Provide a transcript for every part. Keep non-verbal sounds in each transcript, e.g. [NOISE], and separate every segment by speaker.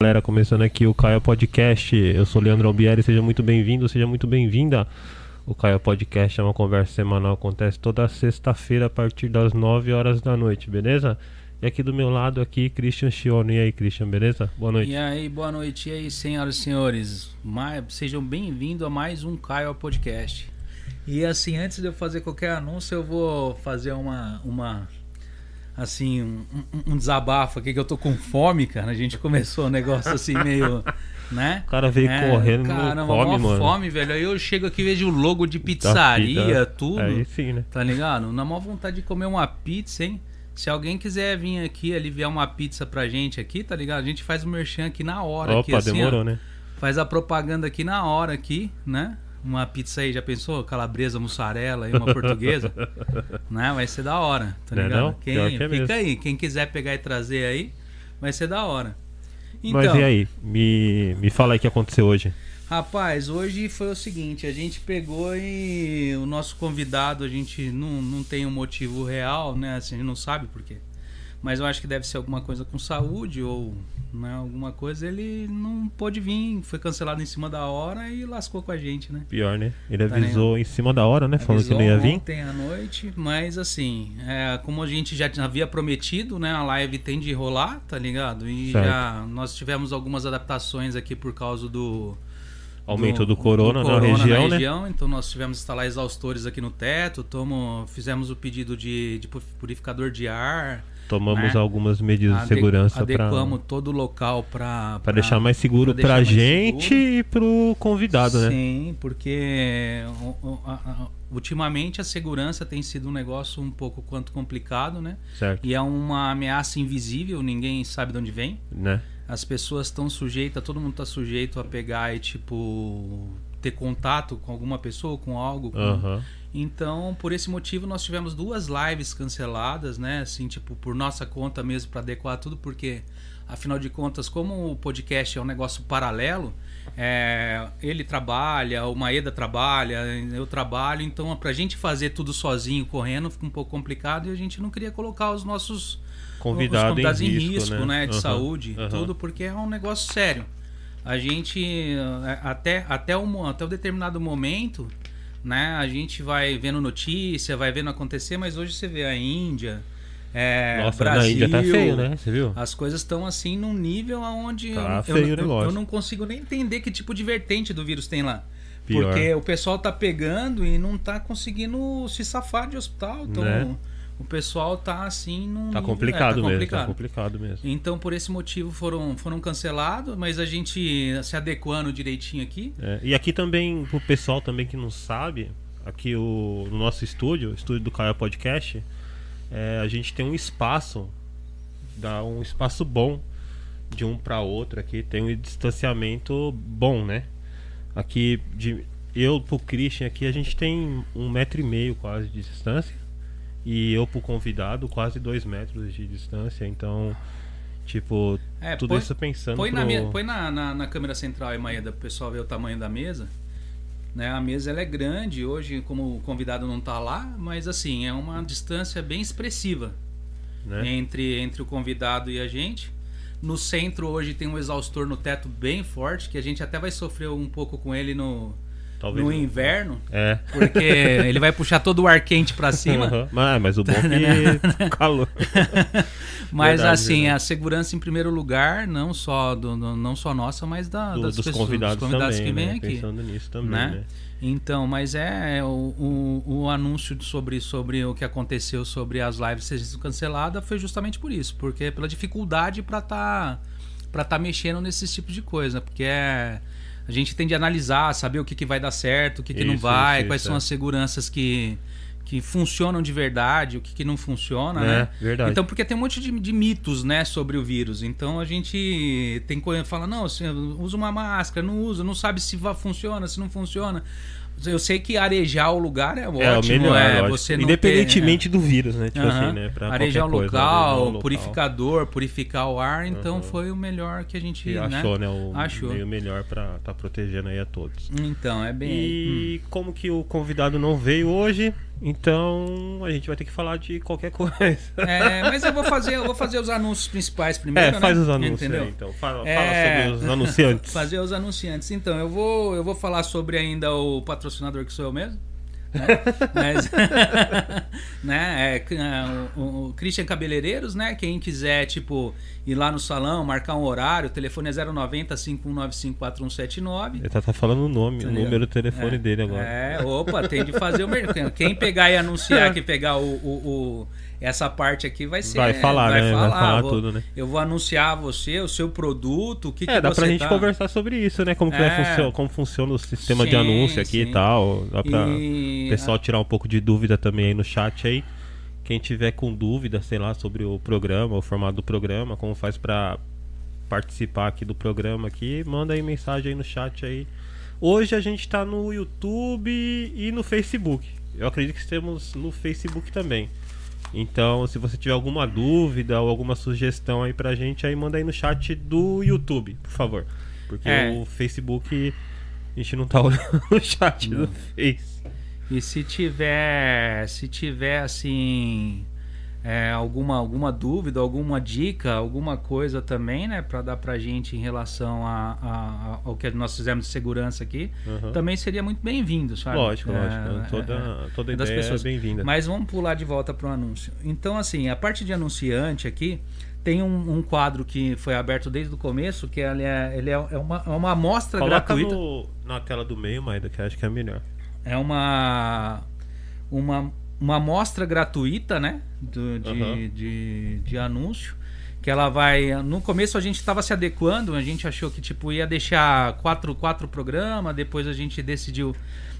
Speaker 1: Galera, começando aqui o Caio Podcast. Eu sou Leandro Albieri, seja muito bem-vindo, seja muito bem-vinda. O Caio Podcast é uma conversa semanal, acontece toda sexta-feira a partir das 9 horas da noite, beleza? E aqui do meu lado aqui, Christian Chiono. E aí, Christian, beleza? Boa noite.
Speaker 2: E aí, boa noite. E aí, senhoras e senhores, ma- sejam bem-vindos a mais um Caio Podcast. E assim, antes de eu fazer qualquer anúncio, eu vou fazer uma, uma assim, um, um- um desabafo aqui que eu tô com fome, cara. A gente começou um negócio assim meio, né?
Speaker 1: O cara veio correndo, não
Speaker 2: caramba,
Speaker 1: come,
Speaker 2: mó
Speaker 1: mano.
Speaker 2: fome, velho. Aí eu chego aqui e vejo o logo de pizzaria,
Speaker 1: Tá, tá.
Speaker 2: tudo.
Speaker 1: Aí sim, né?
Speaker 2: Tá ligado? Na maior vontade de comer uma pizza, hein? Se alguém quiser vir aqui aliviar uma pizza pra gente aqui, tá ligado? A gente faz o merchan aqui na hora. aqui,
Speaker 1: Opa,
Speaker 2: assim, ó.
Speaker 1: demorou, né?
Speaker 2: Faz a propaganda aqui na hora aqui, né? Uma pizza aí, já pensou? Calabresa, mussarela e uma
Speaker 1: [LAUGHS]
Speaker 2: portuguesa. né? Vai ser da hora, tá
Speaker 1: Né
Speaker 2: ligado?
Speaker 1: não?
Speaker 2: Quem,
Speaker 1: Pior que é
Speaker 2: fica
Speaker 1: mesmo.
Speaker 2: aí, quem quiser pegar e trazer aí, vai ser da hora.
Speaker 1: Mas
Speaker 2: Então.
Speaker 1: e aí? Me, me fala aí o que aconteceu hoje.
Speaker 2: Rapaz, hoje foi o seguinte, a gente pegou e o nosso convidado, a gente não, não tem um motivo real, né? Assim, a gente não sabe por quê. Mas eu acho que deve ser alguma coisa com saúde ou né, alguma coisa. Ele não pôde vir, foi cancelado em cima da hora e lascou com a gente, né?
Speaker 1: Pior, né? Ele
Speaker 2: Tá
Speaker 1: avisou em cima da hora, né? Falando que não ia
Speaker 2: Avisou
Speaker 1: vir.
Speaker 2: ontem à noite, mas assim, é, como a gente já tinha- havia prometido, né? A live tem de rolar, tá ligado? E
Speaker 1: Certo.
Speaker 2: já nós tivemos algumas adaptações aqui por causa do
Speaker 1: Aumento do, corona,
Speaker 2: do corona
Speaker 1: na região, né?
Speaker 2: Então nós tivemos que instalar exaustores aqui no teto, tomo, fizemos o pedido de, de pu- purificador de ar,
Speaker 1: Tomamos
Speaker 2: né?
Speaker 1: algumas medidas de
Speaker 2: ade-
Speaker 1: segurança para
Speaker 2: adequamos todo o local para
Speaker 1: Pra deixar mais seguro
Speaker 2: Ah, pra
Speaker 1: pra,
Speaker 2: deixar mais
Speaker 1: gente e pro convidado, né?
Speaker 2: Sim, porque o- o- a- a- ultimamente a segurança tem sido um negócio um pouco quanto complicado, né?
Speaker 1: Certo.
Speaker 2: E é uma ameaça invisível, ninguém sabe de onde vem.
Speaker 1: Né?
Speaker 2: As pessoas estão sujeitas, todo mundo está sujeito a pegar e tipo ter contato com alguma pessoa, com algo, com,
Speaker 1: Aham.
Speaker 2: Então, por esse motivo, nós tivemos duas lives canceladas, né? Assim, tipo, por nossa conta mesmo, para adequar tudo, porque, afinal de contas, como o podcast é um negócio paralelo, é, ele trabalha, o Maeda trabalha, eu trabalho, então, pra gente fazer tudo sozinho, correndo, fica um pouco complicado e a gente não queria colocar os nossos os
Speaker 1: Convidado em
Speaker 2: convidados
Speaker 1: risco, né?
Speaker 2: de
Speaker 1: Aham,
Speaker 2: saúde,
Speaker 1: aham.
Speaker 2: tudo porque é um negócio sério. A gente eh, até até um, até um determinado momento, né? A gente vai vendo notícia, vai vendo acontecer, mas hoje você vê a Índia, eh,
Speaker 1: Nossa,
Speaker 2: Brasil,
Speaker 1: na Índia tá feio, né? Você viu?
Speaker 2: As coisas estão assim num nível aonde
Speaker 1: Tá
Speaker 2: eu,
Speaker 1: feio o
Speaker 2: eu, eu,
Speaker 1: negócio.
Speaker 2: não consigo nem entender que tipo de vertente do vírus tem lá.
Speaker 1: Pior.
Speaker 2: Porque o pessoal tá pegando e não tá conseguindo se safar de hospital. Então
Speaker 1: Né?
Speaker 2: o pessoal tá assim num.
Speaker 1: Tá
Speaker 2: nível- é,
Speaker 1: complicado mesmo, tá complicado mesmo.
Speaker 2: Então por esse motivo foram, foram cancelados, mas a gente se adequando direitinho aqui.
Speaker 1: É, e aqui também, pro pessoal também que não sabe, aqui o, no nosso estúdio, o estúdio do Caio Podcast, é, a gente tem um espaço, dá um espaço bom de um para outro aqui, tem um distanciamento bom, né? Aqui, de eu pro Christian aqui, a gente tem um metro e meio quase de distância, e eu pro convidado quase dois metros de distância, então, tipo,
Speaker 2: É,
Speaker 1: tudo
Speaker 2: põe-
Speaker 1: isso pensando
Speaker 2: Põe, na,
Speaker 1: pro-
Speaker 2: me- põe na, na- na câmera central aí, Maeda, pro pessoal ver o tamanho da mesa. Né, a mesa ela é grande, hoje como o convidado não tá lá, mas assim, é uma distância bem expressiva.
Speaker 1: né?
Speaker 2: entre, entre o convidado e a gente. No centro hoje tem um exaustor no teto bem forte, que a gente até vai sofrer um pouco com ele no,
Speaker 1: Talvez
Speaker 2: no
Speaker 1: não.
Speaker 2: inverno,
Speaker 1: É. [LAUGHS]
Speaker 2: porque ele vai puxar todo o ar quente para cima.
Speaker 1: Aham. Mas, ah, mas o
Speaker 2: [LAUGHS] Né,
Speaker 1: bom é [LAUGHS] que calor.
Speaker 2: Mas
Speaker 1: Verdade,
Speaker 2: assim,
Speaker 1: verdade.
Speaker 2: a segurança em primeiro lugar, não só, do, do- não só nossa, mas da,
Speaker 1: Do-
Speaker 2: Ah, das
Speaker 1: dos,
Speaker 2: pessoas,
Speaker 1: convidados
Speaker 2: dos convidados
Speaker 1: também,
Speaker 2: que vêm
Speaker 1: né?
Speaker 2: aqui.
Speaker 1: Pensando nisso também,
Speaker 2: né?
Speaker 1: né?
Speaker 2: Então, mas é o, o, o anúncio sobre, sobre o que aconteceu sobre as lives serem canceladas foi justamente por isso, porque é pela dificuldade para tá para tá mexendo nesses tipos de coisa, porque é, a gente tem de analisar, saber o que, que vai dar certo, o que, que não
Speaker 1: Isso,
Speaker 2: vai,
Speaker 1: isso,
Speaker 2: quais
Speaker 1: isso,
Speaker 2: são
Speaker 1: é.
Speaker 2: as seguranças que que funcionam de verdade, o que, que não funciona,
Speaker 1: É,
Speaker 2: né?
Speaker 1: verdade.
Speaker 2: Então, porque tem um monte de, de mitos, né, sobre o vírus. Então a gente tem coisa fala, não, assim, usa uma máscara, não usa, não sabe se va- funciona, se não funciona. Eu sei que arejar o lugar é ótimo,
Speaker 1: É o melhor,
Speaker 2: é,
Speaker 1: lógico.
Speaker 2: você não
Speaker 1: Independentemente do vírus, né?
Speaker 2: ter,
Speaker 1: Tipo
Speaker 2: é. Aham.
Speaker 1: assim, né? Pra
Speaker 2: arejar o
Speaker 1: qualquer coisa,
Speaker 2: local,
Speaker 1: arejar o local.
Speaker 2: purificador, purificar o ar, então
Speaker 1: Aham.
Speaker 2: foi o melhor que a gente,
Speaker 1: E
Speaker 2: né?
Speaker 1: achou, né? O
Speaker 2: Achou.
Speaker 1: meio melhor pra tá protegendo aí a todos.
Speaker 2: Então, é bem
Speaker 1: E como que o convidado não veio hoje, Então a gente vai ter que falar de qualquer [LAUGHS] coisa.
Speaker 2: É, mas eu vou fazer, eu vou fazer os anúncios principais
Speaker 1: É,
Speaker 2: primeiro. né?
Speaker 1: faz os anúncios
Speaker 2: Entendeu?
Speaker 1: aí, então. Fala, fala
Speaker 2: É.
Speaker 1: sobre os
Speaker 2: [LAUGHS]
Speaker 1: anunciantes.
Speaker 2: Fazer os anunciantes. Então, eu vou, eu vou falar sobre ainda o patrocinador que sou eu mesmo.
Speaker 1: [LAUGHS]
Speaker 2: né? Mas, [LAUGHS] né, é, c- ah, o, o Christian Cabeleireiros, né? Quem quiser, tipo, ir lá no salão, marcar um horário, o telefone é 090 5195 4179.
Speaker 1: Ele tá, tá falando o nome, o
Speaker 2: Entendeu?
Speaker 1: número do telefone dele agora.
Speaker 2: É, opa, tem de fazer o mercado. Quem pegar e anunciar que pegar o, o- o- essa parte aqui vai ser.
Speaker 1: Vai falar, né? Vai falar
Speaker 2: vou-
Speaker 1: tudo, né?
Speaker 2: Eu vou anunciar você, o seu produto, o que,
Speaker 1: É,
Speaker 2: que
Speaker 1: dá
Speaker 2: você
Speaker 1: pra gente
Speaker 2: tá...
Speaker 1: conversar sobre isso, né? Como, que vai
Speaker 2: É.
Speaker 1: funcionar, como funciona o sistema de
Speaker 2: Sim,
Speaker 1: anúncio aqui
Speaker 2: sim.
Speaker 1: e tal. Dá pra
Speaker 2: E-
Speaker 1: o pessoal tirar um pouco de dúvida também aí no chat aí. Quem tiver com dúvida, sei lá, sobre o programa, o formato do programa, como faz pra participar aqui do programa aqui, manda aí mensagem aí no chat aí. Hoje a gente tá no YouTube e no Facebook. Eu acredito que estamos no Facebook também. Então, se você tiver alguma dúvida ou alguma sugestão aí pra gente, aí manda aí no chat do YouTube, por favor. Porque
Speaker 2: É.
Speaker 1: o Facebook, a gente não tá [LAUGHS] olhando o chat do Face.
Speaker 2: E se tiver, se tiver assim, é, alguma, alguma dúvida, alguma dica, alguma coisa também, né, para dar pra gente em relação a, a- ao que nós fizemos de segurança aqui,
Speaker 1: Uhum.
Speaker 2: também seria muito bem-vindo, sabe?
Speaker 1: Lógico,
Speaker 2: É,
Speaker 1: lógico. Toda, toda
Speaker 2: é das
Speaker 1: ideia é
Speaker 2: pessoas.
Speaker 1: bem-vinda.
Speaker 2: Mas vamos pular de volta pro anúncio. Então, assim, a parte de anunciante aqui tem um, um quadro que foi aberto desde o começo, que ele é, ele é, é uma, é uma amostra
Speaker 1: Coloca
Speaker 2: gratuita.
Speaker 1: no, na tela do meio, Maida, que eu acho que é melhor.
Speaker 2: É uma uma uma amostra gratuita, né, do- de,
Speaker 1: Aham.
Speaker 2: de, de anúncio que ela vai no começo a gente estava se adequando, a gente achou que tipo ia deixar quatro quatro programas, depois a gente decidiu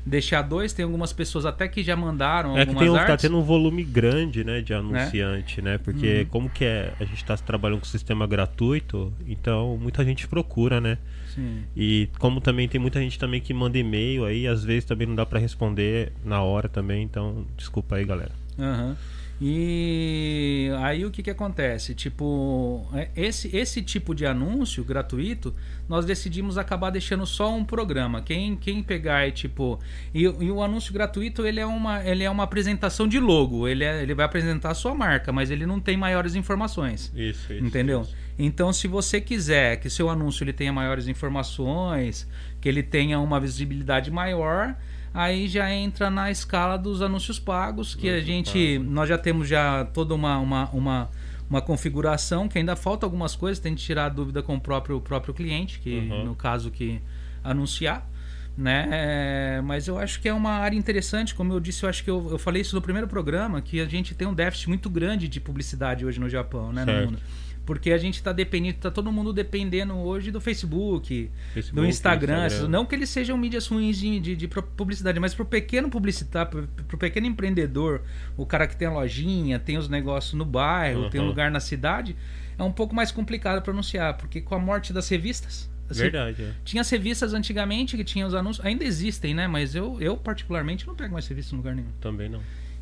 Speaker 2: deixar dois. Tem algumas pessoas até que já mandaram
Speaker 1: É que
Speaker 2: algumas
Speaker 1: tem um, tá
Speaker 2: artes.
Speaker 1: tendo um volume grande, né, de anunciante, né? Porque
Speaker 2: Uhum.
Speaker 1: como que é, a gente tá trabalhando com sistema gratuito, então muita gente procura, né?
Speaker 2: Sim.
Speaker 1: E como também tem muita gente também que manda e-mail aí, às vezes também não dá pra responder na hora também, então desculpa aí, galera.
Speaker 2: Aham. E aí o que, que acontece? Tipo, é- esse, esse tipo de anúncio gratuito, nós decidimos acabar deixando só um programa. Quem, quem pegar e tipo. E, e o anúncio gratuito ele é uma, ele é uma apresentação de logo. Ele, é- ele vai apresentar a sua marca, mas ele não tem maiores informações.
Speaker 1: Isso, isso.
Speaker 2: Entendeu? Então, se você quiser que seu anúncio ele tenha maiores informações, que ele tenha uma visibilidade maior, aí já entra na escala dos anúncios pagos, que a gente nós já temos já toda uma, uma, uma, uma configuração, que ainda falta algumas coisas, tem que tirar a dúvida com o próprio, o próprio cliente, que
Speaker 1: Uhum.
Speaker 2: no caso que anunciar. Né? É, mas eu acho que é uma área interessante, como eu disse, eu acho que eu, eu falei isso no primeiro programa, que a gente tem um déficit muito grande de publicidade hoje no Japão, né? no
Speaker 1: Certo.
Speaker 2: mundo. Porque a gente tá dependendo, tá todo mundo dependendo hoje do Facebook,
Speaker 1: Facebook,
Speaker 2: do Instagram.
Speaker 1: Instagram.
Speaker 2: Não que eles sejam mídias ruins de, de, de pro- publicidade, mas pro pequeno publicitário, pro, pro pequeno empreendedor, o cara que tem a lojinha, tem os negócios no bairro, tem um
Speaker 1: Uhum.
Speaker 2: lugar na cidade, é um pouco mais complicado para anunciar, porque com a morte das revistas. assim, as re-
Speaker 1: Verdade, é.
Speaker 2: Tinha as revistas antigamente que tinha os anúncios, ainda existem, né? Mas eu, eu particularmente, não pego mais revista em lugar nenhum.
Speaker 1: Também não.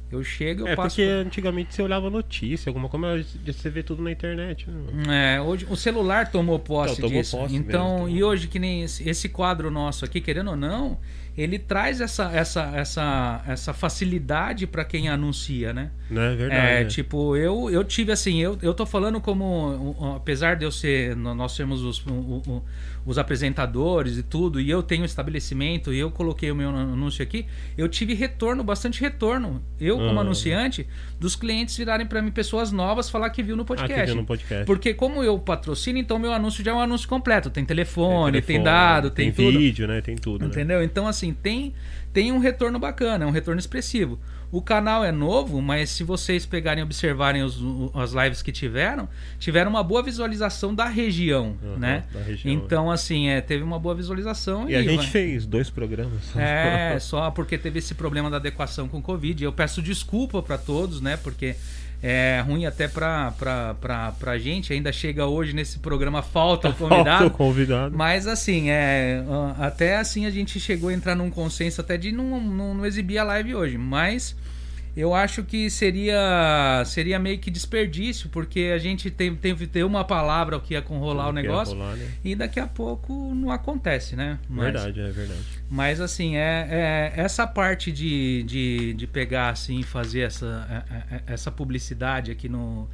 Speaker 2: Eu chego, eu
Speaker 1: é
Speaker 2: passo.
Speaker 1: porque antigamente você olhava notícia, alguma coisa, mas hoje você vê tudo na internet, né? mano?
Speaker 2: É, hoje o celular tomou posse
Speaker 1: Então, tomou
Speaker 2: disso.
Speaker 1: posse mesmo,
Speaker 2: então,
Speaker 1: tomou.
Speaker 2: e hoje que nem esse, esse quadro nosso aqui, querendo ou não, ele traz essa essa essa essa facilidade para quem anuncia, né?
Speaker 1: Não é verdade.
Speaker 2: é,
Speaker 1: né?
Speaker 2: tipo, eu eu tive assim, eu, eu tô falando como o- o- apesar de eu ser no- nós temos os o- o- os apresentadores e tudo, e eu tenho um estabelecimento e eu coloquei o meu anúncio aqui, eu tive retorno, bastante retorno. Eu como
Speaker 1: Ah.
Speaker 2: anunciante, dos clientes virarem para mim pessoas novas falar que viu no
Speaker 1: Ah, que
Speaker 2: podcast.
Speaker 1: tem no podcast.
Speaker 2: Porque como eu patrocino, então meu anúncio já é um anúncio completo. Tem telefone, tem,
Speaker 1: telefone,
Speaker 2: dado, tem, tudo.
Speaker 1: vídeo, né? Tem tudo. né?
Speaker 2: Entendeu? Então, assim, tem, tem um retorno bacana, é um retorno expressivo. O canal é novo, mas se vocês pegarem e observarem os- o- as lives que tiveram, tiveram uma boa visualização da região,
Speaker 1: Aham,
Speaker 2: né?
Speaker 1: da região,
Speaker 2: então, assim, é, teve uma boa visualização.
Speaker 1: E a gente
Speaker 2: vai-
Speaker 1: fez né? dois programas. [LAUGHS]
Speaker 2: é, só porque teve esse problema da adequação com o Covid. Eu peço desculpa para todos, né? Porque é ruim até pra, pra, pra, pra gente. Ainda chega hoje nesse programa, falta o
Speaker 1: Falta o
Speaker 2: convidado.
Speaker 1: convidado.
Speaker 2: Mas assim, é, ah, até assim a gente chegou a entrar num consenso até de não, não, não exibir a live hoje. Mas Eu acho que seria seria meio que desperdício, porque a gente tem, tem que ter uma palavra que ia conrolar o
Speaker 1: Como que é
Speaker 2: negócio
Speaker 1: rolar, né?
Speaker 2: e daqui a pouco não acontece, né? Mas-
Speaker 1: Verdade, é verdade.
Speaker 2: Mas assim, é, é- essa parte de, de, de pegar assim e fazer essa, é- é- é- essa publicidade aqui no,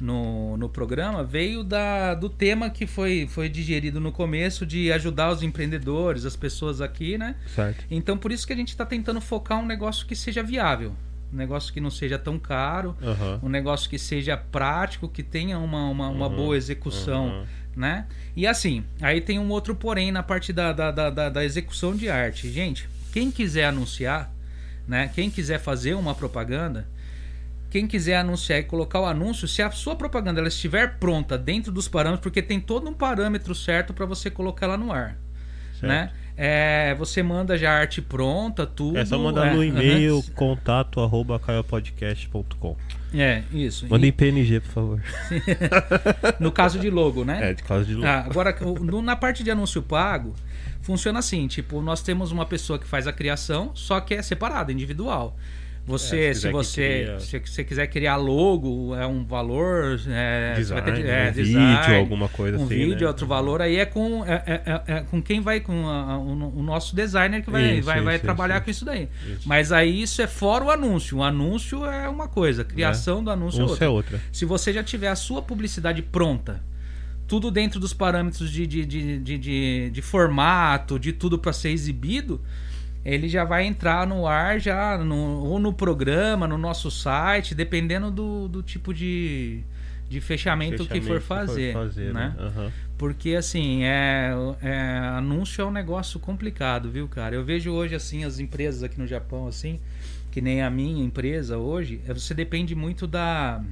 Speaker 2: no, no programa veio da, do tema que foi, foi digerido no começo de ajudar os empreendedores, as pessoas aqui, né?
Speaker 1: Certo.
Speaker 2: Então por isso que a gente está tentando focar um negócio que seja viável, um negócio que não seja tão caro,
Speaker 1: Aham.
Speaker 2: um negócio que seja prático, que tenha uma, uma, uma
Speaker 1: Uhum,
Speaker 2: boa execução
Speaker 1: Aham.
Speaker 2: né? E assim, aí tem um outro porém na parte da, da, da, da- da execução de arte. Gente, quem quiser anunciar, né? Quem quiser fazer uma propaganda, quem quiser anunciar e colocar o anúncio, se a sua propaganda ela estiver pronta dentro dos parâmetros, porque tem todo um parâmetro certo para você colocar ela no ar,
Speaker 1: Certo.
Speaker 2: né? É, você manda já a arte pronta, tudo.
Speaker 1: É só mandar no
Speaker 2: é,
Speaker 1: e-mail
Speaker 2: aham.
Speaker 1: contato arroba caiopodcast.com.
Speaker 2: É, isso.
Speaker 1: Manda em PNG, por favor.
Speaker 2: E no caso de logo, né?
Speaker 1: É, de causa de
Speaker 2: Ah, agora, o- no- na parte de anúncio pago, funciona assim: tipo, nós temos uma pessoa que faz a criação, só que é separada, individual. Você,
Speaker 1: É, se
Speaker 2: se,
Speaker 1: quiser que
Speaker 2: você
Speaker 1: cria-
Speaker 2: se você quiser criar logo, é um valor, é, você
Speaker 1: design,
Speaker 2: vai ter de-
Speaker 1: né?
Speaker 2: é,
Speaker 1: vídeo,
Speaker 2: design,
Speaker 1: alguma coisa
Speaker 2: um
Speaker 1: assim.
Speaker 2: vídeo,
Speaker 1: né?
Speaker 2: outro valor, aí é com, é- é- é- é com quem vai, com a- a- o, o nosso designer que vai,
Speaker 1: Isso,
Speaker 2: vai, vai
Speaker 1: isso,
Speaker 2: trabalhar
Speaker 1: isso,
Speaker 2: com isso daí.
Speaker 1: Isso.
Speaker 2: Mas aí isso é fora o anúncio. O anúncio é uma coisa, a criação do anúncio é
Speaker 1: Isso
Speaker 2: outra.
Speaker 1: é outra.
Speaker 2: Se você já tiver a sua publicidade pronta, tudo dentro dos parâmetros de, de, de, de, de- de formato, de tudo para ser exibido, ele já vai entrar no ar, já no, ou no programa, no nosso site, dependendo do, do tipo de, de fechamento, que for fazer. né?
Speaker 1: Aham.
Speaker 2: Porque, assim, é, é- anúncio é um negócio complicado, viu, cara? Eu vejo hoje, assim, as empresas aqui no Japão, assim, que nem a minha empresa hoje, é, você depende muito da...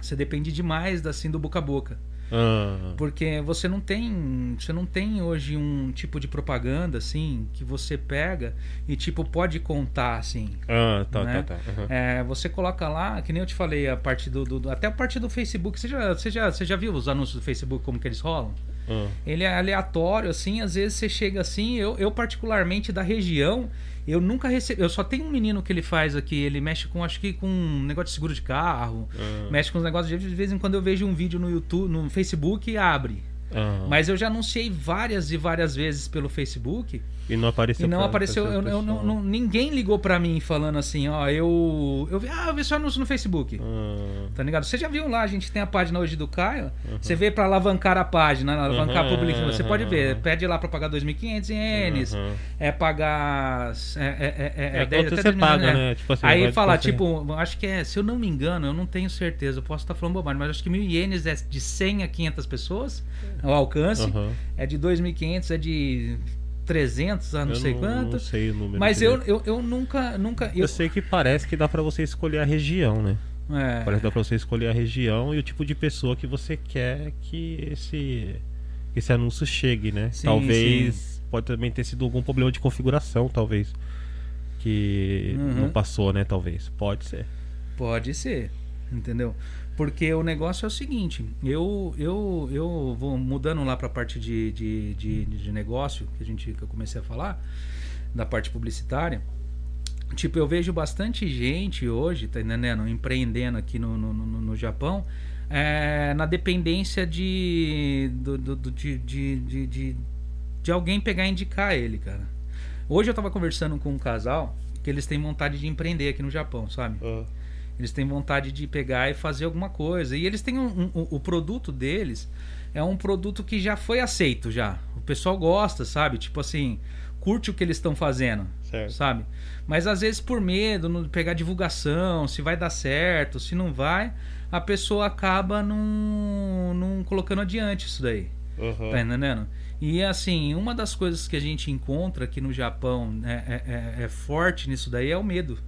Speaker 2: Você depende demais, da, assim, do boca a boca.
Speaker 1: Ah,
Speaker 2: Porque você não tem... Você não tem hoje um tipo de propaganda, assim, que você pega e, tipo, pode contar, assim,
Speaker 1: ah, tá,
Speaker 2: Né?
Speaker 1: tá, tá. Aham.
Speaker 2: é, você coloca lá, que nem eu te falei, a parte do. do- do- até a parte do Facebook. Você já, você, já, você já viu os anúncios do Facebook, como que eles rolam?
Speaker 1: Ah.
Speaker 2: Ele é aleatório, assim, às vezes você chega assim, eu, eu particularmente da região, eu nunca recebi. Eu só tenho um menino que ele faz aqui, ele mexe com, acho que com um negócio de seguro de carro,
Speaker 1: Ah.
Speaker 2: mexe com os negócios. De de vez em quando eu vejo um vídeo no YouTube, no Facebook e abre.
Speaker 1: Ah.
Speaker 2: Mas eu já anunciei várias e várias vezes pelo Facebook.
Speaker 1: E não apareceu.
Speaker 2: E não
Speaker 1: é pra-
Speaker 2: apareceu,
Speaker 1: pra
Speaker 2: eu,
Speaker 1: essa
Speaker 2: eu não,
Speaker 1: pessoa.
Speaker 2: não- ninguém ligou pra mim falando assim, ó, eu eu vi, ah, eu vi seu anúncio no Facebook.
Speaker 1: Ah.
Speaker 2: Tá ligado? Você já viu lá, a gente tem a página hoje do Caio. Você vê pra alavancar a página, né? alavancar
Speaker 1: Uhum,
Speaker 2: a publicação. Você
Speaker 1: uhum,
Speaker 2: pode ver,
Speaker 1: uhum.
Speaker 2: pede lá pra pagar 2.500 ienes,
Speaker 1: Aham.
Speaker 2: é pagar. É, é, é, é,
Speaker 1: É,
Speaker 2: dez-
Speaker 1: quanto você
Speaker 2: até 10 mil,
Speaker 1: paga,
Speaker 2: é.
Speaker 1: né? Tipo assim, vai
Speaker 2: Aí
Speaker 1: de
Speaker 2: fala,
Speaker 1: você-
Speaker 2: tipo, acho que é, se eu não me engano, eu não tenho certeza, eu posso estar falando bobagem, mas acho que mil ienes é de 100 a 500 pessoas,
Speaker 1: Uhum.
Speaker 2: o alcance.
Speaker 1: Aham.
Speaker 2: É de 2.500, é de 300 a não
Speaker 1: Eu
Speaker 2: sei
Speaker 1: Não
Speaker 2: quanto.
Speaker 1: sei o número.
Speaker 2: Mas eu,
Speaker 1: direito.
Speaker 2: eu, eu nunca. nunca
Speaker 1: Eu...
Speaker 2: eu,
Speaker 1: sei que parece que dá pra você escolher a região, né?
Speaker 2: é,
Speaker 1: Parece que dá pra você escolher a região e o tipo de pessoa que você quer que esse, que esse anúncio chegue, né?
Speaker 2: Sim,
Speaker 1: talvez pode também ter sido algum problema de configuração, talvez. Que
Speaker 2: Uhum.
Speaker 1: não passou, né? Talvez. Pode ser.
Speaker 2: Pode ser, entendeu? Porque o negócio é o seguinte: eu, eu, eu vou mudando lá para a parte de, de, de, de negócio, que, a gente, que eu comecei a falar, da parte publicitária. Tipo, eu vejo bastante gente hoje, tá entendendo? Empreendendo aqui no, no, no, no Japão, é, na dependência de, do, do- do- de, de, de, de, de alguém pegar e indicar ele, cara. Hoje eu tava conversando com um casal que eles têm vontade de empreender aqui no Japão, sabe?
Speaker 1: Ah,
Speaker 2: Eles têm vontade de pegar e fazer alguma coisa. E eles têm um, um- o- o produto deles é um produto que já foi aceito já. O pessoal gosta, sabe? Tipo assim, curte o que eles estão fazendo,
Speaker 1: Certo.
Speaker 2: sabe? Mas às vezes por medo, não pegar divulgação, se vai dar certo, se não vai, a pessoa acaba não, não colocando adiante isso daí. Tá entendendo? E assim, uma das coisas que a gente encontra aqui no Japão né, é- é- é forte nisso daí é o medo.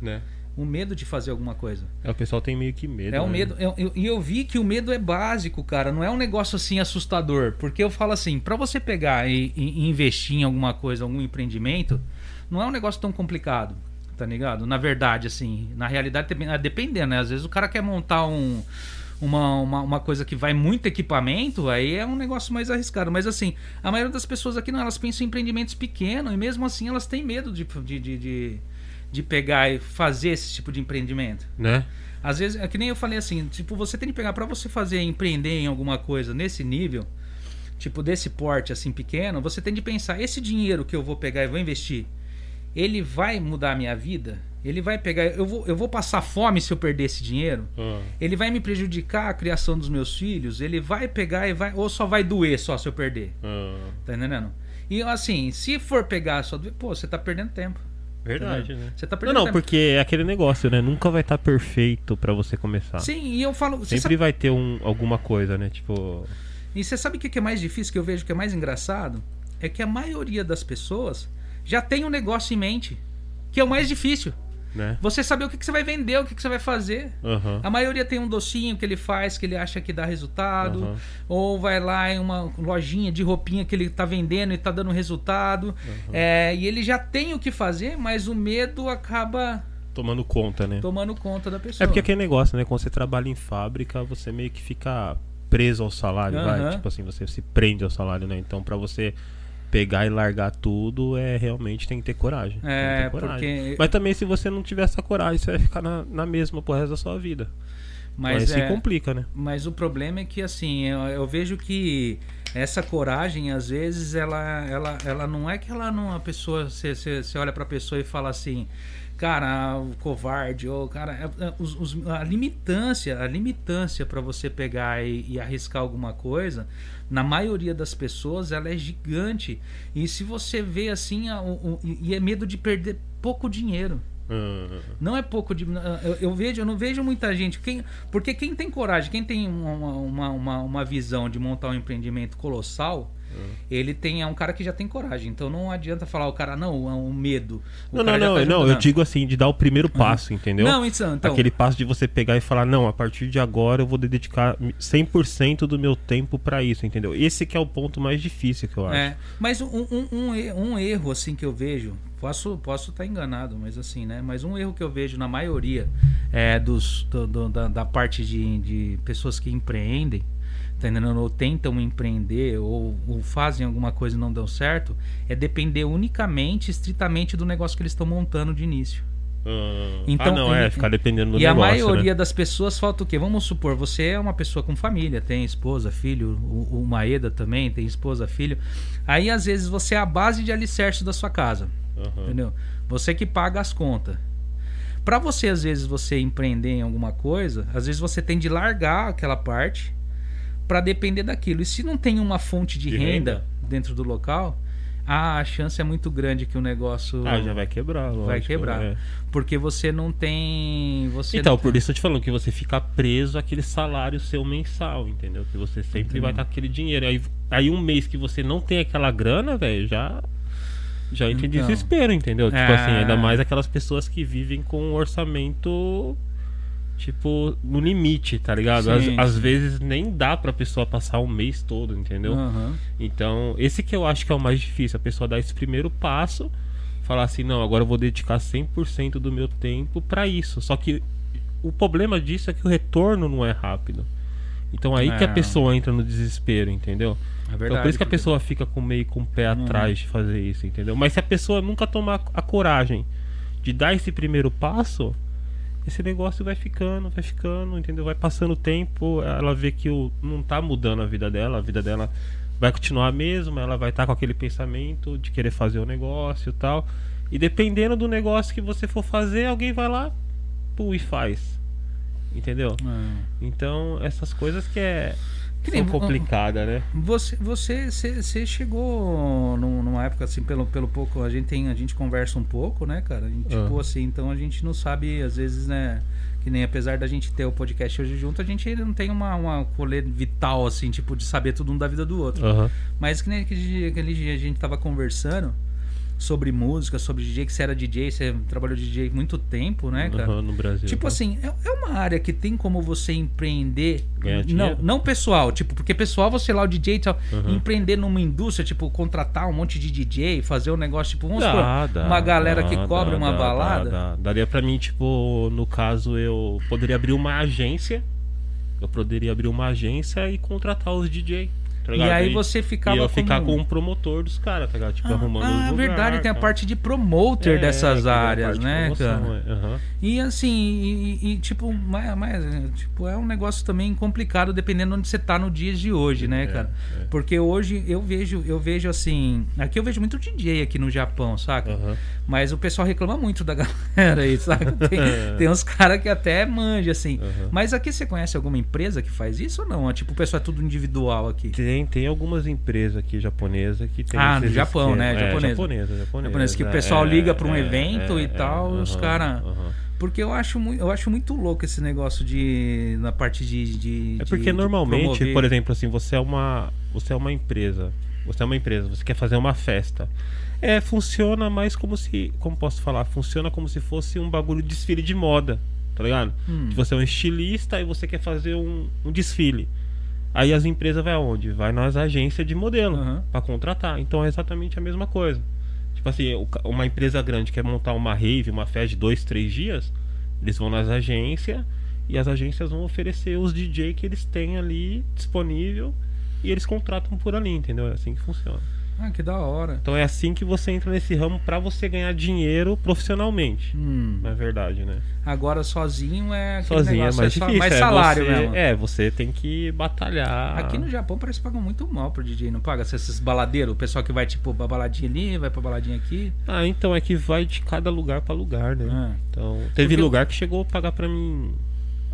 Speaker 1: Né?
Speaker 2: O medo de fazer alguma coisa.
Speaker 1: É, o pessoal tem meio que medo.
Speaker 2: É o
Speaker 1: né?
Speaker 2: medo. eu- eu- E eu, vi que o medo é básico, cara. Não é um negócio assim assustador. Porque eu falo assim, pra você pegar e, e investir em alguma coisa, algum empreendimento, não é um negócio tão complicado. Tá ligado? Na verdade, assim, na realidade, também- ah, dependendo, né? Às vezes o cara quer montar um. Uma, uma, uma coisa que vai muito equipamento, aí é um negócio mais arriscado. Mas assim, a maioria das pessoas aqui não, elas pensam em empreendimentos pequenos e mesmo assim elas têm medo de, de, de, de- de pegar e fazer esse tipo de empreendimento?
Speaker 1: né?
Speaker 2: Às vezes, é que nem eu falei assim, tipo, você tem que pegar para você fazer empreender em alguma coisa nesse nível, tipo desse porte assim pequeno, você tem de pensar, esse dinheiro que eu vou pegar e vou investir, ele vai mudar a minha vida? Ele vai pegar, eu vou, eu vou passar fome se eu perder esse dinheiro?
Speaker 1: Ah,
Speaker 2: Ele vai me prejudicar a criação dos meus filhos? Ele vai pegar e vai ou só vai doer só se eu perder?
Speaker 1: ah,
Speaker 2: Tá entendendo? E assim, se for pegar só doer, pô, você tá perdendo tempo.
Speaker 1: verdade, né?
Speaker 2: Você tá
Speaker 1: Não,
Speaker 2: perdendo
Speaker 1: não,
Speaker 2: tempo.
Speaker 1: porque é aquele negócio, né? Nunca vai estar perfeito pra você começar.
Speaker 2: Sim, e eu falo, você sabe
Speaker 1: Sempre vai ter um, alguma coisa, né? Tipo.
Speaker 2: E você sabe o que que é mais difícil, que eu vejo que é mais engraçado? É que a maioria das pessoas já tem um negócio em mente, que é o mais difícil.
Speaker 1: Né?
Speaker 2: Você saber o que, que você vai vender, o que, que você vai fazer.
Speaker 1: Aham.
Speaker 2: A maioria tem um docinho que ele faz, que ele acha que dá resultado.
Speaker 1: Aham.
Speaker 2: Ou vai lá em uma lojinha de roupinha que ele tá vendendo e tá dando resultado. É, e ele já tem o que fazer, mas o medo acaba
Speaker 1: Tomando conta, né?
Speaker 2: tomando conta da pessoa.
Speaker 1: É porque aquele negócio, né? Quando você trabalha em fábrica, você meio que fica preso ao salário, vai.
Speaker 2: Aham.
Speaker 1: Tipo assim, você se prende ao salário, né? Então, pra você pegar e largar tudo, é realmente tem que ter coragem. Tem que
Speaker 2: É,
Speaker 1: ter coragem.
Speaker 2: porque-
Speaker 1: Mas também, se você não tiver essa coragem, você vai ficar na, na mesma pro resto da sua vida. Mas
Speaker 2: é,
Speaker 1: aí se complica, né?
Speaker 2: Mas o problema é que assim, eu, eu vejo que essa coragem, às vezes, ela, ela, ela não é que ela não a pessoa, você, você, você olha pra pessoa e fala assim, cara, o covarde, ou cara, é- é- os- os- a limitância, a limitância pra você pegar e, e arriscar alguma coisa, na maioria das pessoas, ela é gigante. E se você vê assim, a- o- o- e e é medo de perder pouco dinheiro.
Speaker 1: Ah,
Speaker 2: Não é pouco de. Eu, eu vejo, eu não vejo muita gente. Quem, porque quem tem coragem, quem tem uma, uma, uma, uma visão de montar um empreendimento colossal, ele tem. É um cara que já tem coragem. Então não adianta falar o cara, não, é um medo. O
Speaker 1: Não, não,
Speaker 2: cara já
Speaker 1: não,
Speaker 2: tá
Speaker 1: não,
Speaker 2: junto,
Speaker 1: eu digo assim, de dar o primeiro passo, entendeu?
Speaker 2: Não, então. então
Speaker 1: Aquele passo de você pegar e falar, não, a partir de agora eu vou dedicar 100% do meu tempo pra isso, entendeu? Esse que é o ponto mais difícil que eu acho.
Speaker 2: É, mas um, um, um e- um erro assim que eu vejo, posso estar posso tá enganado, mas assim, né? Mas um erro que eu vejo na maioria é, dos, do- do- da, da parte de, de pessoas que empreendem, tá entendendo? ou tentam empreender, ou, ou fazem alguma coisa e não deu certo, é depender unicamente, estritamente do negócio que eles estão montando de início.
Speaker 1: Ah,
Speaker 2: Então,
Speaker 1: ah, não, é,
Speaker 2: e-
Speaker 1: ficar dependendo do
Speaker 2: E
Speaker 1: negócio,
Speaker 2: a maioria
Speaker 1: né?
Speaker 2: das pessoas falta o quê? Vamos supor, você é uma pessoa com família, tem esposa, filho, o, o Maeda também tem esposa, filho. Aí às vezes você é a base de alicerce da sua casa,
Speaker 1: Aham.
Speaker 2: entendeu? Você que paga as contas. Pra você às vezes você empreender em alguma coisa, às vezes você tem de largar aquela parte pra depender daquilo. E se não tem uma fonte de,
Speaker 1: De
Speaker 2: renda,
Speaker 1: renda.
Speaker 2: dentro do local, a chance é muito grande que o negócio
Speaker 1: Ah, já vai quebrar, lógico,
Speaker 2: Uhum. vai quebrar.
Speaker 1: é.
Speaker 2: Porque você não tem. Você
Speaker 1: Então,
Speaker 2: não
Speaker 1: por isso eu te falando que você fica preso àquele salário seu mensal, entendeu? Que você sempre vai estar com aquele dinheiro. Aí, aí um mês que você não tem aquela grana, velho, já já entra em
Speaker 2: Então.
Speaker 1: desespero, entendeu? Tipo
Speaker 2: É.
Speaker 1: assim, ainda mais aquelas pessoas que vivem com um orçamento tipo no limite, tá ligado? Às,
Speaker 2: Sim,
Speaker 1: às
Speaker 2: sim.
Speaker 1: vezes nem dá pra pessoa passar um mês todo, entendeu?
Speaker 2: Aham.
Speaker 1: Então, esse que eu acho que é o mais difícil, a pessoa dar esse primeiro passo, falar assim, não, agora eu vou dedicar 100% do meu tempo pra isso. Só que o problema disso é que o retorno não é rápido. Então aí que a
Speaker 2: É.
Speaker 1: pessoa entra no desespero, entendeu?
Speaker 2: É verdade. Uhum.
Speaker 1: então por isso que a pessoa fica com meio com o pé atrás de fazer isso, entendeu? Mas se a pessoa nunca tomar a coragem de dar esse primeiro passo, esse negócio vai ficando, vai ficando, entendeu? Vai passando o tempo, ela vê que o, não tá mudando a vida dela, a vida dela vai continuar a mesma, ela vai estar com aquele pensamento de querer fazer o negócio e tal. E dependendo do negócio que você for fazer, alguém vai lá pum, e faz. Entendeu?
Speaker 2: É.
Speaker 1: Então, essas coisas que é
Speaker 2: Que
Speaker 1: são
Speaker 2: nem-
Speaker 1: complicadas, né?
Speaker 2: Você, você, você, você chegou num- numa época assim, pelo, pelo pouco, a gente tem, a gente conversa um pouco, né, cara? E, tipo
Speaker 1: Ah.
Speaker 2: assim, então a gente não sabe, às vezes, né? Que nem apesar da gente ter o podcast hoje junto, a gente não tem uma, uma colher vital, assim, tipo, de saber tudo um da vida do outro.
Speaker 1: Aham.
Speaker 2: Mas que nem aquele dia, aquele dia a gente tava conversando sobre música, sobre DJ, que você era DJ, você trabalhou de DJ muito tempo, né, cara?
Speaker 1: Aham, no Brasil.
Speaker 2: Tipo assim, é- é uma área que tem como você empreender.
Speaker 1: Ganhar
Speaker 2: Não,
Speaker 1: dinheiro?
Speaker 2: não pessoal, tipo, porque pessoal você lá, o DJ e tal,
Speaker 1: Uhum.
Speaker 2: empreender numa indústria, tipo, contratar um monte de DJ, fazer um negócio, tipo, vamos
Speaker 1: Dá, tá
Speaker 2: supor,
Speaker 1: dá,
Speaker 2: uma galera
Speaker 1: dá,
Speaker 2: que
Speaker 1: dá,
Speaker 2: cobra uma
Speaker 1: dá,
Speaker 2: balada.
Speaker 1: dá, dá. Daria pra mim, tipo, no caso, eu poderia abrir uma agência. Eu poderia abrir uma agência e contratar os DJ. tá
Speaker 2: E
Speaker 1: ligado?
Speaker 2: aí você ficava
Speaker 1: e eu
Speaker 2: como-
Speaker 1: ficar com o promotor dos caras, tá ligado? Tipo, arrumando
Speaker 2: Ah,
Speaker 1: lugar,
Speaker 2: verdade, tem a
Speaker 1: tal.
Speaker 2: parte de
Speaker 1: É,
Speaker 2: promoter dessas
Speaker 1: tem a
Speaker 2: áreas,
Speaker 1: parte de
Speaker 2: né,
Speaker 1: promoção,
Speaker 2: cara?
Speaker 1: é, aham.
Speaker 2: E assim, e, e- e, tipo, mas, mas, é, tipo, é um negócio também complicado dependendo onde você tá no dia de hoje, né,
Speaker 1: É,
Speaker 2: cara?
Speaker 1: é.
Speaker 2: Porque hoje eu vejo, eu vejo assim, aqui eu vejo muito DJ aqui no Japão, saca?
Speaker 1: Aham.
Speaker 2: Mas o pessoal reclama muito da [LAUGHS] galera aí, saca? Tem,
Speaker 1: [LAUGHS]
Speaker 2: tem uns caras que até manja assim.
Speaker 1: Aham.
Speaker 2: Mas aqui você conhece alguma empresa que faz isso ou não? É, Tipo, o pessoal é tudo individual aqui.
Speaker 1: Tem, tem algumas empresas aqui japonesas que tem.
Speaker 2: Ah,
Speaker 1: esses
Speaker 2: no Japão,
Speaker 1: esquemas.
Speaker 2: né?
Speaker 1: É,
Speaker 2: Japonesa.
Speaker 1: japonesa, japonesa.
Speaker 2: Japonesa, que o
Speaker 1: é,
Speaker 2: pessoal liga pra um
Speaker 1: é,
Speaker 2: evento
Speaker 1: é,
Speaker 2: e
Speaker 1: é,
Speaker 2: tal, os
Speaker 1: aham,
Speaker 2: cara-
Speaker 1: aham.
Speaker 2: Porque eu acho, mui- eu acho muito louco esse negócio de. na parte de. de-
Speaker 1: É
Speaker 2: de-
Speaker 1: porque
Speaker 2: de
Speaker 1: normalmente,
Speaker 2: promover.
Speaker 1: por exemplo, assim, você é uma, você é uma empresa, você é uma empresa, você quer fazer uma festa. É, funciona mais como se, como posso falar, funciona como se fosse um bagulho de desfile de moda, tá ligado?
Speaker 2: Hum.
Speaker 1: Que você é um estilista e você quer fazer um, um desfile. Aí as empresas vai aonde? Vai nas agências de modelo
Speaker 2: Aham.
Speaker 1: pra contratar. Então é exatamente a mesma coisa. Tipo assim, o ca- uma empresa grande quer montar uma rave, uma festa de dois, três dias, eles vão nas agências e as agências vão oferecer os DJ que eles têm ali disponível e eles contratam por ali, entendeu? É assim que funciona.
Speaker 2: Ah, que da hora.
Speaker 1: Então é assim que você entra nesse ramo pra você ganhar dinheiro profissionalmente.
Speaker 2: Hum.
Speaker 1: Na verdade, né?
Speaker 2: Agora sozinho é aquele
Speaker 1: Sozinho é
Speaker 2: negócio,
Speaker 1: mais
Speaker 2: só-
Speaker 1: difícil.
Speaker 2: mais
Speaker 1: é
Speaker 2: salário
Speaker 1: você,
Speaker 2: mesmo.
Speaker 1: É, ah. você tem que batalhar.
Speaker 2: Aqui no Japão parece que pagam muito mal pro DJ, não paga? Esses baladeiros, o pessoal que vai tipo pra baladinha ali, vai pra baladinha aqui.
Speaker 1: Ah, então é que vai de cada lugar pra lugar, né?
Speaker 2: Ah.
Speaker 1: Então, teve
Speaker 2: Porque-
Speaker 1: lugar que chegou a pagar pra mim,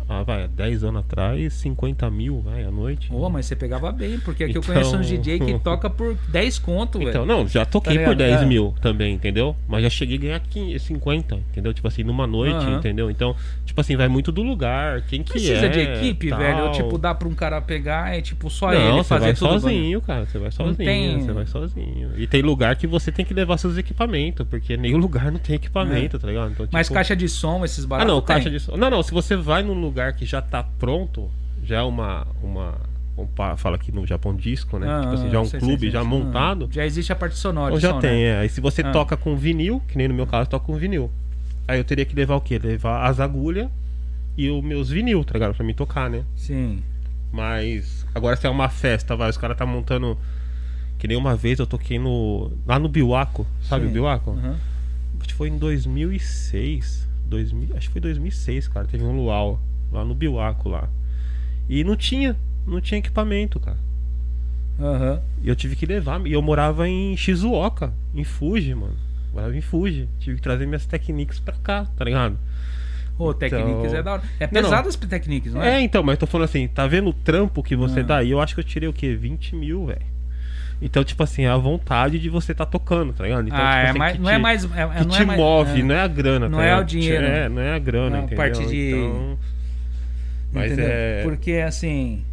Speaker 1: ah, vai, 10 anos atrás, 50 mil, vai, à noite.
Speaker 2: Ô, mas você pegava bem, porque aqui eu
Speaker 1: Então-
Speaker 2: conheço um DJ que toca por 10 conto, velho.
Speaker 1: Então, não, já toquei
Speaker 2: Tá
Speaker 1: por
Speaker 2: ligado?
Speaker 1: 10
Speaker 2: É.
Speaker 1: mil também, entendeu? Mas já cheguei a ganhar 15, 50, entendeu? Tipo assim, numa noite,
Speaker 2: Aham.
Speaker 1: entendeu? Então, tipo assim, vai muito do lugar, quem que
Speaker 2: Precisa
Speaker 1: é.
Speaker 2: de equipe,
Speaker 1: tal.
Speaker 2: velho. Ou, tipo, dá pra um cara pegar e, tipo, só
Speaker 1: não,
Speaker 2: ele
Speaker 1: você
Speaker 2: fazer
Speaker 1: vai
Speaker 2: tudo.
Speaker 1: sozinho, cara. Você vai sozinho,
Speaker 2: tem-
Speaker 1: você vai sozinho. E tem lugar que você tem que levar seus equipamentos, porque nenhum [LAUGHS] lugar não tem equipamento, tá ligado? Então,
Speaker 2: É. Mas
Speaker 1: tipo,
Speaker 2: caixa de som, esses
Speaker 1: Ah,
Speaker 2: baratos.
Speaker 1: não,
Speaker 2: tem.
Speaker 1: caixa de som. Não, não, se você vai num lugar que já tá pronto, já é uma. uma um pa- fala aqui no Japão disco, né?
Speaker 2: Ah,
Speaker 1: tipo assim, já é um
Speaker 2: sei,
Speaker 1: clube
Speaker 2: sei,
Speaker 1: já
Speaker 2: sei.
Speaker 1: montado.
Speaker 2: Ah, já existe a parte sonora.
Speaker 1: Ou
Speaker 2: de
Speaker 1: já
Speaker 2: som,
Speaker 1: tem,
Speaker 2: né?
Speaker 1: é. Aí se você
Speaker 2: Ah.
Speaker 1: toca com vinil, que nem no meu caso, eu toco com vinil. Aí eu teria que levar o quê? Levar as agulhas e os meus vinil, tá ligado? Pra me tocar, né?
Speaker 2: Sim.
Speaker 1: Mas agora se é uma festa, vai, os caras tá montando. Que nem uma vez eu toquei no. Lá no Biwaco, sabe
Speaker 2: Sim.
Speaker 1: o Biwaco?
Speaker 2: Aham.
Speaker 1: Acho que foi em 2006. 2000, acho que foi 2006, cara. Teve um luau lá no Biwaco lá. E não tinha, não tinha equipamento, cara.
Speaker 2: Aham.
Speaker 1: E eu tive que levar. E eu morava em Shizuoka, em Fuji, mano. Morava em Fuji. Tive que trazer minhas Technics pra cá, tá ligado?
Speaker 2: Ô, Technics é da hora. É pesado as Technics, não é?
Speaker 1: Então- É, então, mas eu tô falando assim, tá vendo o trampo que você
Speaker 2: Ah.
Speaker 1: dá? E eu acho que eu tirei o quê? 20 mil, velho. Então, tipo assim, é a vontade de você tá tocando, tá ligado? Então,
Speaker 2: ah,
Speaker 1: tipo
Speaker 2: é
Speaker 1: assim,
Speaker 2: mais,
Speaker 1: que
Speaker 2: não é
Speaker 1: te-
Speaker 2: mais. É, é-
Speaker 1: que
Speaker 2: não
Speaker 1: te
Speaker 2: é mais,
Speaker 1: move,
Speaker 2: é.
Speaker 1: não é a grana.
Speaker 2: Não
Speaker 1: tá
Speaker 2: é
Speaker 1: ligado?
Speaker 2: o dinheiro.
Speaker 1: É, não é a grana,
Speaker 2: É a
Speaker 1: entendeu?
Speaker 2: parte de-
Speaker 1: Então, mas
Speaker 2: Entendeu?
Speaker 1: é...
Speaker 2: Porque assim.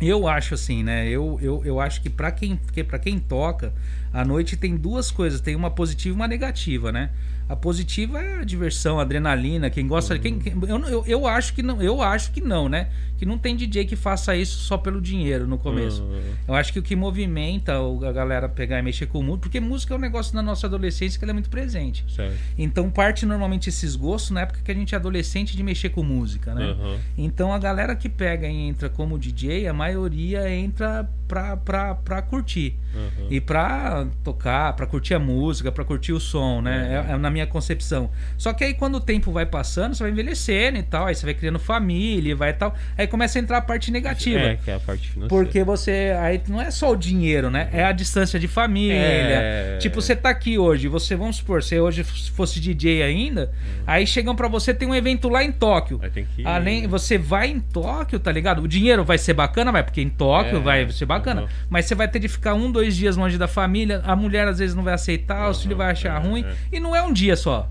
Speaker 2: Eu acho assim, né? Eu, eu, eu acho que pra quem, que pra quem toca, a noite tem duas coisas: tem uma positiva e uma negativa, né? A positiva é a diversão, a adrenalina. Quem gosta. Quem,
Speaker 1: Uhum.
Speaker 2: quem- eu, não- eu, eu acho que não, eu acho que não, né? Que não tem DJ que faça isso só pelo dinheiro no começo.
Speaker 1: Uhum.
Speaker 2: Eu acho que o que movimenta o- a galera pegar e mexer com o mundo, porque música é um negócio da nossa adolescência que ela é muito presente.
Speaker 1: Certo.
Speaker 2: Então parte normalmente esses gostos na época que a gente é adolescente de mexer com música, né?
Speaker 1: Uhum.
Speaker 2: Então a galera que pega e entra como DJ, a maioria entra pra, pra, pra curtir.
Speaker 1: Uhum.
Speaker 2: E pra tocar, pra curtir a música, pra curtir o som, né? É, é na minha concepção. Só que aí quando o tempo vai passando, você vai envelhecendo e tal, aí você vai criando família e vai e tal. Aí começa a entrar a parte negativa.
Speaker 1: É, que é a parte financeira.
Speaker 2: Porque você. Aí não é só o dinheiro, né? É a distância de família.
Speaker 1: É.
Speaker 2: Tipo, você tá aqui hoje, você, vamos supor, você hoje fosse DJ ainda,
Speaker 1: Hum.
Speaker 2: aí chegam pra você, tem um evento lá em Tóquio.
Speaker 1: Aí tem que... É,
Speaker 2: Além, você vai em Tóquio, tá ligado? O dinheiro vai ser bacana, vai, porque em Tóquio
Speaker 1: É,
Speaker 2: vai ser bacana.
Speaker 1: aham.
Speaker 2: Mas você vai ter de ficar um, dois dias longe da família, a mulher às vezes não vai aceitar, o filho vai achar
Speaker 1: é,
Speaker 2: ruim.
Speaker 1: é.
Speaker 2: E não é um dia só.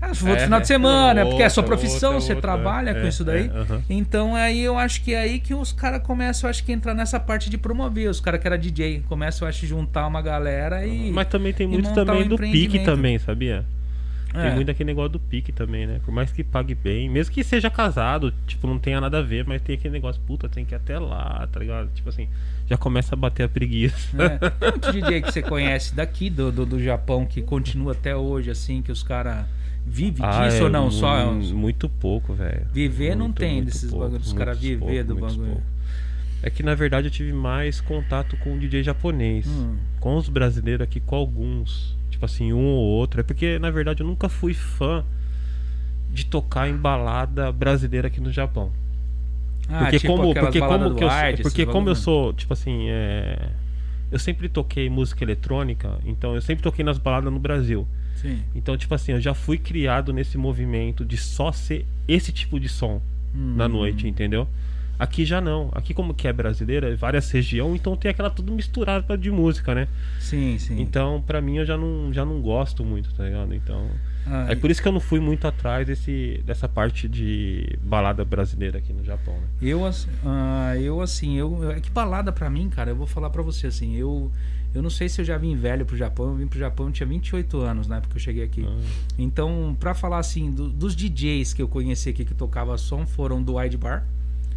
Speaker 2: É outro
Speaker 1: É,
Speaker 2: final de
Speaker 1: é.
Speaker 2: semana, é porque é a sua
Speaker 1: Outra,
Speaker 2: profissão,
Speaker 1: outra,
Speaker 2: você
Speaker 1: outra,
Speaker 2: trabalha
Speaker 1: é,
Speaker 2: com isso daí.
Speaker 1: é, aham.
Speaker 2: Então aí eu acho que é aí que os caras começam, eu acho que entrar nessa parte de promover. Os caras que era DJ começam, eu acho, juntar uma galera e.
Speaker 1: Mas também tem
Speaker 2: e
Speaker 1: muito
Speaker 2: montar
Speaker 1: também
Speaker 2: um
Speaker 1: do pique
Speaker 2: empreendimento.
Speaker 1: também, sabia?
Speaker 2: É.
Speaker 1: Tem muito aquele negócio do pique também, né? Por mais que pague bem, mesmo que seja casado, tipo, não tenha nada a ver, mas tem aquele negócio, puta, tem que ir até lá, tá ligado? Tipo assim, já começa a bater a
Speaker 2: [LAUGHS]
Speaker 1: preguiça.
Speaker 2: É. Tem muito DJ que você conhece daqui do, do, do Japão que continua até hoje, assim, que os caras vivem
Speaker 1: Ah,
Speaker 2: disso
Speaker 1: é
Speaker 2: ou não?
Speaker 1: mu-
Speaker 2: Só é uns-
Speaker 1: Muito pouco, velho.
Speaker 2: viver não
Speaker 1: Muito,
Speaker 2: tem
Speaker 1: muito
Speaker 2: desses
Speaker 1: pouco,
Speaker 2: bagulhos, os caras
Speaker 1: muitos
Speaker 2: viver
Speaker 1: pouco,
Speaker 2: do
Speaker 1: muitos
Speaker 2: bagulho.
Speaker 1: pouco. É que na verdade eu tive mais contato com o DJ japonês.
Speaker 2: Hum.
Speaker 1: Com os brasileiros aqui, com alguns. Tipo assim, um ou outro. É porque, na verdade, eu nunca fui fã de tocar em balada brasileira aqui no Japão.
Speaker 2: Ah,
Speaker 1: Porque
Speaker 2: tipo
Speaker 1: como,
Speaker 2: aquelas
Speaker 1: porque
Speaker 2: baladas
Speaker 1: como
Speaker 2: do
Speaker 1: que eu,
Speaker 2: Hard,
Speaker 1: porque
Speaker 2: esses
Speaker 1: como eu
Speaker 2: bagulho. né?
Speaker 1: sou, tipo assim, é, eu sempre toquei música eletrônica, então eu sempre toquei nas baladas no Brasil.
Speaker 2: Sim.
Speaker 1: Então, tipo assim, eu já fui criado nesse movimento de só ser esse tipo de som na
Speaker 2: Hum.
Speaker 1: noite, entendeu? Aqui já não. Aqui como que é brasileira, é várias regiões, então tem aquela tudo misturada de música, né?
Speaker 2: Sim, sim.
Speaker 1: Então, pra mim eu já não, já não gosto muito, tá ligado? Então,
Speaker 2: Ah,
Speaker 1: é por isso que eu não fui muito atrás desse, dessa parte de balada brasileira aqui no Japão, né?
Speaker 2: Eu, ass- ah, eu assim, eu, eu- é que balada pra mim, cara, eu vou falar pra você assim, eu eu não sei se eu já vim velho pro Japão, eu vim pro Japão, eu tinha 28 anos na época que eu cheguei aqui.
Speaker 1: Ah.
Speaker 2: Então, pra falar assim, do- dos DJs que eu conheci aqui que tocava som foram do Wide Bar,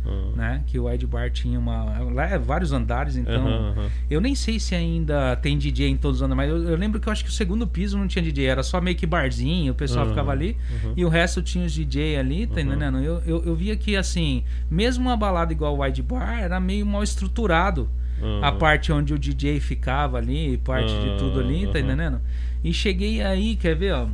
Speaker 1: Ah.
Speaker 2: né? Que o Wide Bar tinha uma lá é vários andares, então
Speaker 1: Aham, aham.
Speaker 2: eu nem sei se ainda tem DJ em todos os andares, mas eu, eu lembro que eu acho que o segundo piso não tinha DJ, era só meio que barzinho, o pessoal
Speaker 1: Aham,
Speaker 2: ficava ali
Speaker 1: aham.
Speaker 2: e o resto tinha os DJ ali, tá entendendo? Eu, eu, eu via que assim, mesmo uma balada igual o Wide Bar, era meio mal estruturado
Speaker 1: Aham.
Speaker 2: a parte onde o DJ ficava ali, parte de tudo ali,
Speaker 1: Aham.
Speaker 2: tá entendendo? E cheguei aí, quer ver, ó.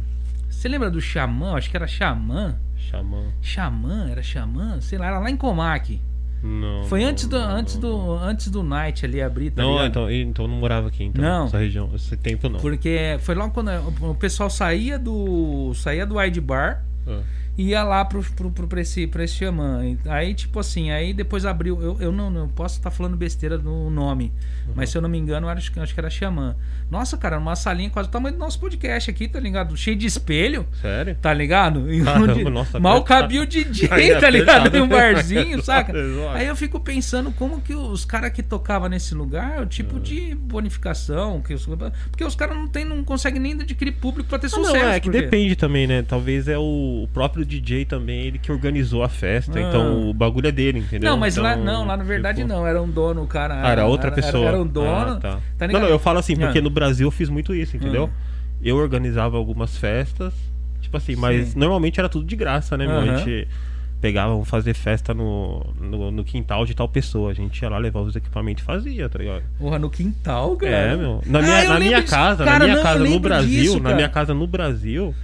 Speaker 2: Você lembra do Xamã? Acho que era Xamã.
Speaker 1: Xamã.
Speaker 2: Xamã, era Xamã? Sei lá, era lá em Comac.
Speaker 1: Não.
Speaker 2: Foi
Speaker 1: não,
Speaker 2: antes do,
Speaker 1: não,
Speaker 2: antes
Speaker 1: não,
Speaker 2: do, antes do Night ali abrir, tá
Speaker 1: Não,
Speaker 2: ligado?
Speaker 1: então, então não morava aqui, então.
Speaker 2: Não.
Speaker 1: Essa região, esse tempo não.
Speaker 2: Porque foi logo quando o pessoal saía do saía do Wide Bar
Speaker 1: Ah.
Speaker 2: e ia lá pro, pro, pro, pra esse, pra esse xamã. E Aí, tipo assim, aí depois abriu. Eu, eu não, não posso estar falando besteira no nome, mas se eu não me engano, eu acho, que- acho que era xamã. Nossa, cara, uma salinha quase do tamanho do nosso podcast aqui, tá ligado? Cheio de espelho.
Speaker 1: Sério?
Speaker 2: Tá ligado? E
Speaker 1: Caramba,
Speaker 2: onde-
Speaker 1: nossa,
Speaker 2: mal
Speaker 1: apertado.
Speaker 2: cabia o DJ,
Speaker 1: [LAUGHS] Aí é
Speaker 2: tá ligado?
Speaker 1: apertado.
Speaker 2: Em um barzinho, saca?
Speaker 1: [LAUGHS] Exato.
Speaker 2: Aí eu fico pensando como que os caras que tocavam nesse lugar, o tipo
Speaker 1: É.
Speaker 2: de bonificação, que os- porque os caras não, tem- não conseguem nem adquirir público pra ter
Speaker 1: Ah,
Speaker 2: sucesso.
Speaker 1: não, é que
Speaker 2: porque-
Speaker 1: depende também, né? Talvez é o, o próprio DJ também, ele que organizou a festa,
Speaker 2: Ah.
Speaker 1: então o bagulho é dele, entendeu?
Speaker 2: Não, mas lá,
Speaker 1: Então,
Speaker 2: não, lá na verdade
Speaker 1: tipo,
Speaker 2: não, era um dono, o cara.
Speaker 1: Ah, era outra
Speaker 2: era-
Speaker 1: pessoa.
Speaker 2: Era, um dono.
Speaker 1: Ah, tá.
Speaker 2: tá
Speaker 1: não,
Speaker 2: ligado?
Speaker 1: não, eu falo assim, porque
Speaker 2: Ah.
Speaker 1: no Brasil eu fiz muito isso, entendeu? Eu organizava algumas festas, tipo assim, mas
Speaker 2: Sim.
Speaker 1: normalmente era tudo de graça, né, meu?
Speaker 2: Aham.
Speaker 1: A gente pegava, vamos fazer festa no, no, no quintal de tal pessoa. A gente ia lá levar os equipamentos e fazia, tá ligado?
Speaker 2: Porra, no quintal, cara.
Speaker 1: É, meu. Na
Speaker 2: Ah,
Speaker 1: minha,
Speaker 2: eu
Speaker 1: na
Speaker 2: lembro
Speaker 1: minha
Speaker 2: disso.
Speaker 1: casa,
Speaker 2: Cara,
Speaker 1: na minha
Speaker 2: não, eu
Speaker 1: casa no
Speaker 2: lembro
Speaker 1: Brasil,
Speaker 2: disso,
Speaker 1: na
Speaker 2: cara.
Speaker 1: minha casa no Brasil,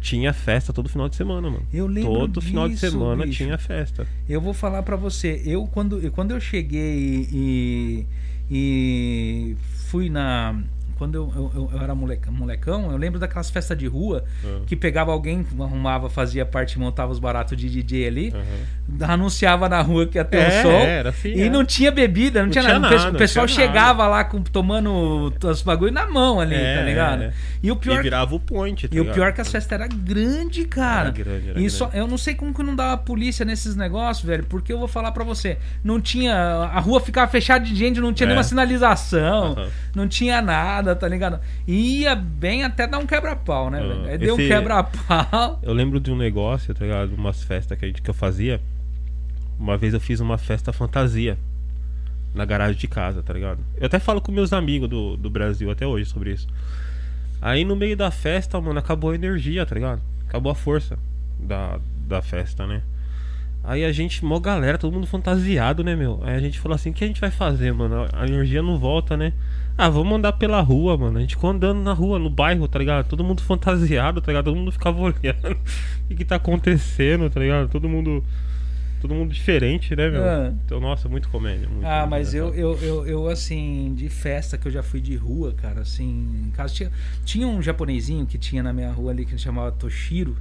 Speaker 1: tinha festa todo final de semana, mano.
Speaker 2: Eu lembro
Speaker 1: Todo final de
Speaker 2: disso,
Speaker 1: semana
Speaker 2: bicho.
Speaker 1: tinha festa.
Speaker 2: Eu vou falar pra você, eu quando, eu- quando eu cheguei e, e fui na. Quando eu, eu- eu- eu era moleca- molecão, eu lembro daquelas festas de rua
Speaker 1: Ah.
Speaker 2: que pegava alguém, arrumava, fazia parte, montava os baratos de DJ ali,
Speaker 1: Aham.
Speaker 2: anunciava na rua que ia ter
Speaker 1: É,
Speaker 2: um som.
Speaker 1: era assim,
Speaker 2: e
Speaker 1: é.
Speaker 2: não tinha bebida, não,
Speaker 1: Não
Speaker 2: tinha,
Speaker 1: tinha
Speaker 2: nada. O pe-
Speaker 1: nada,
Speaker 2: O
Speaker 1: não
Speaker 2: pessoal
Speaker 1: tinha nada.
Speaker 2: chegava lá com, tomando os bagulho na mão ali,
Speaker 1: É,
Speaker 2: tá ligado?
Speaker 1: é.
Speaker 2: E o pior
Speaker 1: E virava o ponte, tá
Speaker 2: e o
Speaker 1: ligado? Ah,
Speaker 2: pior é que as festas era grande,
Speaker 1: Era
Speaker 2: cara.
Speaker 1: grande, era
Speaker 2: e só, eu não sei como que não dava polícia nesses negócios, velho, porque eu vou falar pra você, não tinha a rua ficava fechada de gente, não tinha
Speaker 1: É.
Speaker 2: nenhuma sinalização,
Speaker 1: Aham.
Speaker 2: não tinha nada, tá ligado? E ia bem até dar um quebra-pau, né,
Speaker 1: Ah,
Speaker 2: velho? Aí deu um
Speaker 1: esse-
Speaker 2: quebra-pau.
Speaker 1: Eu lembro de um negócio, tá ligado? Umas festas que, a gente, que eu fazia. Uma vez eu fiz uma festa fantasia na garagem de casa, tá ligado? Eu até falo com meus amigos do, do Brasil até hoje sobre isso. Aí no meio da festa, mano, acabou a energia, tá ligado? Acabou a força da, da festa, né? Aí a gente, mó galera, todo mundo fantasiado, né, meu? Aí a gente falou assim: o que a gente vai fazer, mano? A energia não volta, né? Ah, vamos andar pela rua, mano. A gente ficou andando na rua, no bairro, tá ligado? Todo mundo fantasiado, tá ligado? Todo mundo ficava [LAUGHS] olhando o que, que tá acontecendo, tá ligado? Todo mundo. Todo mundo diferente, né, meu?
Speaker 2: Ah.
Speaker 1: Então, nossa, muito comédia. muito, né,
Speaker 2: Ah,
Speaker 1: muito
Speaker 2: mas eu,
Speaker 1: engraçado.
Speaker 2: eu, eu, eu, assim, de festa que eu já fui de rua, cara, assim, em casa tinha, tinha um japonesinho que tinha na minha rua ali que ele chamava Toshiro,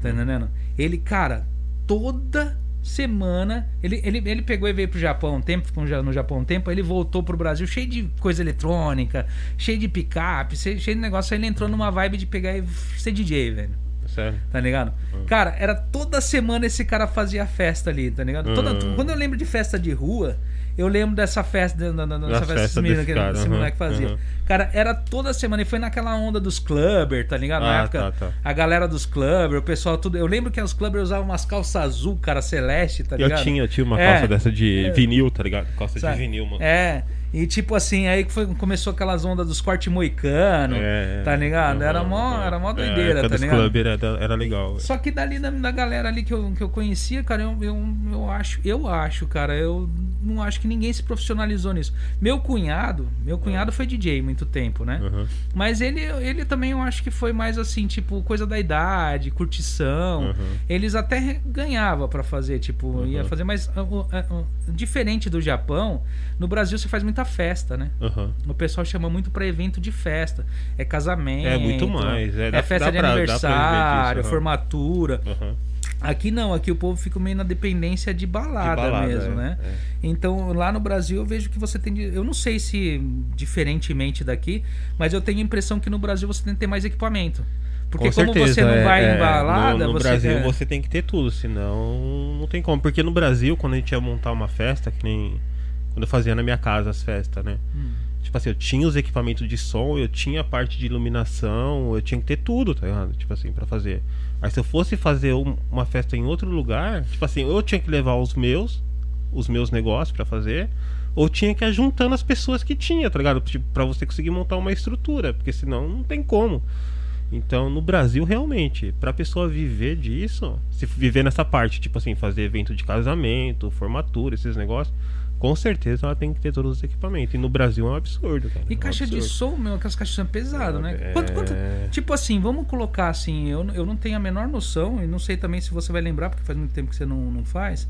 Speaker 2: tá entendendo? Ele, cara, toda semana, ele, ele, ele pegou e veio pro Japão um tempo, ficou no Japão um tempo, aí ele voltou pro Brasil cheio de coisa eletrônica, cheio de picape, cheio cheio de negócio, aí ele entrou numa vibe de pegar e ser DJ, velho.
Speaker 1: Sério.
Speaker 2: Tá ligado?
Speaker 1: Uhum.
Speaker 2: Cara, era toda semana esse cara fazia festa ali, tá ligado? Toda-
Speaker 1: Hum.
Speaker 2: Quando eu lembro de festa de rua, Eu lembro dessa festa, da- da- da- dessa festa,
Speaker 1: festa
Speaker 2: desse menino
Speaker 1: desse
Speaker 2: que
Speaker 1: cara, uhum.
Speaker 2: esse
Speaker 1: aham,
Speaker 2: moleque fazia.
Speaker 1: aham.
Speaker 2: Cara, era toda semana e foi naquela onda dos clubber, tá ligado? Na
Speaker 1: Ah,
Speaker 2: época,
Speaker 1: tá, tá.
Speaker 2: a galera dos clubber, o pessoal tudo. Eu lembro que os clubber usavam umas calças azul, cara, celeste, tá ligado?
Speaker 1: Eu tinha, eu tinha uma
Speaker 2: É.
Speaker 1: calça dessa de vinil, tá ligado? Calça
Speaker 2: Sabe?
Speaker 1: de vinil, mano.
Speaker 2: É. E tipo assim, aí que foi, começou aquelas ondas dos corte moicano,
Speaker 1: É,
Speaker 2: tá ligado?
Speaker 1: é,
Speaker 2: Era mó,
Speaker 1: é.
Speaker 2: era mó
Speaker 1: É,
Speaker 2: doideira,
Speaker 1: a época
Speaker 2: tá
Speaker 1: dos
Speaker 2: ligado?
Speaker 1: clubber era, era legal.
Speaker 2: Só que dali da, da galera ali que eu, que eu conhecia, cara, eu, eu, eu acho, eu acho, cara, eu não acho que ninguém se profissionalizou nisso. Meu cunhado, meu cunhado foi DJ muito tempo, né?
Speaker 1: Aham.
Speaker 2: Mas ele, ele também eu acho que foi mais assim, tipo, coisa da idade, curtição.
Speaker 1: Uhum.
Speaker 2: Eles até re- ganhava pra fazer, tipo, ia
Speaker 1: Uhum.
Speaker 2: fazer, mas ah, o- ah, o- diferente do Japão, no Brasil você faz muita festa, né?
Speaker 1: Aham.
Speaker 2: O pessoal chama muito pra evento de festa. É casamento.
Speaker 1: É muito mais, é,
Speaker 2: É,
Speaker 1: dá-
Speaker 2: festa
Speaker 1: dá
Speaker 2: de
Speaker 1: pra- dá pra viver disso,
Speaker 2: aniversário,
Speaker 1: aham.
Speaker 2: formatura.
Speaker 1: Aham.
Speaker 2: Aqui não, aqui o povo fica meio na dependência de balada,
Speaker 1: De balada,
Speaker 2: mesmo,
Speaker 1: é,
Speaker 2: né? Então lá no Brasil eu vejo que você tem. de- Eu não sei se diferentemente daqui, mas eu tenho a impressão que no Brasil você tem que ter mais equipamento. Porque
Speaker 1: Com
Speaker 2: como
Speaker 1: certeza,
Speaker 2: você não
Speaker 1: é,
Speaker 2: vai
Speaker 1: é,
Speaker 2: em balada,
Speaker 1: no, no
Speaker 2: você.
Speaker 1: Brasil
Speaker 2: é,
Speaker 1: você tem que ter tudo, senão não tem como. Porque no Brasil, quando a gente ia montar uma festa, que nem quando eu fazia na minha casa as festas, né?
Speaker 2: Hum.
Speaker 1: Tipo assim, eu tinha os equipamentos de som, eu tinha a parte de iluminação, eu tinha que ter tudo, tá ligado? Tipo assim, pra fazer. Aí se eu fosse fazer um- uma festa em outro lugar, tipo assim, ou eu tinha que levar os meus, os meus negócios pra fazer, ou tinha que ir juntando as pessoas que tinha, tá ligado? Tipo, pra você conseguir montar uma estrutura, porque senão não tem como. Então, no Brasil, realmente, pra pessoa viver disso, se viver nessa parte, tipo assim, fazer evento de casamento, formatura, esses negócios, com certeza ela tem que ter todos os equipamentos. E no Brasil é um absurdo, cara.
Speaker 2: E
Speaker 1: É um
Speaker 2: caixa de
Speaker 1: absurdo.
Speaker 2: som, meu, aquelas caixas são pesadas, né?
Speaker 1: É.
Speaker 2: Quanto, quanto- tipo assim, vamos colocar assim, eu, eu não tenho a menor noção, e não sei também se você vai lembrar, porque faz muito tempo que você não, não faz,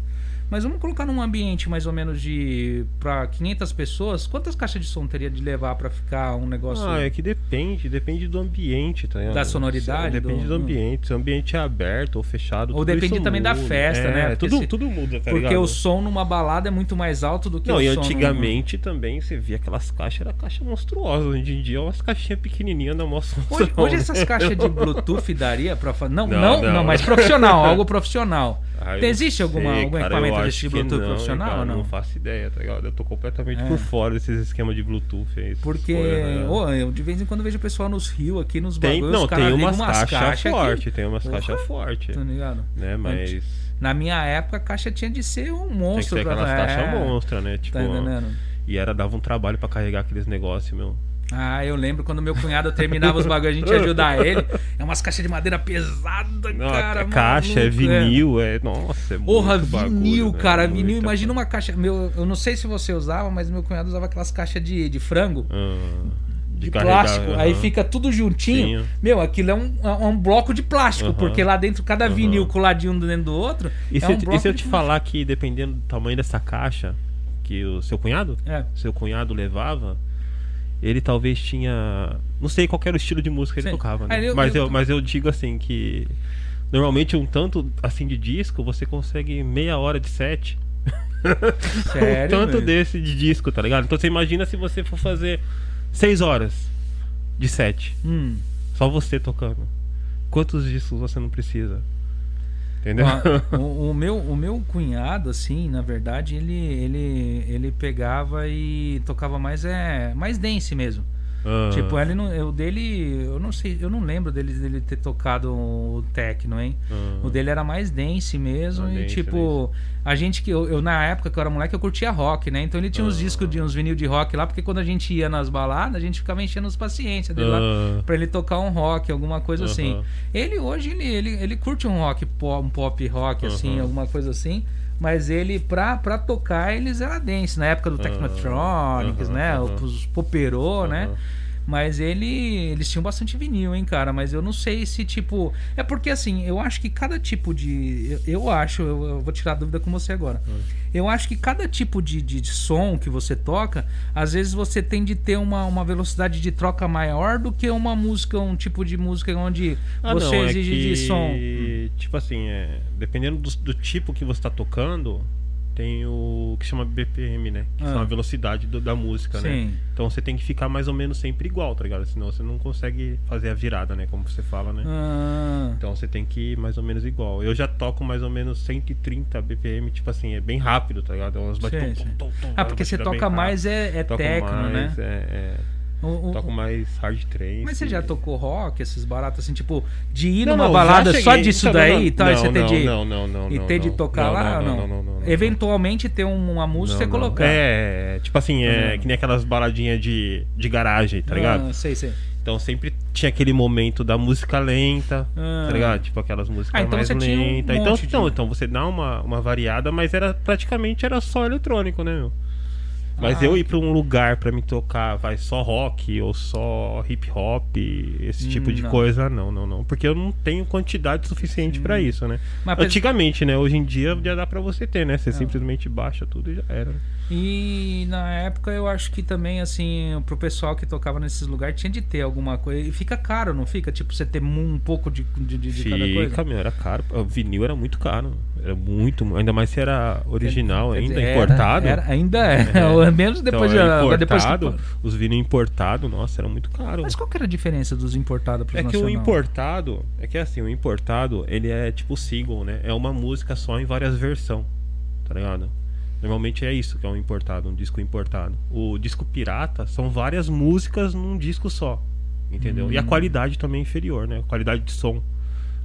Speaker 2: mas vamos colocar num ambiente mais ou menos de, pra 500 pessoas, quantas caixas de som teria de levar pra ficar um negócio...
Speaker 1: Ah, é que depende, depende do ambiente, tá ligado?
Speaker 2: Da sonoridade,
Speaker 1: Depende do,
Speaker 2: do- hum.
Speaker 1: ambiente, se o ambiente é aberto ou fechado.
Speaker 2: Ou
Speaker 1: tudo
Speaker 2: depende
Speaker 1: isso
Speaker 2: também da
Speaker 1: muda.
Speaker 2: festa,
Speaker 1: É,
Speaker 2: né? Porque
Speaker 1: Tudo,
Speaker 2: se-
Speaker 1: tudo muda, tá
Speaker 2: porque
Speaker 1: ligado?
Speaker 2: o som numa balada é muito mais alto do que
Speaker 1: Não,
Speaker 2: o
Speaker 1: e
Speaker 2: som num-
Speaker 1: antigamente também você via aquelas caixas, era caixa monstruosa. Hoje em dia é umas caixinhas pequenininhas da mostra. [LAUGHS]
Speaker 2: Hoje, hoje essas caixas de Bluetooth daria pra fazer. Não, não,
Speaker 1: Não,
Speaker 2: não,
Speaker 1: não.
Speaker 2: mas profissional, algo profissional.
Speaker 1: Ah, eu não
Speaker 2: Existe alguma,
Speaker 1: sei,
Speaker 2: algum
Speaker 1: cara, eu
Speaker 2: equipamento
Speaker 1: acho
Speaker 2: desse de
Speaker 1: que
Speaker 2: Bluetooth
Speaker 1: não,
Speaker 2: profissional
Speaker 1: cara,
Speaker 2: ou não?
Speaker 1: Não faço ideia, tá ligado? Eu tô completamente
Speaker 2: É.
Speaker 1: por fora desses esquemas de Bluetooth. aí, essas
Speaker 2: Porque
Speaker 1: coisas, né?
Speaker 2: ô, eu de vez em quando vejo o pessoal nos rios aqui, nos
Speaker 1: tem,
Speaker 2: bagulhos,
Speaker 1: não,
Speaker 2: os caras
Speaker 1: tem
Speaker 2: ligam
Speaker 1: umas caixas
Speaker 2: caixas aqui,
Speaker 1: fortes, tem umas caixas fortes,
Speaker 2: tá ligado?
Speaker 1: né? Mas
Speaker 2: Na minha época, a caixa tinha de ser um
Speaker 1: tem que ser
Speaker 2: monstro
Speaker 1: aquelas caixas
Speaker 2: é,
Speaker 1: monstras, né? Tipo,
Speaker 2: Tá entendendo?
Speaker 1: e era, dava um trabalho pra carregar aqueles negócios, meu.
Speaker 2: Ah, eu lembro quando meu cunhado terminava os bagulhos, a gente ia ajudar
Speaker 1: [LAUGHS]
Speaker 2: ele. É umas caixas de madeira pesada,
Speaker 1: Não,
Speaker 2: cara.
Speaker 1: é caixa, é
Speaker 2: maluco,
Speaker 1: vinil, é... Nossa, é
Speaker 2: Porra,
Speaker 1: muito bagulho,
Speaker 2: vinil,
Speaker 1: né?
Speaker 2: cara,
Speaker 1: Muita
Speaker 2: vinil. Imagina
Speaker 1: coisa.
Speaker 2: uma caixa. Meu, eu não sei se você usava, mas meu cunhado usava aquelas caixas de, de frango,
Speaker 1: Ah,
Speaker 2: de,
Speaker 1: carregar,
Speaker 2: plástico. Aí
Speaker 1: aham.
Speaker 2: fica tudo juntinho.
Speaker 1: Sim.
Speaker 2: Meu, aquilo é um, é um bloco de plástico,
Speaker 1: Aham.
Speaker 2: porque lá dentro, cada
Speaker 1: Aham.
Speaker 2: vinil coladinho um dentro do outro.
Speaker 1: E se,
Speaker 2: é
Speaker 1: eu
Speaker 2: um
Speaker 1: te- e
Speaker 2: bloco
Speaker 1: se eu
Speaker 2: de
Speaker 1: te
Speaker 2: plástico.
Speaker 1: falar que dependendo do tamanho dessa caixa que o seu cunhado,
Speaker 2: É.
Speaker 1: [LAUGHS] seu cunhado levava, ele talvez tinha, não sei qual era o estilo de música que
Speaker 2: Sim.
Speaker 1: ele tocava, né?
Speaker 2: Ah, eu-
Speaker 1: mas
Speaker 2: eu-
Speaker 1: eu, mas eu digo assim que normalmente um tanto assim de disco você consegue meia hora de set. um
Speaker 2: Sério,
Speaker 1: tanto
Speaker 2: velho?
Speaker 1: desse de disco, tá ligado? Então você imagina se você for fazer seis horas de set, [LAUGHS]
Speaker 2: Hum.
Speaker 1: só você tocando. Quantos discos você não precisa? Entendeu?
Speaker 2: Ó, o, o meu, o meu cunhado, assim, na verdade, ele, ele, ele pegava e tocava mais, é, mais dance mesmo.
Speaker 1: [LAUGHS] Ah.
Speaker 2: Tipo, ele não, eu dele, eu não sei, eu não lembro dele, dele ter tocado o techno, hein?
Speaker 1: Ah.
Speaker 2: é, O dele era mais dance mesmo
Speaker 1: Ah,
Speaker 2: e
Speaker 1: dance,
Speaker 2: tipo, a gente que eu, eu, na época que eu era moleque eu curtia rock, né? Então ele tinha
Speaker 1: Ah.
Speaker 2: uns discos de uns vinil de rock lá, porque quando a gente ia nas baladas, a gente ficava enchendo os paciência dele lá
Speaker 1: Ah.
Speaker 2: Pra ele tocar um rock, alguma coisa
Speaker 1: Aham.
Speaker 2: assim. Ele hoje ele, ele, ele curte um rock, po- um pop rock assim,
Speaker 1: Aham.
Speaker 2: alguma coisa assim. Mas ele, pra, pra tocar, eles era dance, na época do Technotronics,
Speaker 1: Aham,
Speaker 2: né?
Speaker 1: aham.
Speaker 2: Os poperô, né?
Speaker 1: Aham.
Speaker 2: Mas ele, eles tinham bastante vinil, hein, cara? Mas eu não sei se, tipo. É porque, assim, eu acho que cada tipo de. Eu, eu acho, eu, eu vou tirar a dúvida com você agora. Eu acho que cada tipo de, de, de som que você toca, às vezes você tem de ter uma, uma velocidade de troca maior do que uma música, um tipo de música onde
Speaker 1: Ah,
Speaker 2: você
Speaker 1: não, é
Speaker 2: exige
Speaker 1: que,
Speaker 2: de som.
Speaker 1: Tipo assim, é, dependendo do, do tipo que você tá tocando, tem o que chama BPM, né? Que
Speaker 2: Ah.
Speaker 1: são a velocidade do- da música, né?
Speaker 2: Sim.
Speaker 1: Então você tem que ficar mais ou menos sempre igual, tá ligado? Senão você não consegue fazer a virada, né? Como você fala, né?
Speaker 2: Ah,
Speaker 1: Então você tem que ir mais ou menos igual. Eu já toco mais ou menos 130 BPM, tipo assim, é bem rápido, tá ligado? É Umas
Speaker 2: Sim,
Speaker 1: batidas.
Speaker 2: sim.
Speaker 1: uma
Speaker 2: ah porque você
Speaker 1: batida bem
Speaker 2: toca mais é, é
Speaker 1: rápida. Toco
Speaker 2: tecno,
Speaker 1: mais,
Speaker 2: né?
Speaker 1: É,
Speaker 2: O-
Speaker 1: é,
Speaker 2: o-
Speaker 1: toco mais hard trance.
Speaker 2: Mas você já tocou rock, esses baratos assim, tipo, de ir
Speaker 1: Não,
Speaker 2: numa
Speaker 1: não, já
Speaker 2: balada só
Speaker 1: cheguei.
Speaker 2: disso
Speaker 1: Não,
Speaker 2: daí
Speaker 1: não,
Speaker 2: e tal, e
Speaker 1: não,
Speaker 2: você tem
Speaker 1: não,
Speaker 2: de.
Speaker 1: não, não, não,
Speaker 2: e
Speaker 1: não,
Speaker 2: ter de
Speaker 1: não.
Speaker 2: tocar
Speaker 1: Não, não,
Speaker 2: lá ou não?
Speaker 1: não, não, não, não, não.
Speaker 2: Eventualmente ter um- uma música você
Speaker 1: não.
Speaker 2: colocar.
Speaker 1: É, tipo assim, é que nem aquelas baladinhas de, de garagem, tá ligado?
Speaker 2: Ah, sei, sei.
Speaker 1: Então sempre tinha aquele momento da música lenta,
Speaker 2: Ah.
Speaker 1: tá ligado? Tipo aquelas músicas
Speaker 2: Ah, então
Speaker 1: mais
Speaker 2: você tinha um
Speaker 1: lentas. então,
Speaker 2: monte de-
Speaker 1: então, então você dá uma, uma variada, mas era praticamente era só eletrônico, né, meu? Mas
Speaker 2: Ah,
Speaker 1: eu ir pra um lugar pra me tocar, vai só rock ou só hip hop, esse tipo de
Speaker 2: Hum, Não.
Speaker 1: coisa, não, não, não. Porque eu não tenho quantidade suficiente pra isso, né?
Speaker 2: Mas É. apes-
Speaker 1: Antigamente, né? Hoje em dia já dá pra você ter, né? Você simplesmente baixa tudo e já era.
Speaker 2: E na época eu acho que também, assim, pro pessoal que tocava nesses lugares tinha de ter alguma coisa. E fica caro, não fica? Tipo, você ter um pouco de, de, de- de cada coisa.
Speaker 1: Fica, meu, era caro. O vinil era muito caro. Era muito, mu- ainda mais se era original
Speaker 2: Quer
Speaker 1: ainda,
Speaker 2: dizer, era-
Speaker 1: importado.
Speaker 2: era- ainda [LAUGHS] é. Mesmo
Speaker 1: Então,
Speaker 2: depois,
Speaker 1: era
Speaker 2: da- da- depois que-
Speaker 1: importado, os vinil importado, nossa, era muito caro.
Speaker 2: Mas qual que era a diferença dos importados pros
Speaker 1: é que o
Speaker 2: nacional?
Speaker 1: importado, é que assim, o importado, ele é tipo single, né? É uma música só em várias versões, tá ligado? Normalmente é isso que é um importado, um disco importado. O disco pirata são várias músicas num disco só, entendeu?
Speaker 2: Hum.
Speaker 1: E a qualidade também é inferior, né? A qualidade de som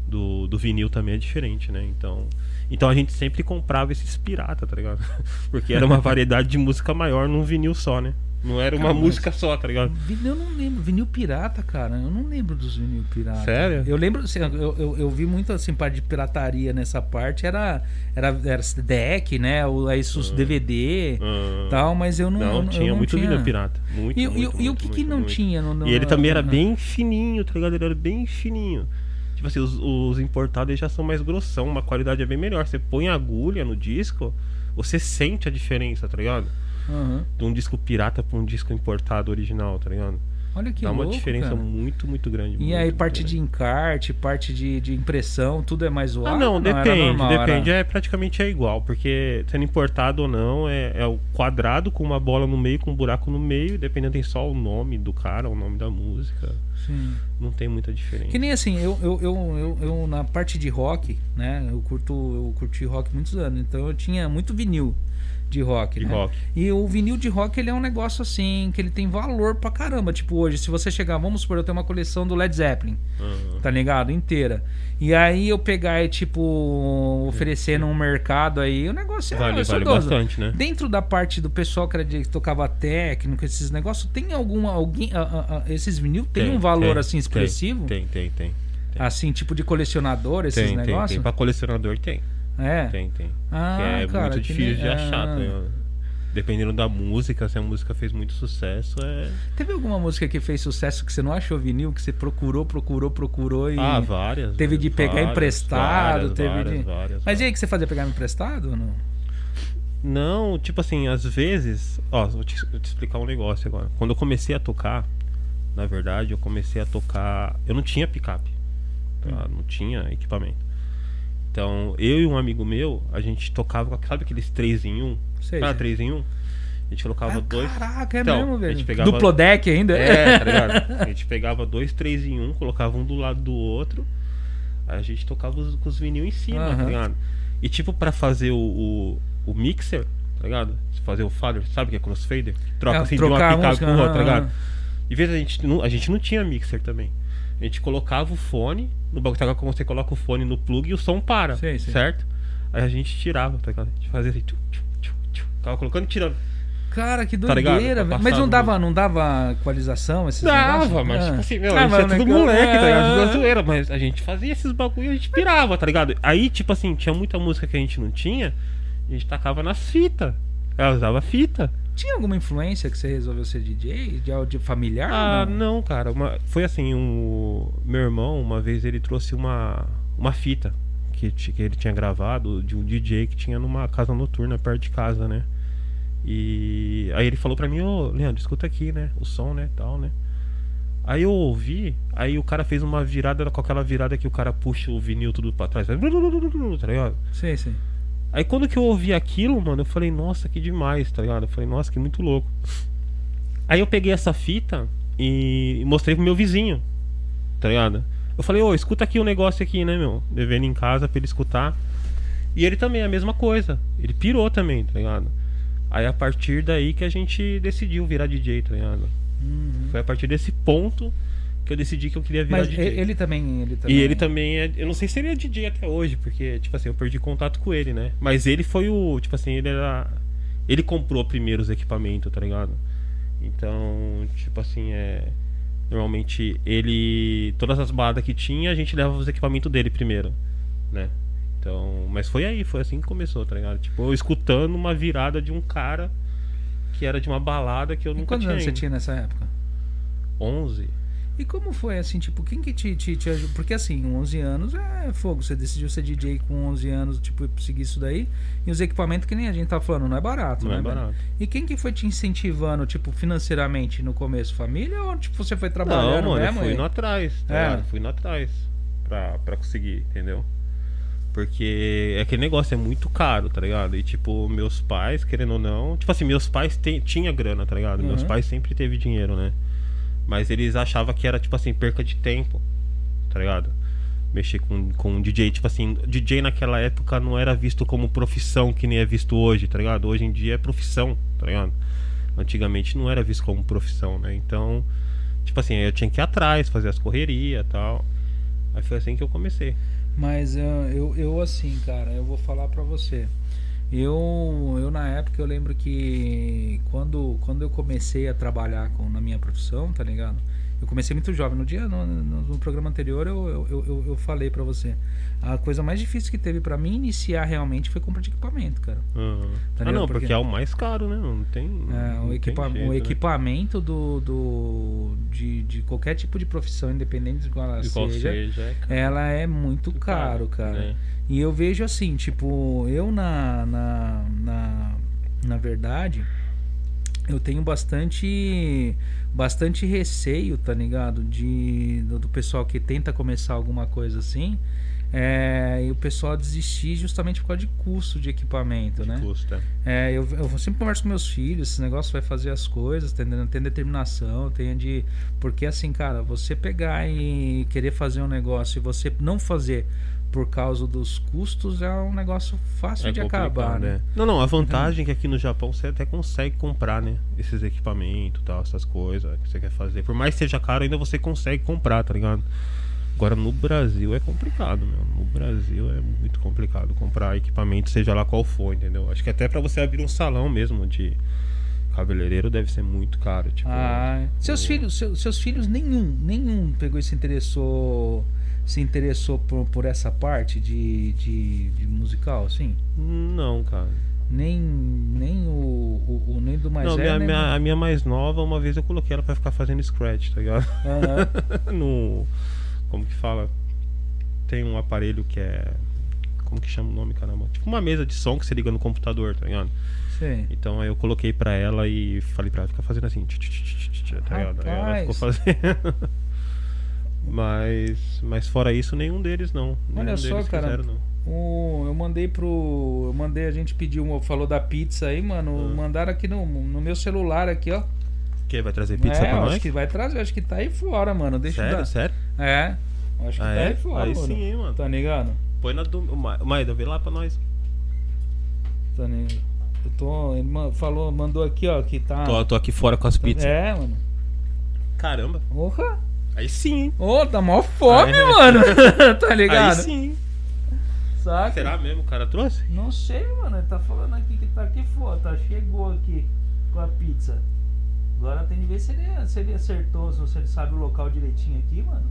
Speaker 1: do, do vinil também é diferente, né? Então, então a gente sempre comprava esses pirata, tá ligado? [LAUGHS] Porque era uma variedade de música maior num vinil só, né? Não era uma
Speaker 2: Cara, mas-
Speaker 1: música só, tá ligado?
Speaker 2: Vinil, Eu não lembro, vinil pirata, cara. Eu não lembro dos vinil pirata.
Speaker 1: Sério?
Speaker 2: Eu lembro, assim, eu, eu, eu vi muito assim, parte de pirataria nessa parte. Era, era, era deck, né? O, aí os DVD
Speaker 1: Ah.
Speaker 2: tal, mas eu não. eu
Speaker 1: Não,
Speaker 2: eu
Speaker 1: tinha muito
Speaker 2: tinha.
Speaker 1: vinil pirata. Muito,
Speaker 2: E, e-
Speaker 1: muito,
Speaker 2: e o
Speaker 1: muito,
Speaker 2: que,
Speaker 1: muito,
Speaker 2: que não
Speaker 1: muito.
Speaker 2: tinha? No, no-
Speaker 1: E ele também era
Speaker 2: no-
Speaker 1: bem fininho, tá ligado? Ele era bem fininho. Tipo assim, os, os importados eles já são mais grossão, uma qualidade é bem melhor. Você põe a agulha no disco, você sente a diferença, tá ligado?
Speaker 2: Aham.
Speaker 1: De um disco pirata pra um disco importado original, tá ligado?
Speaker 2: Olha que
Speaker 1: Dá uma
Speaker 2: louco,
Speaker 1: diferença
Speaker 2: cara.
Speaker 1: muito, muito grande.
Speaker 2: E
Speaker 1: muito,
Speaker 2: aí,
Speaker 1: muito
Speaker 2: parte
Speaker 1: grande.
Speaker 2: de encarte, parte de, de impressão, tudo é mais zoado?
Speaker 1: Ah, não,
Speaker 2: era
Speaker 1: depende,
Speaker 2: normal, era-
Speaker 1: depende. É praticamente é igual, porque sendo importado ou não, é, é o quadrado com uma bola no meio, com um buraco no meio, e dependendo tem só o nome do cara, o nome da música.
Speaker 2: Sim.
Speaker 1: Não tem muita diferença.
Speaker 2: Que nem assim, eu, eu, eu, eu, eu, na parte de rock, né? Eu curto, eu curti rock muitos anos, então eu tinha muito vinil de rock,
Speaker 1: De
Speaker 2: né?
Speaker 1: rock.
Speaker 2: E o vinil de rock, ele é um negócio assim, que ele tem valor pra caramba. Tipo, hoje, se você chegar, vamos supor, eu tenho uma coleção do Led Zeppelin,
Speaker 1: Aham.
Speaker 2: tá ligado? Inteira. E aí eu pegar e, tipo, oferecer num mercado aí, o negócio é,
Speaker 1: Vale,
Speaker 2: é
Speaker 1: vale
Speaker 2: saudoso.
Speaker 1: bastante, né?
Speaker 2: Dentro da parte do pessoal que, era de, que tocava técnico, esses negócios, tem alguma. Alguém, a- a- a- esses vinil tem, um valor
Speaker 1: tem,
Speaker 2: assim
Speaker 1: tem,
Speaker 2: expressivo?
Speaker 1: Tem, tem, tem. Tem,
Speaker 2: Assim, tipo de colecionador, esses
Speaker 1: tem, tem,
Speaker 2: negócios?
Speaker 1: tem. Pra colecionador tem.
Speaker 2: É.
Speaker 1: Tem, tem.
Speaker 2: Ah,
Speaker 1: Que é
Speaker 2: cara,
Speaker 1: muito
Speaker 2: que
Speaker 1: difícil
Speaker 2: nem-
Speaker 1: de achar,
Speaker 2: ah.
Speaker 1: tá ligado? Dependendo da música, se a música fez muito sucesso, é.
Speaker 2: Teve alguma música que fez sucesso que você não achou vinil, que você procurou, procurou, procurou e.
Speaker 1: Ah, várias.
Speaker 2: Teve
Speaker 1: né?
Speaker 2: de pegar
Speaker 1: Várias,
Speaker 2: emprestado,
Speaker 1: várias,
Speaker 2: teve
Speaker 1: várias,
Speaker 2: de.
Speaker 1: várias,
Speaker 2: Mas e aí que você fazia pegar emprestado ou não?
Speaker 1: Não, tipo assim, às vezes. Ó, vou te, vou te explicar um negócio agora. Quando eu comecei a tocar, na verdade, eu comecei a tocar. Eu não tinha picape. tá? Não tinha equipamento. Então, eu e um amigo meu, a gente tocava com. Sabe aqueles 3 em 1?
Speaker 2: Sei,
Speaker 1: Ah,
Speaker 2: sei.
Speaker 1: 3 em 1? A gente colocava
Speaker 2: um. Ah,
Speaker 1: dois.
Speaker 2: Caraca, é
Speaker 1: Então,
Speaker 2: mesmo,
Speaker 1: a
Speaker 2: velho.
Speaker 1: gente pegava-
Speaker 2: Duplo deck ainda? [LAUGHS]
Speaker 1: É, tá ligado? A gente pegava dois, três em um, colocava um do lado do outro. Aí a gente tocava os- com os vinil em cima, tá
Speaker 2: Aham.
Speaker 1: ligado? E tipo, pra fazer o, o, o mixer, tá ligado? Se Fazer o fader, sabe o que é crossfader? Que Troca
Speaker 2: É,
Speaker 1: assim de uma
Speaker 2: trocar a
Speaker 1: picada
Speaker 2: música,
Speaker 1: com outra, tá
Speaker 2: aham,
Speaker 1: ligado?
Speaker 2: aham.
Speaker 1: E vez a gente, não, a gente não tinha mixer também. A gente colocava o fone no bagulho, tá ligado? Como você coloca o fone no plug e o som para,
Speaker 2: Sei, sei.
Speaker 1: certo? Aí a gente tirava, tá ligado? A gente fazia assim, tchu, tchu, tchu, tchu. Ficava colocando e tirando.
Speaker 2: Cara, que
Speaker 1: Tá ligado?
Speaker 2: doideira,
Speaker 1: Pra
Speaker 2: velho. Mas
Speaker 1: passar
Speaker 2: não
Speaker 1: no-
Speaker 2: dava, não dava equalização esses
Speaker 1: Dava,
Speaker 2: negócios?
Speaker 1: mas
Speaker 2: Ah.
Speaker 1: tipo assim, meu,
Speaker 2: Ah,
Speaker 1: isso
Speaker 2: mas
Speaker 1: é
Speaker 2: o
Speaker 1: tudo
Speaker 2: negócio-
Speaker 1: moleque, tá ligado? Tudo
Speaker 2: Ah.
Speaker 1: na zoeira, mas a gente fazia esses bagulho e a gente pirava, tá ligado? Aí, tipo assim, tinha muita música que a gente não tinha, a gente tacava nas fitas. Ela usava fita.
Speaker 2: Tinha alguma influência que você resolveu ser DJ? De, de familiar?
Speaker 1: Ah,
Speaker 2: ou não?
Speaker 1: não, cara. uma- foi assim, um, meu irmão, uma vez ele trouxe uma, uma fita que, ti- que ele tinha gravado de um DJ que tinha numa casa noturna perto de casa, né? E aí ele falou pra mim, ô Leandro, escuta aqui, né? O som, né? Tal, né? Aí eu ouvi, aí o cara fez uma virada com aquela virada que o cara puxa o vinil tudo pra trás. Tá ligado?
Speaker 2: Sei, sei.
Speaker 1: Aí quando que eu ouvi aquilo, mano, eu falei, nossa, que demais, tá ligado? Eu falei, nossa, que muito louco. Aí eu peguei essa fita e mostrei pro meu vizinho, tá ligado? Eu falei, ô, escuta aqui o um negócio aqui, né, meu? Devendo em casa pra ele escutar. E ele também, a mesma coisa. Ele pirou também, tá ligado? Aí a partir daí que a gente decidiu virar DJ, tá ligado? Uhum. Foi a partir desse ponto que eu decidi que eu queria virar
Speaker 2: Mas
Speaker 1: DJ.
Speaker 2: ele também, ele também.
Speaker 1: E ele também é. Eu não sei se ele é DJ até hoje, porque, tipo assim, eu perdi contato com ele, né? Mas ele foi o. Tipo assim, ele era. Ele comprou primeiro os equipamentos, tá ligado? Então, tipo assim, é. Normalmente ele. Todas as baladas que tinha, a gente leva os equipamentos dele primeiro, né? Então. Mas foi aí, foi assim que começou, tá ligado? Tipo, eu escutando uma virada de um cara que era de uma balada que eu
Speaker 2: E
Speaker 1: nunca
Speaker 2: quantos
Speaker 1: tinha.
Speaker 2: anos você
Speaker 1: ido.
Speaker 2: tinha nessa época?
Speaker 1: 11?
Speaker 2: E como foi assim, tipo, quem que te, te, te ajudou? Porque assim, 11 anos é fogo. Você decidiu ser DJ com 11 anos, tipo, seguir isso daí. E os equipamentos, que nem a gente tá falando, não é barato,
Speaker 1: Não
Speaker 2: né?
Speaker 1: é
Speaker 2: velho?
Speaker 1: barato.
Speaker 2: E quem que foi te incentivando, tipo, financeiramente no começo? Família ou, tipo, você foi trabalhando
Speaker 1: Não, mano, eu
Speaker 2: mesmo?
Speaker 1: fui
Speaker 2: e-
Speaker 1: no atrás, tá
Speaker 2: É.
Speaker 1: ligado? Fui no atrás pra, pra conseguir, entendeu? Porque é aquele negócio, é muito caro, tá ligado? E tipo, meus pais, querendo ou não. Tipo assim, meus pais te, tinha grana, tá ligado? Meus
Speaker 2: Uhum.
Speaker 1: pais sempre teve dinheiro, né? Mas eles achavam que era, tipo assim, perca de tempo, tá ligado? Mexer com, com um DJ, tipo assim, DJ naquela época não era visto como profissão que nem é visto hoje, tá ligado? Hoje em dia é profissão, tá ligado? Antigamente não era visto como profissão, né? Então, tipo assim, eu tinha que ir atrás, fazer as correrias e tal. Aí foi assim que eu comecei.
Speaker 2: Mas ah, eu, eu assim, cara, eu vou falar pra você. Eu, eu na época eu lembro que quando, quando eu comecei a trabalhar com, na minha profissão, tá ligado? Eu comecei muito jovem. No dia, no, no, no programa anterior, eu, eu, eu- eu, eu falei pra você. A coisa mais difícil que teve pra mim iniciar realmente foi comprar de equipamento, cara.
Speaker 1: Uhum. ah,
Speaker 2: Tá ligado?
Speaker 1: não,
Speaker 2: Porque-
Speaker 1: porque... é o mais caro, né? Não tem.
Speaker 2: É,
Speaker 1: não
Speaker 2: o,
Speaker 1: tem
Speaker 2: equipa
Speaker 1: jeito,
Speaker 2: o
Speaker 1: né?
Speaker 2: equipamento do, do, de, de qualquer tipo de profissão, independente de qual ela
Speaker 1: De qual
Speaker 2: seja,
Speaker 1: seja, é caro,
Speaker 2: ela é muito caro, cara.
Speaker 1: né?
Speaker 2: E eu vejo assim, tipo, eu na, na, na, na verdade, eu tenho bastante bastante receio, tá ligado? De, do, do pessoal que tenta começar alguma coisa assim. é, e o pessoal desistir justamente por causa de custo de equipamento,
Speaker 1: De
Speaker 2: né?
Speaker 1: custa.
Speaker 2: É, eu, eu sempre converso com meus filhos, esse negócio vai fazer as coisas, tem, tem determinação, tem de. Porque assim, cara, você pegar e querer fazer um negócio e você não fazer por causa dos custos é um negócio fácil
Speaker 1: É
Speaker 2: de
Speaker 1: complicado,
Speaker 2: acabar, né?
Speaker 1: Não, não, a vantagem é que aqui no Japão você até consegue comprar, né? Esses equipamentos, tal, essas coisas que você quer fazer. Por mais que seja caro, ainda você consegue comprar, tá ligado? Agora no Brasil é complicado, meu. No Brasil é muito complicado comprar equipamento, seja lá qual for, entendeu? Acho que até pra você abrir um salão mesmo de cabeleireiro deve ser muito caro, tipo.
Speaker 2: Ah, seus
Speaker 1: o-
Speaker 2: filhos, seu- seus filhos nenhum, nenhum pegou e se interessou, se interessou por, por essa parte de, de, de musical, assim?
Speaker 1: Não, cara.
Speaker 2: Nem, nem o, o, o- nem do mais
Speaker 1: não,
Speaker 2: velho,
Speaker 1: minha,
Speaker 2: nem do-
Speaker 1: minha- a minha mais nova, uma vez eu coloquei ela pra ficar fazendo scratch, tá ligado?
Speaker 2: Aham.
Speaker 1: no. Como que fala? Tem um aparelho que é. Como que chama o nome, caramba? Tipo uma mesa de som que você liga no computador, tá ligado?
Speaker 2: Sim.
Speaker 1: Então aí eu coloquei pra ela e falei pra ela ficar fazendo assim. tch, tch, tch, tch, tch, Tá ligado? Aí ela ficou
Speaker 2: Rapaz.
Speaker 1: fazendo. [LAUGHS] mas, mas fora isso, nenhum deles não. Nenhum
Speaker 2: Olha só,
Speaker 1: deles
Speaker 2: cara.
Speaker 1: Fizeram, não.
Speaker 2: O- Um, eu mandei pro. Eu mandei, a gente pediu, um, falou da pizza aí, mano.
Speaker 1: Ah.
Speaker 2: Mandaram aqui no, no meu celular aqui, ó.
Speaker 1: Que vai trazer pizza
Speaker 2: é,
Speaker 1: pra
Speaker 2: acho
Speaker 1: nós?
Speaker 2: que vai trazer, acho que tá aí fora, mano. Deixa eu
Speaker 1: sério,
Speaker 2: dar.
Speaker 1: sério?
Speaker 2: É. Acho que
Speaker 1: Ah,
Speaker 2: tá
Speaker 1: é?
Speaker 2: aí fora,
Speaker 1: Aí
Speaker 2: mano.
Speaker 1: sim, hein, mano.
Speaker 2: Tá ligado?
Speaker 1: Põe na do. Ma- Maida, vê lá pra nós.
Speaker 2: Tá ligado. Eu tô. Ele ma- falou, mandou aqui, ó, que tá.
Speaker 1: Tô, tô aqui fora com as pizzas.
Speaker 2: É, mano. É.
Speaker 1: Caramba.
Speaker 2: Porra!
Speaker 1: Aí sim, hein?
Speaker 2: Ô, tá mó fome,
Speaker 1: Ah, é.
Speaker 2: mano. [LAUGHS] tá
Speaker 1: Aí
Speaker 2: ligado?
Speaker 1: sim. hein?
Speaker 2: Saca?
Speaker 1: Será mesmo? O cara trouxe?
Speaker 2: Não sei, mano. Ele tá falando aqui que tá aqui fora. Tá, chegou aqui com a pizza. Agora tem de ver se ele, se ele acertou, se ele sabe o local direitinho aqui, mano.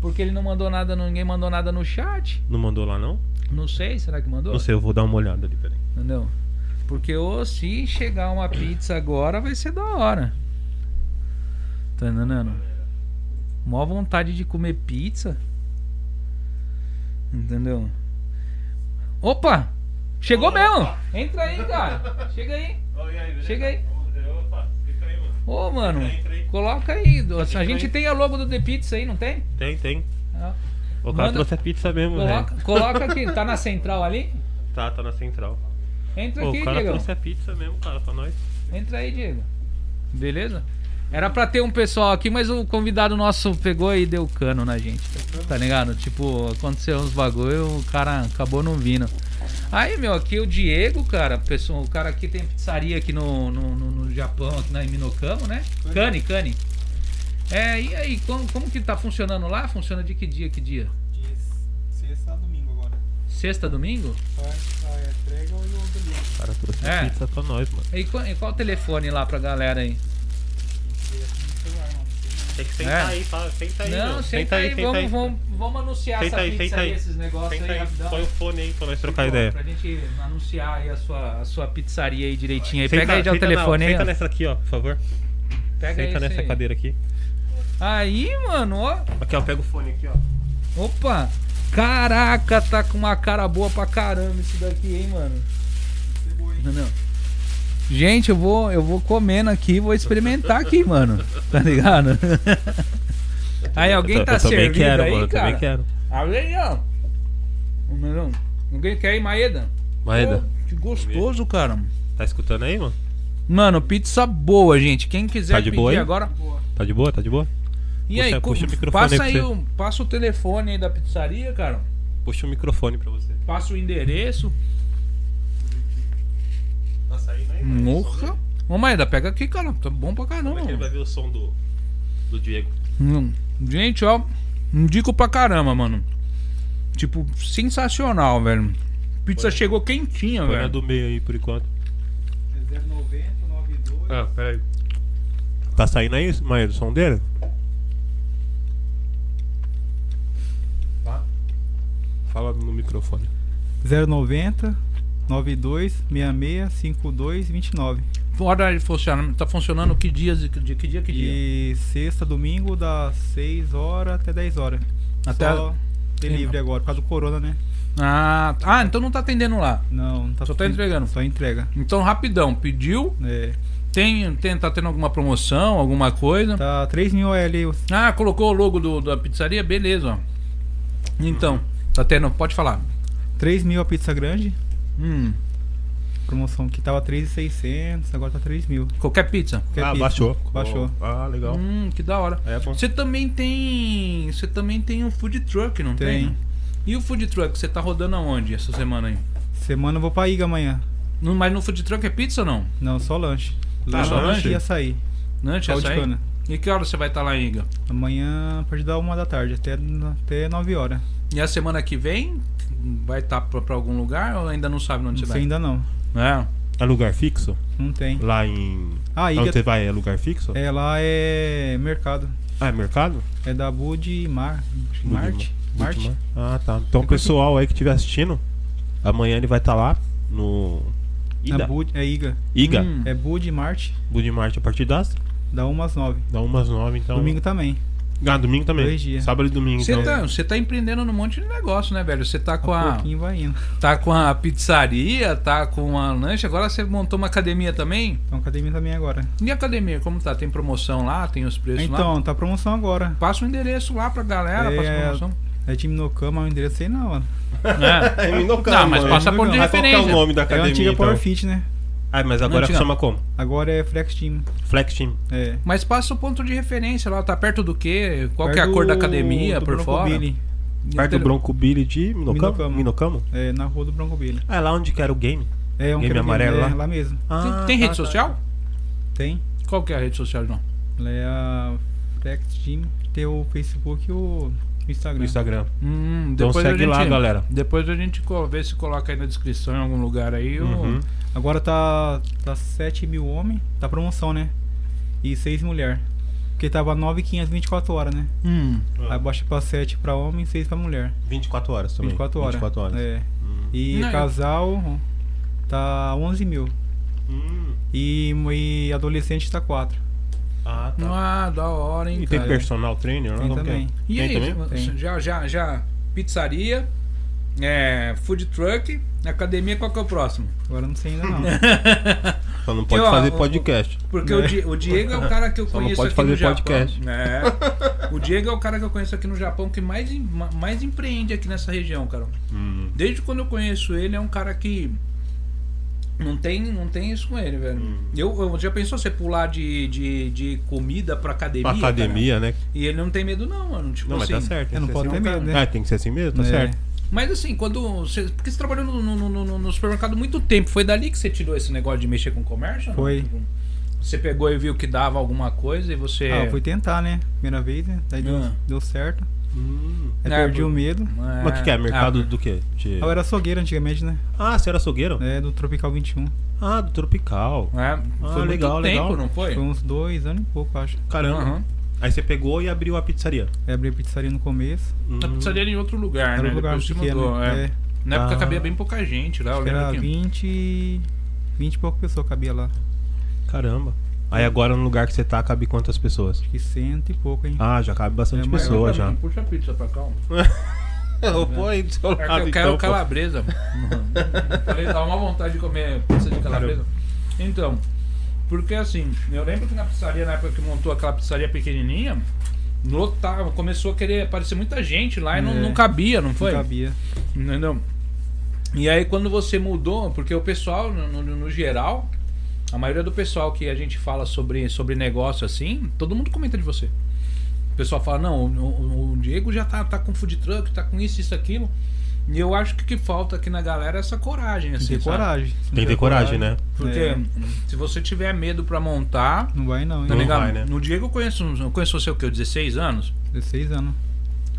Speaker 2: Porque ele não mandou nada, ninguém mandou nada no chat.
Speaker 1: Não mandou lá, não?
Speaker 2: Não sei, será que mandou?
Speaker 1: Não sei, eu vou dar uma olhada ali, peraí.
Speaker 2: Entendeu? Porque ô, se chegar uma pizza agora, vai ser da hora. Tá entendendo? Mó vontade de comer pizza. Entendeu? Opa! Chegou mesmo! Entra aí, cara! Chega aí! Chega aí.
Speaker 1: Opa, fica aí, mano.
Speaker 2: Ô, mano,
Speaker 1: entra aí.
Speaker 2: coloca aí. A
Speaker 1: Entra
Speaker 2: gente
Speaker 1: aí.
Speaker 2: tem a logo do The Pizza aí, não tem?
Speaker 1: Tem, tem.
Speaker 2: Ah,
Speaker 1: O cara
Speaker 2: Manda-
Speaker 1: trouxe a pizza mesmo, velho.
Speaker 2: Coloca, coloca aqui, tá na central ali?
Speaker 1: Tá, tá na central.
Speaker 2: Entra
Speaker 1: Pô,
Speaker 2: aqui,
Speaker 1: o cara
Speaker 2: Diego.
Speaker 1: trouxe a pizza mesmo, cara, pra nós.
Speaker 2: Entra aí, Diego. Beleza? Era pra ter um pessoal aqui, mas o convidado nosso pegou e deu cano na gente. Tá ligado? Tipo, aconteceu uns bagulho, o cara acabou não vindo. Aí, meu, aqui o Diego, cara, pessoal, o cara aqui tem pizzaria aqui no, no, no- no Japão, aqui na Minokamo, né? Cane, cane. É, e aí, como, como que tá funcionando lá? Funciona de que dia, que dia?
Speaker 3: De sexta a domingo agora.
Speaker 2: Sexta, domingo?
Speaker 3: Só é- Só é entrega ou domingo.
Speaker 1: O cara trouxe
Speaker 2: É.
Speaker 1: a pizza pra nós, mano.
Speaker 2: E qual, e qual o telefone lá pra galera aí?
Speaker 3: E aqui no celular, mano.
Speaker 1: Tem que
Speaker 2: sentar
Speaker 1: sentar
Speaker 2: É.
Speaker 1: aí, senta aí.
Speaker 2: Não, senta aí, vamos, vamos, vamos anunciar
Speaker 1: Senta
Speaker 2: essa
Speaker 1: aí,
Speaker 2: pizza
Speaker 1: senta
Speaker 2: aí,
Speaker 1: aí.
Speaker 2: esses negócios
Speaker 1: Senta aí,
Speaker 2: aí, rapidão.
Speaker 1: põe o fone aí é. pra nós trocar
Speaker 2: Pô,
Speaker 1: ideia.
Speaker 2: Pra gente anunciar aí a sua, a sua pizzaria aí direitinho aí.
Speaker 1: Senta-
Speaker 2: Pega aí já o
Speaker 1: senta
Speaker 2: telefone
Speaker 1: na,
Speaker 2: aí.
Speaker 1: Senta
Speaker 2: ó.
Speaker 1: nessa aqui, ó, por favor.
Speaker 2: Pega
Speaker 1: senta
Speaker 2: aí
Speaker 1: nessa
Speaker 2: isso aí.
Speaker 1: cadeira aqui.
Speaker 2: Aí, mano, ó.
Speaker 1: Aqui, ó, pega o fone aqui, ó.
Speaker 2: Opa! Caraca, tá com uma cara boa pra caramba isso daqui, hein, mano.
Speaker 3: Isso é boa, hein?
Speaker 2: Não, não. Gente, eu vou, eu vou comendo aqui, vou experimentar aqui, mano. Tá ligado? Aí alguém tá
Speaker 1: [LAUGHS] eu também
Speaker 2: servindo
Speaker 1: quero,
Speaker 2: aí,
Speaker 1: mano, eu
Speaker 2: cara.
Speaker 1: também quero.
Speaker 2: Alguém, ó. Ô, Melão, Alguém quer ir, Maeda?
Speaker 1: Maeda,
Speaker 2: Pô, que gostoso, cara.
Speaker 1: tá escutando aí, mano?
Speaker 2: Mano, pizza boa, gente. Quem quiser
Speaker 1: Tá de
Speaker 2: pedir
Speaker 1: boa aí?
Speaker 2: agora.
Speaker 3: Boa.
Speaker 1: Tá de boa, tá de boa?
Speaker 2: E
Speaker 1: Puxa-
Speaker 2: aí,
Speaker 1: puxa
Speaker 2: co-
Speaker 1: o microfone aí
Speaker 2: passa
Speaker 1: pra
Speaker 2: aí,
Speaker 1: você.
Speaker 2: o, passa o telefone aí da pizzaria, cara.
Speaker 1: Puxa o microfone pra você.
Speaker 2: Passa o endereço.
Speaker 1: Tá saindo aí, é
Speaker 2: Morra. Ô, Maeda, pega aqui, cara. Tá bom pra caramba. mano.
Speaker 1: ver o som do, do Diego?
Speaker 2: Hum. Gente, ó. Indico pra caramba, mano. Tipo, sensacional, velho. Pizza chegou quentinha,
Speaker 1: Põe na
Speaker 2: velho.
Speaker 1: do meio aí, por enquanto.
Speaker 3: É 090, 92.
Speaker 1: Ah, peraí. Tá saindo aí, Maeda, o som dele?
Speaker 2: Tá.
Speaker 1: Fala no microfone.
Speaker 2: Ah.
Speaker 3: 090 92 66 52 29.
Speaker 2: Fora ele funciona. Tá funcionando que dias? e Que dia, que dia? Que dia?
Speaker 3: E sexta, domingo, das 6 horas até 10 horas.
Speaker 2: Até-
Speaker 3: Só delivery agora, por causa do corona, né?
Speaker 2: Ah, tá. ah, então não tá atendendo lá.
Speaker 3: Não, não tá
Speaker 2: Só tá entregando.
Speaker 3: Só entrega.
Speaker 2: Então, rapidão, pediu.
Speaker 3: É,
Speaker 2: Tem, tem, tá tendo alguma promoção, alguma coisa?
Speaker 3: tá 3 mil OL.
Speaker 2: Ah, colocou o logo do, da pizzaria? Beleza, ó. Então, tá tendo. Pode falar.
Speaker 3: 3 mil a pizza grande.
Speaker 2: Hum,
Speaker 3: Promoção que tava 3,600, agora tá 3 mil.
Speaker 2: qualquer pizza.
Speaker 3: Quer
Speaker 1: ah,
Speaker 3: pizza?
Speaker 1: baixou.
Speaker 3: Baixou.
Speaker 1: Ah, legal.
Speaker 2: Hum, que da hora.
Speaker 1: Aí é bom.
Speaker 2: Você também tem. Você também tem um food truck, não tem?
Speaker 3: Tem.
Speaker 2: E o food truck, você tá rodando aonde essa semana aí?
Speaker 3: Semana eu vou pra Iga amanhã.
Speaker 2: No, mas no food truck é pizza ou não?
Speaker 3: Não, só lanche.
Speaker 2: Tá,
Speaker 1: só lanche?
Speaker 3: e açaí.
Speaker 2: Não, tinha
Speaker 3: Caldo de
Speaker 2: açaí?
Speaker 3: cana.
Speaker 2: E que hora você vai estar lá, Inga?
Speaker 3: Amanhã, a partir da 1 da tarde, até, até 9 horas.
Speaker 2: E a semana que vem vai estar pra, pra algum lugar ou ainda não sabe onde
Speaker 3: Não
Speaker 2: você
Speaker 3: sei
Speaker 2: vai?
Speaker 3: ainda não.
Speaker 2: É.
Speaker 1: É lugar fixo?
Speaker 3: Não tem.
Speaker 1: Lá em.
Speaker 3: Ah,
Speaker 1: Onde
Speaker 3: Iga,
Speaker 1: você vai? É lugar fixo?
Speaker 3: é, lá é mercado.
Speaker 1: Ah, é mercado?
Speaker 3: É da Bud e Mar. acho que Marte? Marte?
Speaker 1: Última. Ah, tá. Então o pessoal aí que estiver assistindo, amanhã ele vai estar lá no.
Speaker 3: Na
Speaker 1: Ida.
Speaker 3: Bud, é Iga.
Speaker 1: Iga.
Speaker 2: Hum.
Speaker 3: É Bud e Marte,
Speaker 1: Budimarte a partir das.
Speaker 3: da 1 às 9.
Speaker 1: Dá umas nove, então.
Speaker 3: Domingo também.
Speaker 1: Ah, domingo também.
Speaker 3: Dois dias.
Speaker 1: Sábado e domingo.
Speaker 2: Você
Speaker 1: então.
Speaker 2: tá, você tá empreendendo num monte de negócio, né, velho? Você tá com
Speaker 3: Um
Speaker 2: a,
Speaker 3: pouquinho vai indo.
Speaker 2: tá com a pizzaria, tá com a lanche, agora você montou uma academia também?
Speaker 3: Então, academia também agora.
Speaker 2: E a academia, como tá? Tem promoção lá, tem os preços lá?
Speaker 3: Então, tá promoção agora.
Speaker 2: Passa o endereço lá pra galera,
Speaker 3: É.
Speaker 2: passa a promoção.
Speaker 3: É time no cama, o endereço sei não, mano.
Speaker 2: É.
Speaker 1: É, me nocando,
Speaker 2: [LAUGHS] Não, mas
Speaker 1: mano.
Speaker 2: passa
Speaker 3: não
Speaker 2: ponto de
Speaker 3: ganha.
Speaker 1: Mas qual que é o
Speaker 2: referência.
Speaker 1: nome da
Speaker 3: É a
Speaker 1: academia?
Speaker 3: antiga
Speaker 1: então?
Speaker 3: Power Fit, né?
Speaker 1: Ah, mas agora
Speaker 2: Antiga.
Speaker 1: chama como?
Speaker 3: Agora é Flex Team.
Speaker 1: Flex Team.
Speaker 3: É.
Speaker 2: Mas passa o ponto de referência lá, tá perto do quê? Qual que é a
Speaker 3: Perto
Speaker 2: cor da
Speaker 3: do-
Speaker 2: academia
Speaker 3: do
Speaker 2: por
Speaker 3: Bronco
Speaker 2: fora?
Speaker 3: Billy.
Speaker 1: Perto do Bronco Billy de Minocamo?
Speaker 3: Minocamo.
Speaker 1: Minocamo?
Speaker 3: É, na rua do Bronco Billy.
Speaker 1: Ah, é lá onde que era o game?
Speaker 3: É um
Speaker 1: Game
Speaker 3: quebra-quebra,
Speaker 1: amarelo
Speaker 3: é
Speaker 1: lá?
Speaker 3: mesmo.
Speaker 1: Ah,
Speaker 2: Tem, tem
Speaker 1: tá,
Speaker 2: rede
Speaker 1: tá.
Speaker 2: social?
Speaker 3: Tem.
Speaker 2: Qual que é a rede social, não?
Speaker 3: Ela é a Flex Team. Tem o Facebook e o
Speaker 1: No
Speaker 3: Instagram.
Speaker 1: Instagram.
Speaker 2: Hum,
Speaker 1: Então
Speaker 2: depois a
Speaker 1: segue lá,
Speaker 2: gente-
Speaker 1: galera.
Speaker 2: Depois a gente co- vê se coloca aí na descrição em algum lugar aí. ou-
Speaker 1: Uhum.
Speaker 3: Agora tá, tá 7 mil homens. Tá promoção, né? E 6 mulher. Porque tava 9,500 24 horas, né?
Speaker 2: Hum.
Speaker 3: Aí baixa pra 7 pra homem e 6 pra mulher.
Speaker 1: 24 horas Ah. também.
Speaker 3: 24 horas.
Speaker 1: 24 horas. Hum,
Speaker 3: É. E
Speaker 2: Não, eu-
Speaker 3: casal tá 11 mil.
Speaker 1: Hum.
Speaker 3: E, e adolescente tá 4.
Speaker 1: Ah, tá.
Speaker 2: Ah, da hora, hein,
Speaker 1: E tem
Speaker 2: cara.
Speaker 1: personal trainer? né?
Speaker 3: Tem
Speaker 1: Como que é?
Speaker 3: também.
Speaker 2: E
Speaker 1: Tem
Speaker 2: aí,
Speaker 1: também?
Speaker 3: Tem.
Speaker 2: já, já, já, pizzaria, é, food truck, academia, qual que é o próximo?
Speaker 1: [LAUGHS]
Speaker 3: Agora eu não sei ainda não.
Speaker 1: Só não pode
Speaker 2: Eu,
Speaker 1: fazer
Speaker 2: ó,
Speaker 1: podcast.
Speaker 2: Porque o, Di- o Diego é o cara que eu
Speaker 1: [LAUGHS] Só não
Speaker 2: conheço
Speaker 1: pode
Speaker 2: aqui no
Speaker 1: fazer
Speaker 2: Japão.
Speaker 1: podcast.
Speaker 2: né? O Diego é o cara que eu conheço aqui no Japão que mais, em- ma- mais empreende aqui nessa região, cara.
Speaker 1: Hum.
Speaker 2: Desde quando eu conheço ele, é um cara que. Não tem, não tem isso com ele, velho.
Speaker 1: Hum.
Speaker 2: Eu, eu- já pensou você pular de, de, de comida pra academia?
Speaker 1: Pra academia, né?
Speaker 2: cara? E ele não tem medo, não, mano. Tipo
Speaker 1: Não, mas
Speaker 2: assim.
Speaker 1: tá certo.
Speaker 3: Eu não
Speaker 1: tem que
Speaker 3: posso
Speaker 1: ser
Speaker 3: ter
Speaker 1: assim.
Speaker 3: medo, né?
Speaker 1: Ah, tem que ser assim mesmo? Tá
Speaker 3: É.
Speaker 1: certo.
Speaker 2: Mas assim, quando. Você, porque você trabalhou no, no, no- no- no supermercado muito tempo. Foi dali que você tirou esse negócio de mexer com comércio? não?
Speaker 3: Foi.
Speaker 2: Tipo, Você pegou e viu que dava alguma coisa e você.
Speaker 3: Ah, eu fui tentar, né? Primeira vez, né? Daí deu,
Speaker 2: É. Ah.
Speaker 3: deu certo.
Speaker 1: Hum.
Speaker 3: Aí
Speaker 2: É,
Speaker 3: perdi
Speaker 2: por-
Speaker 3: o medo.
Speaker 1: Mas o que, que é? Mercado do quê? De-
Speaker 3: Eu era açougueiro antigamente, né?
Speaker 1: Ah, você era açougueiro?
Speaker 3: É, do Tropical 21.
Speaker 1: Ah, do Tropical.
Speaker 2: Ah, é, foi muito
Speaker 1: legal,
Speaker 2: tempo,
Speaker 1: legal. um
Speaker 2: não foi?
Speaker 3: Foi uns dois anos e pouco, acho.
Speaker 1: Caramba.
Speaker 2: Aham.
Speaker 1: Aí você pegou e abriu a pizzaria. Hum,
Speaker 3: Eu abri a pizzaria no começo.
Speaker 2: Na pizzaria era em outro lugar,
Speaker 3: Era
Speaker 2: né?
Speaker 3: um lugar
Speaker 2: Depois se
Speaker 3: pequeno.
Speaker 2: mudou, é.
Speaker 3: é.
Speaker 2: Na época
Speaker 1: Ah.
Speaker 2: cabia bem pouca gente lá, eu
Speaker 3: Acho que era
Speaker 2: lembro que...
Speaker 3: 20, 20 e pouco pessoas cabia lá.
Speaker 1: Caramba. Aí agora no lugar que você tá, cabe quantas pessoas?
Speaker 3: Acho que cento e pouco, hein?
Speaker 1: Ah, já cabe bastante
Speaker 3: É, mas-
Speaker 1: pessoa já.
Speaker 2: Puxa a pizza pra
Speaker 3: [LAUGHS]
Speaker 2: cá. É
Speaker 1: Eu vou aí do seu então,
Speaker 2: Eu
Speaker 3: Ah,
Speaker 2: quero
Speaker 3: então,
Speaker 2: calabresa.
Speaker 3: [LAUGHS]
Speaker 2: Falei, dá uma vontade de comer pizza de calabresa. Então, porque assim, eu lembro que na pizzaria, na época que montou aquela pizzaria pequenininha, lotava, começou a querer aparecer muita gente lá e não,
Speaker 3: É.
Speaker 2: não cabia, não foi?
Speaker 3: Não cabia.
Speaker 2: Entendeu? E aí quando você mudou, porque o pessoal, no, no- no geral, a maioria do pessoal que a gente fala sobre, sobre negócio assim, todo mundo comenta de você. O pessoal fala, não, o, o- o Diego já tá, tá com food truck, tá com isso, isso, aquilo. E eu acho que o que falta aqui na galera é essa coragem,
Speaker 3: Tem que
Speaker 2: assim,
Speaker 3: ter
Speaker 2: sabe?
Speaker 3: coragem. Se não
Speaker 1: Tem que ter coragem, né?
Speaker 2: Porque
Speaker 3: É.
Speaker 2: se você tiver medo pra montar,
Speaker 3: Não vai não, hein?
Speaker 2: tá ligado?
Speaker 1: vai, né?
Speaker 2: No Diego eu conheço, uns- eu conheço você o quê? 16 anos?
Speaker 3: 16 anos.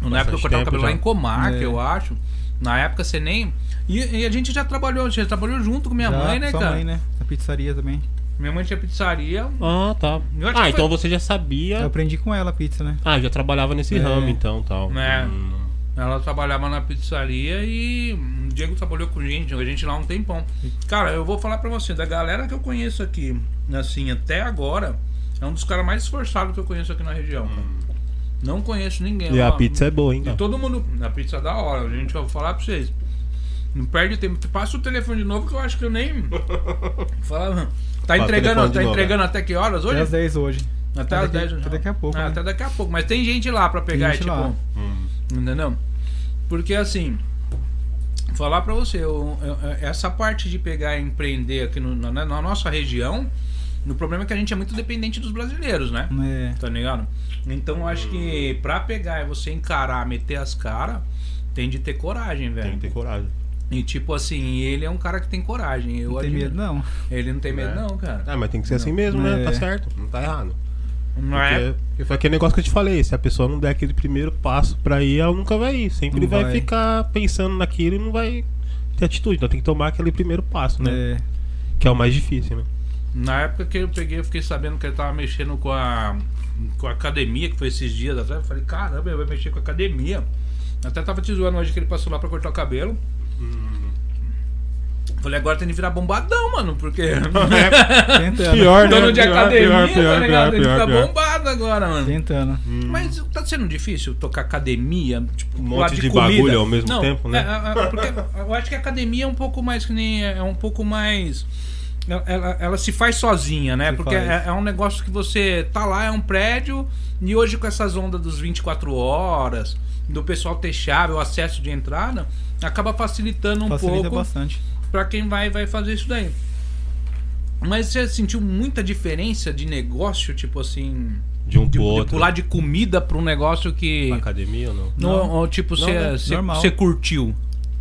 Speaker 2: Na época é eu cortava
Speaker 1: tempo
Speaker 2: o cabelo
Speaker 1: já.
Speaker 2: lá em Comarca,
Speaker 3: É.
Speaker 2: eu acho. Na época você nem. E, e a gente já trabalhou, já trabalhou junto com minha
Speaker 3: Já,
Speaker 2: mãe, né,
Speaker 3: sua
Speaker 2: cara?
Speaker 3: mãe, né? Na pizzaria também.
Speaker 2: Minha mãe tinha pizzaria.
Speaker 1: Ah, tá.
Speaker 2: Eu acho
Speaker 1: Ah,
Speaker 2: que
Speaker 1: então
Speaker 2: foi-
Speaker 1: você já
Speaker 3: Eu
Speaker 1: sabia.
Speaker 3: aprendi com ela a pizza, né?
Speaker 1: Ah, já trabalhava nesse
Speaker 3: É.
Speaker 1: ramo então tal.
Speaker 2: É.
Speaker 1: Hum.
Speaker 2: Ela trabalhava na pizzaria e o Diego trabalhou com gente, a gente lá um tempão. Cara, eu vou falar pra você, da galera que eu conheço aqui, assim, até agora, é um dos caras mais esforçados que eu conheço aqui na região, cara. Não conheço ninguém.
Speaker 1: E a
Speaker 2: lá.
Speaker 1: pizza é boa, hein?
Speaker 2: E
Speaker 1: cara?
Speaker 2: todo mundo. A pizza é da hora, a gente vai falar pra vocês. Não perde tempo. Passa o telefone de novo que eu acho que eu nem.
Speaker 3: [LAUGHS]
Speaker 2: Fala, tá
Speaker 1: o
Speaker 2: entregando,
Speaker 1: telefone de
Speaker 2: tá
Speaker 1: novo,
Speaker 2: entregando até que horas
Speaker 3: né? Até
Speaker 2: hoje?
Speaker 3: às 10 hoje.
Speaker 2: Até às 10
Speaker 3: daqui,
Speaker 2: já.
Speaker 3: até daqui a pouco.
Speaker 2: Ah,
Speaker 3: né?
Speaker 2: Até daqui a pouco. Mas tem gente lá pra pegar,
Speaker 3: gente
Speaker 2: é, tipo.
Speaker 3: lá.
Speaker 1: Hum.
Speaker 2: Entendeu? Porque assim. Falar pra você, eu- eu- essa parte de pegar e empreender aqui no- na, na nossa região, o problema é que a gente é muito dependente dos brasileiros, né?
Speaker 3: É.
Speaker 2: Tá ligado? Então eu acho que
Speaker 1: Hum.
Speaker 2: pra pegar e você encarar, meter as caras, tem de ter coragem,
Speaker 1: Tem
Speaker 2: velho.
Speaker 1: que ter coragem.
Speaker 2: E tipo assim, ele é um cara que tem coragem. Eu
Speaker 3: Não tem
Speaker 2: admiro.
Speaker 3: medo não.
Speaker 2: Ele não tem medo,
Speaker 1: É.
Speaker 2: não, cara.
Speaker 1: Ah, mas tem que ser assim mesmo, né?
Speaker 3: É.
Speaker 1: Tá certo. Não tá errado.
Speaker 2: Não é?
Speaker 1: Porque, porque foi aquele negócio que eu te falei, se a pessoa não der aquele primeiro passo pra ir, ela nunca vai ir. Sempre
Speaker 3: Não
Speaker 1: vai.
Speaker 3: vai.
Speaker 1: ficar pensando naquilo e não vai ter atitude. Então tem que tomar aquele primeiro passo, né?
Speaker 3: É.
Speaker 1: Que é o mais [LAUGHS] difícil, né?
Speaker 2: Na época que eu peguei, eu fiquei sabendo que ele tava mexendo com a, com a academia, que foi esses dias atrás. Eu falei, caramba, ele vai mexer com a academia. Até tava te zoando hoje que ele passou lá pra cortar o cabelo.
Speaker 1: Hum.
Speaker 2: Falei, agora tem de virar bombadão, mano, porque. [LAUGHS]
Speaker 3: É,
Speaker 1: É, [LAUGHS]
Speaker 3: Tentando.
Speaker 1: né?
Speaker 2: Dono de academia, tá ligado? Ele
Speaker 1: pior,
Speaker 2: tá
Speaker 1: pior.
Speaker 2: bombado agora, mano.
Speaker 3: Tentando.
Speaker 2: Mas tá sendo difícil tocar academia, tipo,
Speaker 1: Um
Speaker 2: do
Speaker 1: monte
Speaker 2: lado
Speaker 1: de
Speaker 2: comida?
Speaker 1: bagulho ao mesmo
Speaker 2: Não,
Speaker 1: tempo, né?
Speaker 2: é, é, é, porque eu acho que a academia é um pouco mais que nem. É um pouco mais. Ela, ela se faz sozinha, né?
Speaker 3: Se
Speaker 2: Porque
Speaker 3: faz.
Speaker 2: é, é um negócio que você tá lá, é um prédio, e hoje com essas ondas dos 24 horas, do pessoal ter chave, o acesso de entrada, acaba facilitando um
Speaker 3: Facilita
Speaker 2: pouco
Speaker 3: bastante.
Speaker 2: pra quem vai, vai fazer isso daí. Mas você sentiu muita diferença de negócio, tipo assim.
Speaker 1: De um
Speaker 2: De,
Speaker 1: pro
Speaker 2: de
Speaker 1: outro.
Speaker 2: pular de comida pra um negócio que.
Speaker 1: Pra academia ou não?
Speaker 2: Não,
Speaker 3: Não.
Speaker 2: ou, tipo,
Speaker 3: Não,
Speaker 2: você-
Speaker 3: né?
Speaker 2: você
Speaker 3: Normal.
Speaker 2: você curtiu.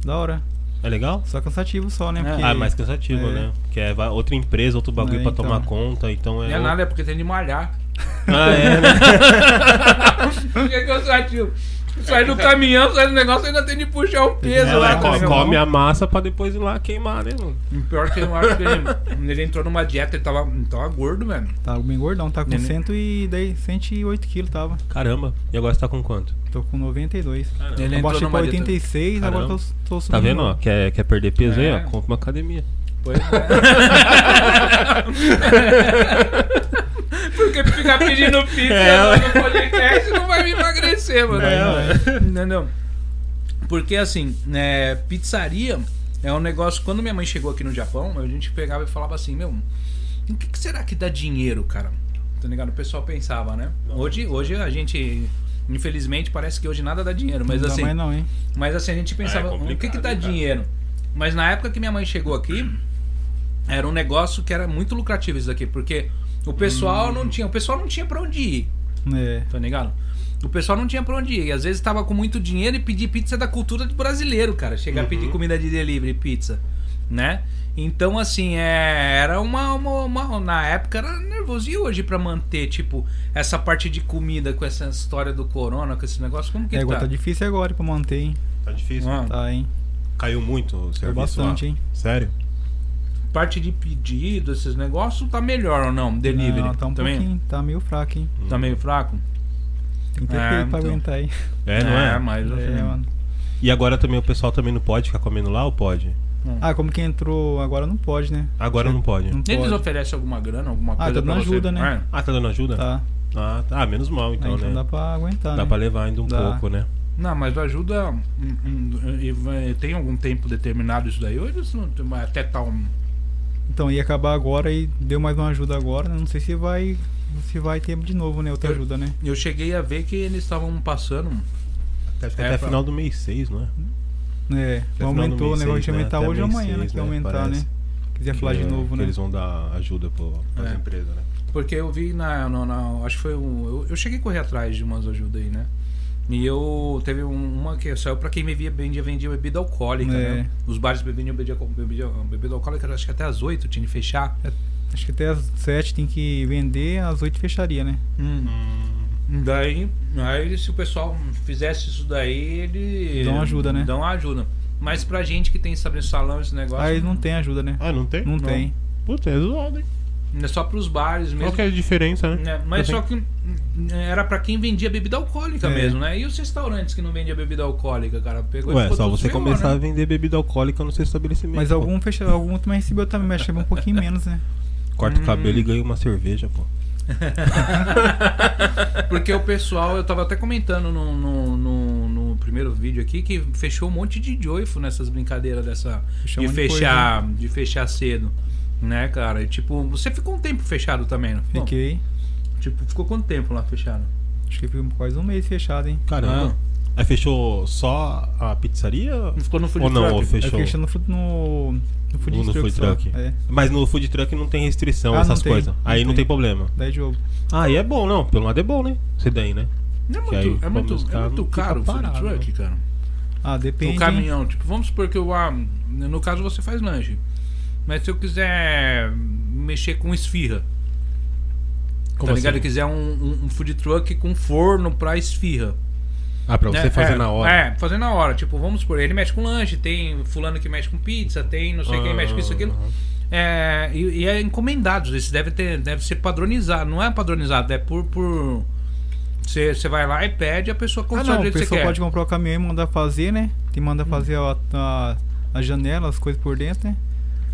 Speaker 3: Da hora.
Speaker 1: É legal?
Speaker 3: Só cansativo só, né?
Speaker 2: É.
Speaker 3: Porque
Speaker 1: Ah, é mais cansativo,
Speaker 3: É.
Speaker 1: né? Que é va- outra empresa, outro bagulho
Speaker 3: É,
Speaker 1: pra
Speaker 3: então.
Speaker 1: tomar conta, então é.
Speaker 2: Não é nada, é porque tem de malhar. [LAUGHS]
Speaker 1: Ah, é, né? [LAUGHS]
Speaker 2: Por que que eu sou ativo? Sai do caminhão, sai do negócio, ainda tem de puxar o peso
Speaker 1: Ela
Speaker 2: lá.
Speaker 3: malhar,
Speaker 1: co-
Speaker 2: cara.
Speaker 3: meu
Speaker 1: come
Speaker 3: irmão.
Speaker 1: a massa pra depois ir lá queimar, né, mano?
Speaker 2: Pior que eu acho que ele, ele entrou numa dieta, ele tava, ele tava gordo, velho.
Speaker 3: Tá bem gordão, tá com
Speaker 2: Neném.
Speaker 3: 110, 108 quilos tava.
Speaker 1: Caramba. E agora você tá com quanto?
Speaker 3: Tô com 92.
Speaker 2: Ele entrou
Speaker 3: Abaixei pra
Speaker 2: numa dieta.
Speaker 3: 86, agora tô, tô subindo.
Speaker 1: Tá vendo, ó? Quer, quer perder peso aí,
Speaker 2: É.
Speaker 1: ó? Compra uma
Speaker 3: [LAUGHS]
Speaker 1: academia.
Speaker 2: Pois [LAUGHS] é. Porque ficar pedindo pizza
Speaker 1: É,
Speaker 2: no podcast não vai me emagrecer, mano.
Speaker 1: É,
Speaker 2: não, não. Porque assim, né, pizzaria é um negócio. Quando minha mãe chegou aqui no Japão, a gente pegava e falava assim, meu. E o que, que será que dá dinheiro, cara? Tá ligado? O pessoal pensava, né? Hoje, hoje a gente. Infelizmente, parece que hoje nada dá dinheiro, mas
Speaker 3: não dá
Speaker 2: assim.
Speaker 3: mais não, hein?
Speaker 2: Mas assim, a gente pensava,
Speaker 1: É, é
Speaker 2: o que que
Speaker 1: complicado,
Speaker 2: dá
Speaker 1: cara.
Speaker 2: dinheiro? Mas na época que minha mãe chegou aqui, era um negócio que era muito lucrativo isso daqui, porque o
Speaker 3: Hum.
Speaker 2: pessoal não tinha, o pessoal não tinha para onde ir,
Speaker 3: É.
Speaker 2: tá ligado? O pessoal não tinha pra onde ir. E às vezes tava com muito dinheiro e pedir pizza da cultura de brasileiro, cara. Chegar a
Speaker 1: Uhum.
Speaker 2: pedir comida de delivery, pizza, né? Então, assim, é, era uma, uma, uma- Na época era nervoso. E hoje, pra manter, tipo, essa parte de comida com essa história do corona, com esse negócio, como que
Speaker 3: é,
Speaker 2: tá?
Speaker 3: agora tá difícil agora pra manter, hein?
Speaker 1: Tá difícil.
Speaker 2: Ah,
Speaker 3: Tá, hein? Tá
Speaker 1: Caiu muito o serviço
Speaker 3: bastante,
Speaker 1: lá.
Speaker 3: hein?
Speaker 1: Sério?
Speaker 2: parte de pedido, esses negócios, tá melhor ou não? Delivery.
Speaker 3: Não, tá um
Speaker 2: também?
Speaker 3: pouquinho, tá meio fraco, hein?
Speaker 2: Tá meio fraco?
Speaker 3: Tem que ter
Speaker 2: É,
Speaker 3: peito pra
Speaker 2: então.
Speaker 3: aguentar, hein?
Speaker 1: É, não é?
Speaker 2: mas assim,
Speaker 3: É, mano.
Speaker 1: E agora também o pessoal também não pode ficar comendo lá ou pode?
Speaker 3: Ah, como que entrou agora não pode, né?
Speaker 1: Agora não pode.
Speaker 3: Não
Speaker 2: Eles
Speaker 3: pode.
Speaker 2: oferecem alguma grana, alguma
Speaker 3: tá
Speaker 2: coisa
Speaker 3: dando
Speaker 2: pra você?
Speaker 3: ajuda, né?
Speaker 2: É.
Speaker 1: Ah, tá dando ajuda?
Speaker 3: Tá.
Speaker 1: Ah, tá. Ah, menos mal então,
Speaker 3: Então, ah, então
Speaker 1: né?
Speaker 3: dá
Speaker 1: Dá,
Speaker 3: pra aguentar, né?
Speaker 1: pra levar ainda um
Speaker 3: Dá.
Speaker 1: pouco, né?
Speaker 2: Não, mas ajuda. hum, hum, e vai- tem algum tempo determinado isso daí? Ou eles não, até tal. um?
Speaker 3: Então ia acabar agora e deu mais uma ajuda agora. né? Não sei se vai se vai ter de novo, né? Outra
Speaker 2: Eu-
Speaker 3: ajuda, né?
Speaker 2: Eu cheguei a ver que eles estavam passando. um,
Speaker 1: Até,
Speaker 2: É,
Speaker 1: até
Speaker 2: pra-
Speaker 1: final do mês 6, não é?
Speaker 3: É,
Speaker 1: final do
Speaker 3: aumentou, o
Speaker 1: mês
Speaker 3: negócio
Speaker 1: seis,
Speaker 3: de
Speaker 1: né?
Speaker 3: aumentar
Speaker 1: Até
Speaker 3: hoje ou
Speaker 1: mês
Speaker 3: amanhã, né?
Speaker 1: seis,
Speaker 3: Que
Speaker 1: né?
Speaker 3: aumentar, né?
Speaker 1: Parece.
Speaker 3: Quiser falar de
Speaker 1: Que- é
Speaker 3: novo,
Speaker 1: que
Speaker 3: né?
Speaker 1: Eles vão dar ajuda pro, pras
Speaker 2: É.
Speaker 1: empresas, né?
Speaker 2: Porque eu vi na. na- na- acho que foi um. Eu, eu cheguei a correr atrás de umas ajudas aí, né? E eu teve um- uma que saiu pra quem me via vendia, vendia bebida alcoólica,
Speaker 3: É.
Speaker 2: né? Os bares bebiam bebida, alco- bebida, bebida alcoólica, acho que até às 8 tinha de fechar.
Speaker 3: Acho que até às 7 tem que vender, às 8 fecharia, né?
Speaker 2: Hum.
Speaker 1: Hum.
Speaker 2: Daí, aí se o pessoal fizesse isso daí, ele.
Speaker 3: Dão ajuda, né?
Speaker 2: Dão ajuda. Mas pra gente que tem sabe, salão, esse negócio.
Speaker 3: Aí não tem ajuda, né?
Speaker 1: Ah, não tem?
Speaker 3: Não, tem.
Speaker 1: Puta, é zoado, hein?
Speaker 2: É só pros bares mesmo.
Speaker 1: Qual que é a diferença, né?
Speaker 2: né? Mas
Speaker 1: Não
Speaker 2: só que hum, era pra quem vendia bebida alcoólica
Speaker 3: É.
Speaker 2: mesmo, né? E os restaurantes que não vendiam bebida alcoólica, cara? Pegou e
Speaker 1: Ué,
Speaker 2: ficou
Speaker 1: só
Speaker 2: tudo
Speaker 1: você
Speaker 2: ferrou,
Speaker 1: começar a
Speaker 2: né?
Speaker 1: vender bebida alcoólica no seu estabelecimento.
Speaker 3: Mas
Speaker 1: pô.
Speaker 3: algum fecha, algum também recebeu também, mas recebeu um pouquinho menos, né?
Speaker 1: Corta o
Speaker 2: Hum.
Speaker 1: cabelo e ganha uma cerveja, pô.
Speaker 2: Porque o pessoal, eu tava até comentando no, no, no- no primeiro vídeo aqui que fechou um monte de joifo nessas brincadeiras dessa.
Speaker 3: Fechou um
Speaker 2: de
Speaker 3: monte de
Speaker 2: fechar. De fechar cedo. Né, cara? E tipo, você ficou um tempo fechado também, não? ficou?
Speaker 3: né? Fiquei.
Speaker 2: Tipo, ficou quanto tempo lá fechado?
Speaker 3: Acho que ficou quase um mês fechado, hein?
Speaker 1: Caramba. Ah. Aí fechou só a pizzaria?
Speaker 2: Não ficou no food
Speaker 1: Ou não,
Speaker 2: truck?
Speaker 1: ou
Speaker 3: Aí
Speaker 1: fechou?
Speaker 3: fechou no, fu- no, no food
Speaker 1: Ou no
Speaker 3: truck
Speaker 1: food
Speaker 3: só.
Speaker 1: truck.
Speaker 3: É,
Speaker 1: Mas no food truck não tem restrição,
Speaker 3: Ah, não
Speaker 1: essas
Speaker 3: tem.
Speaker 1: coisas.
Speaker 3: Não
Speaker 1: Aí não
Speaker 3: tem.
Speaker 1: tem problema.
Speaker 3: 10 de ovo.
Speaker 1: Ah, e é bom, não. Pelo lado é bom, né? Você daí, né?
Speaker 2: Não é
Speaker 1: Que aí,
Speaker 2: muito, é
Speaker 1: pelo
Speaker 2: muito,
Speaker 1: menos,
Speaker 2: é
Speaker 1: cara,
Speaker 2: muito
Speaker 1: não fica
Speaker 2: caro o food
Speaker 1: parado, né?
Speaker 2: truck, cara.
Speaker 3: Ah, depende.
Speaker 2: No
Speaker 3: hein?
Speaker 2: caminhão, tipo, vamos supor que eu. Ah, no caso você faz lanche. Mas se eu quiser mexer com esfirra,
Speaker 1: Como
Speaker 2: tá ligado?
Speaker 1: assim?
Speaker 2: Eu quiser um, um- um food truck com forno pra esfirra.
Speaker 1: Ah, pra você
Speaker 2: né?
Speaker 1: fazer
Speaker 2: É,
Speaker 1: na hora.
Speaker 2: É, fazer na hora. Tipo, vamos supor, ele mexe com lanche, tem fulano que mexe com pizza, tem não sei quem mexe com isso, aquilo.
Speaker 1: Aham.
Speaker 2: É, e, e é encomendado, isso deve, ter, deve ser padronizado. Não é padronizado, é por. por... Você você vai lá e pede a pessoa
Speaker 3: Ah,
Speaker 2: consome
Speaker 3: não,
Speaker 2: do
Speaker 3: a
Speaker 2: jeito que você
Speaker 3: pessoa
Speaker 2: quer. Hum.
Speaker 3: pode comprar o caminhão e mandar fazer, né? Tem que mandar fazer a, a, a janela, as coisas por dentro, né?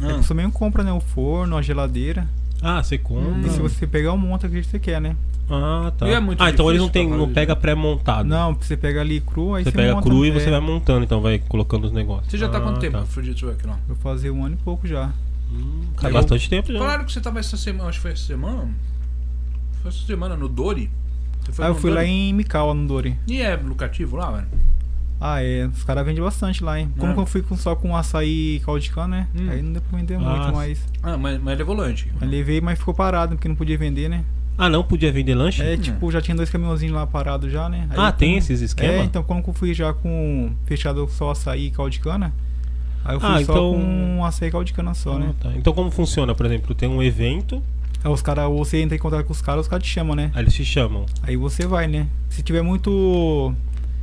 Speaker 3: Aí A
Speaker 2: Ah.
Speaker 3: pessoa mesmo compra, né? O forno, a geladeira.
Speaker 1: Ah, você compra.
Speaker 2: Hum.
Speaker 3: E se você pegar um monte que você quer, né?
Speaker 1: Ah, tá.
Speaker 2: E é muito
Speaker 1: ah, então eles
Speaker 2: difícil
Speaker 1: não, tem,
Speaker 2: pra
Speaker 1: não
Speaker 2: fazer,
Speaker 1: pega pré-montado.
Speaker 3: Não, você pega ali cru, aí
Speaker 1: Ah. Você
Speaker 3: você,
Speaker 1: pega
Speaker 3: monta,
Speaker 1: cru e
Speaker 3: é.
Speaker 1: você vai montando, então vai colocando os negócios.
Speaker 2: Você já tá há
Speaker 1: Ah,
Speaker 2: quanto tempo
Speaker 1: Tá,
Speaker 2: no food truck, não?
Speaker 3: Vou fazer um ano e pouco já.
Speaker 1: Hum, tá
Speaker 3: Eu-
Speaker 1: bastante tempo já.
Speaker 2: Falaram que você tava essa semana, acho que foi essa semana. Foi essa semana no Dori. Você foi
Speaker 3: Aí Ah, eu
Speaker 2: no
Speaker 3: fui lá
Speaker 2: Dori?
Speaker 3: em Mikawa, no Dori.
Speaker 2: E é lucrativo lá, velho?
Speaker 3: Ah, é. Os caras vendem bastante lá, hein? Como
Speaker 2: É.
Speaker 3: que eu fui com, só com açaí e caldo de cana, né?
Speaker 2: Hum.
Speaker 3: Aí não deu pra vender
Speaker 1: Ah,
Speaker 3: muito, mas...
Speaker 2: Ah, mas, mas levou lanche.
Speaker 3: Aí levei, mas ficou parado, porque não podia vender, né?
Speaker 1: Ah, não? Podia vender lanche?
Speaker 2: né?
Speaker 3: É, tipo, já tinha dois caminhãozinhos lá parados já, né? Aí
Speaker 1: ah,
Speaker 3: eu-
Speaker 1: tem esses esquemas?
Speaker 3: É, então como que eu fui já com fechado só açaí e caldo de cana, aí eu fui
Speaker 1: Ah,
Speaker 3: só
Speaker 1: então-
Speaker 3: com açaí e caldo de cana só, né?
Speaker 1: Ah, tá. Então como funciona? Por exemplo, tem um evento,
Speaker 3: Aí os caras, ou você entra em contato com os caras, os caras te chamam, né?
Speaker 1: aí eles te chamam.
Speaker 3: Aí você vai, né? Se tiver muito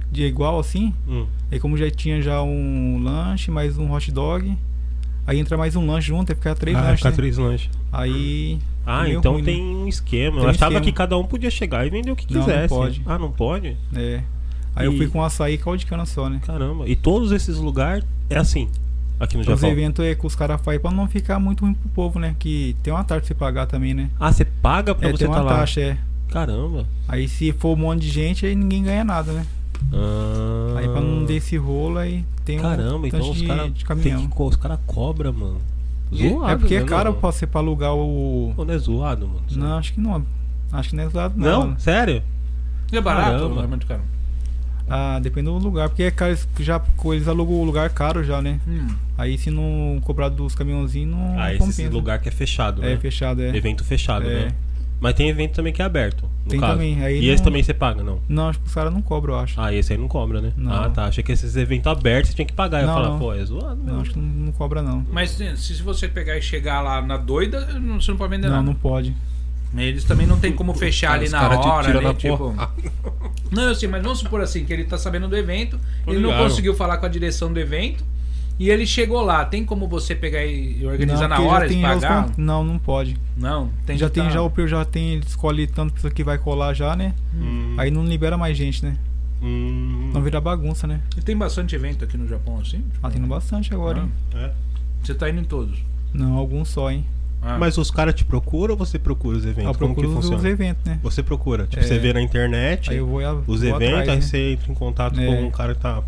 Speaker 3: de igual assim,
Speaker 1: Hum.
Speaker 3: aí como já tinha já um lanche, mais um hot dog, aí entra mais um lanche junto, aí fica três
Speaker 1: ah,
Speaker 3: lanches.
Speaker 1: ficar
Speaker 3: né?
Speaker 1: três lanches.
Speaker 3: Aí.
Speaker 1: Ah,
Speaker 3: meio
Speaker 1: então
Speaker 3: ruim,
Speaker 1: tem um esquema.
Speaker 3: Tem
Speaker 1: eu
Speaker 3: um
Speaker 1: achava
Speaker 3: esquema.
Speaker 1: que cada um podia chegar e vender o que
Speaker 3: Não, não
Speaker 1: quisesse.
Speaker 3: pode.
Speaker 1: Ah, não pode?
Speaker 3: Né? É. Aí eu
Speaker 1: E-
Speaker 3: fui com açaí e caldo de cana só, né?
Speaker 1: Caramba. E todos esses lugares é assim, aqui no
Speaker 3: Os
Speaker 1: Japão.
Speaker 3: eventos é que os caras fazem pra não ficar muito ruim pro povo, né? Que tem uma taxa pra você pagar também, né?
Speaker 1: Ah, você paga pra
Speaker 3: é,
Speaker 1: você
Speaker 3: tem uma
Speaker 1: tá lá.
Speaker 3: taxa, é.
Speaker 1: Caramba.
Speaker 3: Aí se for um monte de gente, aí ninguém ganha nada, né?
Speaker 1: Ah,
Speaker 3: Aí pra não dar esse rolo, aí tem um
Speaker 1: Caramba, então
Speaker 3: tanto
Speaker 1: os
Speaker 3: de,
Speaker 1: caras.
Speaker 3: de caminhão.
Speaker 1: Os caras cobram, mano.
Speaker 3: E-
Speaker 1: Zoado,
Speaker 3: é porque é
Speaker 1: né,
Speaker 3: caro
Speaker 1: não?
Speaker 3: pra você pra alugar o.
Speaker 1: Pô, não é zoado, mano.
Speaker 3: Não, acho que não. Acho que não é zoado, não.
Speaker 1: Não? Sério?
Speaker 2: E é barato?
Speaker 1: Caramba.
Speaker 2: É muito caro.
Speaker 3: Ah, depende do lugar, porque é caro, eles já, eles alugam o lugar caro já, né?
Speaker 2: Hum.
Speaker 3: Aí se não cobrar dos caminhãozinhos, não
Speaker 1: Ah, esse
Speaker 3: compensa.
Speaker 1: lugar que é fechado,
Speaker 3: é
Speaker 1: né?
Speaker 3: fechado, é.
Speaker 1: Evento fechado,
Speaker 3: É.
Speaker 1: né? Mas tem evento também que é aberto, no
Speaker 3: Tem
Speaker 1: caso.
Speaker 3: também,
Speaker 1: e
Speaker 3: aí
Speaker 1: esse
Speaker 3: não- é
Speaker 1: também você paga, não?
Speaker 3: Não, acho que os caras não cobram, eu acho.
Speaker 1: Ah, esse aí não cobra, né?
Speaker 3: Não.
Speaker 1: Ah, tá. Achei que esses eventos abertos você tinha que pagar. Eu ia
Speaker 3: Não,
Speaker 1: falar,
Speaker 3: não.
Speaker 1: pô, é zoado
Speaker 3: Não,
Speaker 1: mesmo.
Speaker 3: acho que não, não cobra, não.
Speaker 2: Mas se, se você pegar e chegar lá na doida, eh, não- você não pode vender
Speaker 3: Não,
Speaker 2: nada.
Speaker 3: não pode.
Speaker 2: Eles também não tem como fechar ali
Speaker 1: Os
Speaker 2: na
Speaker 1: cara te
Speaker 2: hora,
Speaker 1: tira
Speaker 2: né?
Speaker 1: na
Speaker 2: Tipo...
Speaker 1: porra.
Speaker 2: Não, eu sei, mas vamos supor assim, que ele tá sabendo do evento,
Speaker 1: Tô
Speaker 2: ele não
Speaker 1: ligado.
Speaker 2: conseguiu falar com a direção do evento, e ele chegou lá. Tem como você pegar e organizar
Speaker 3: não,
Speaker 2: na
Speaker 3: porque já
Speaker 2: hora e
Speaker 3: tem já os
Speaker 2: pagar?
Speaker 3: con- Não, não pode.
Speaker 2: Não, tem
Speaker 3: já
Speaker 2: que
Speaker 3: tem
Speaker 2: tá-
Speaker 3: já o Peu, já tem, ele escolhe tanto pessoa que vai colar já, né?
Speaker 1: Hum,
Speaker 3: Aí não libera mais gente, né?
Speaker 1: hum,
Speaker 3: Não vira bagunça, né?
Speaker 2: E tem bastante evento aqui no Japão, assim? Ah,
Speaker 3: Ah, tendo bastante agora, hein?
Speaker 1: é.
Speaker 2: Você tá indo em todos.
Speaker 3: Não, alguns só, hein?
Speaker 2: Ah.
Speaker 1: Mas os caras te procuram ou você procura os eventos?
Speaker 3: Eu
Speaker 1: Como que
Speaker 3: procuro os, os
Speaker 1: funciona?
Speaker 3: eventos, né?
Speaker 1: Você procura. Tipo,
Speaker 3: É.
Speaker 1: você vê na internet
Speaker 3: Aí eu vou e a-
Speaker 1: os
Speaker 3: vou
Speaker 1: eventos, aí
Speaker 3: atrás, né?
Speaker 1: você entra em contato
Speaker 3: É.
Speaker 1: com um cara que tá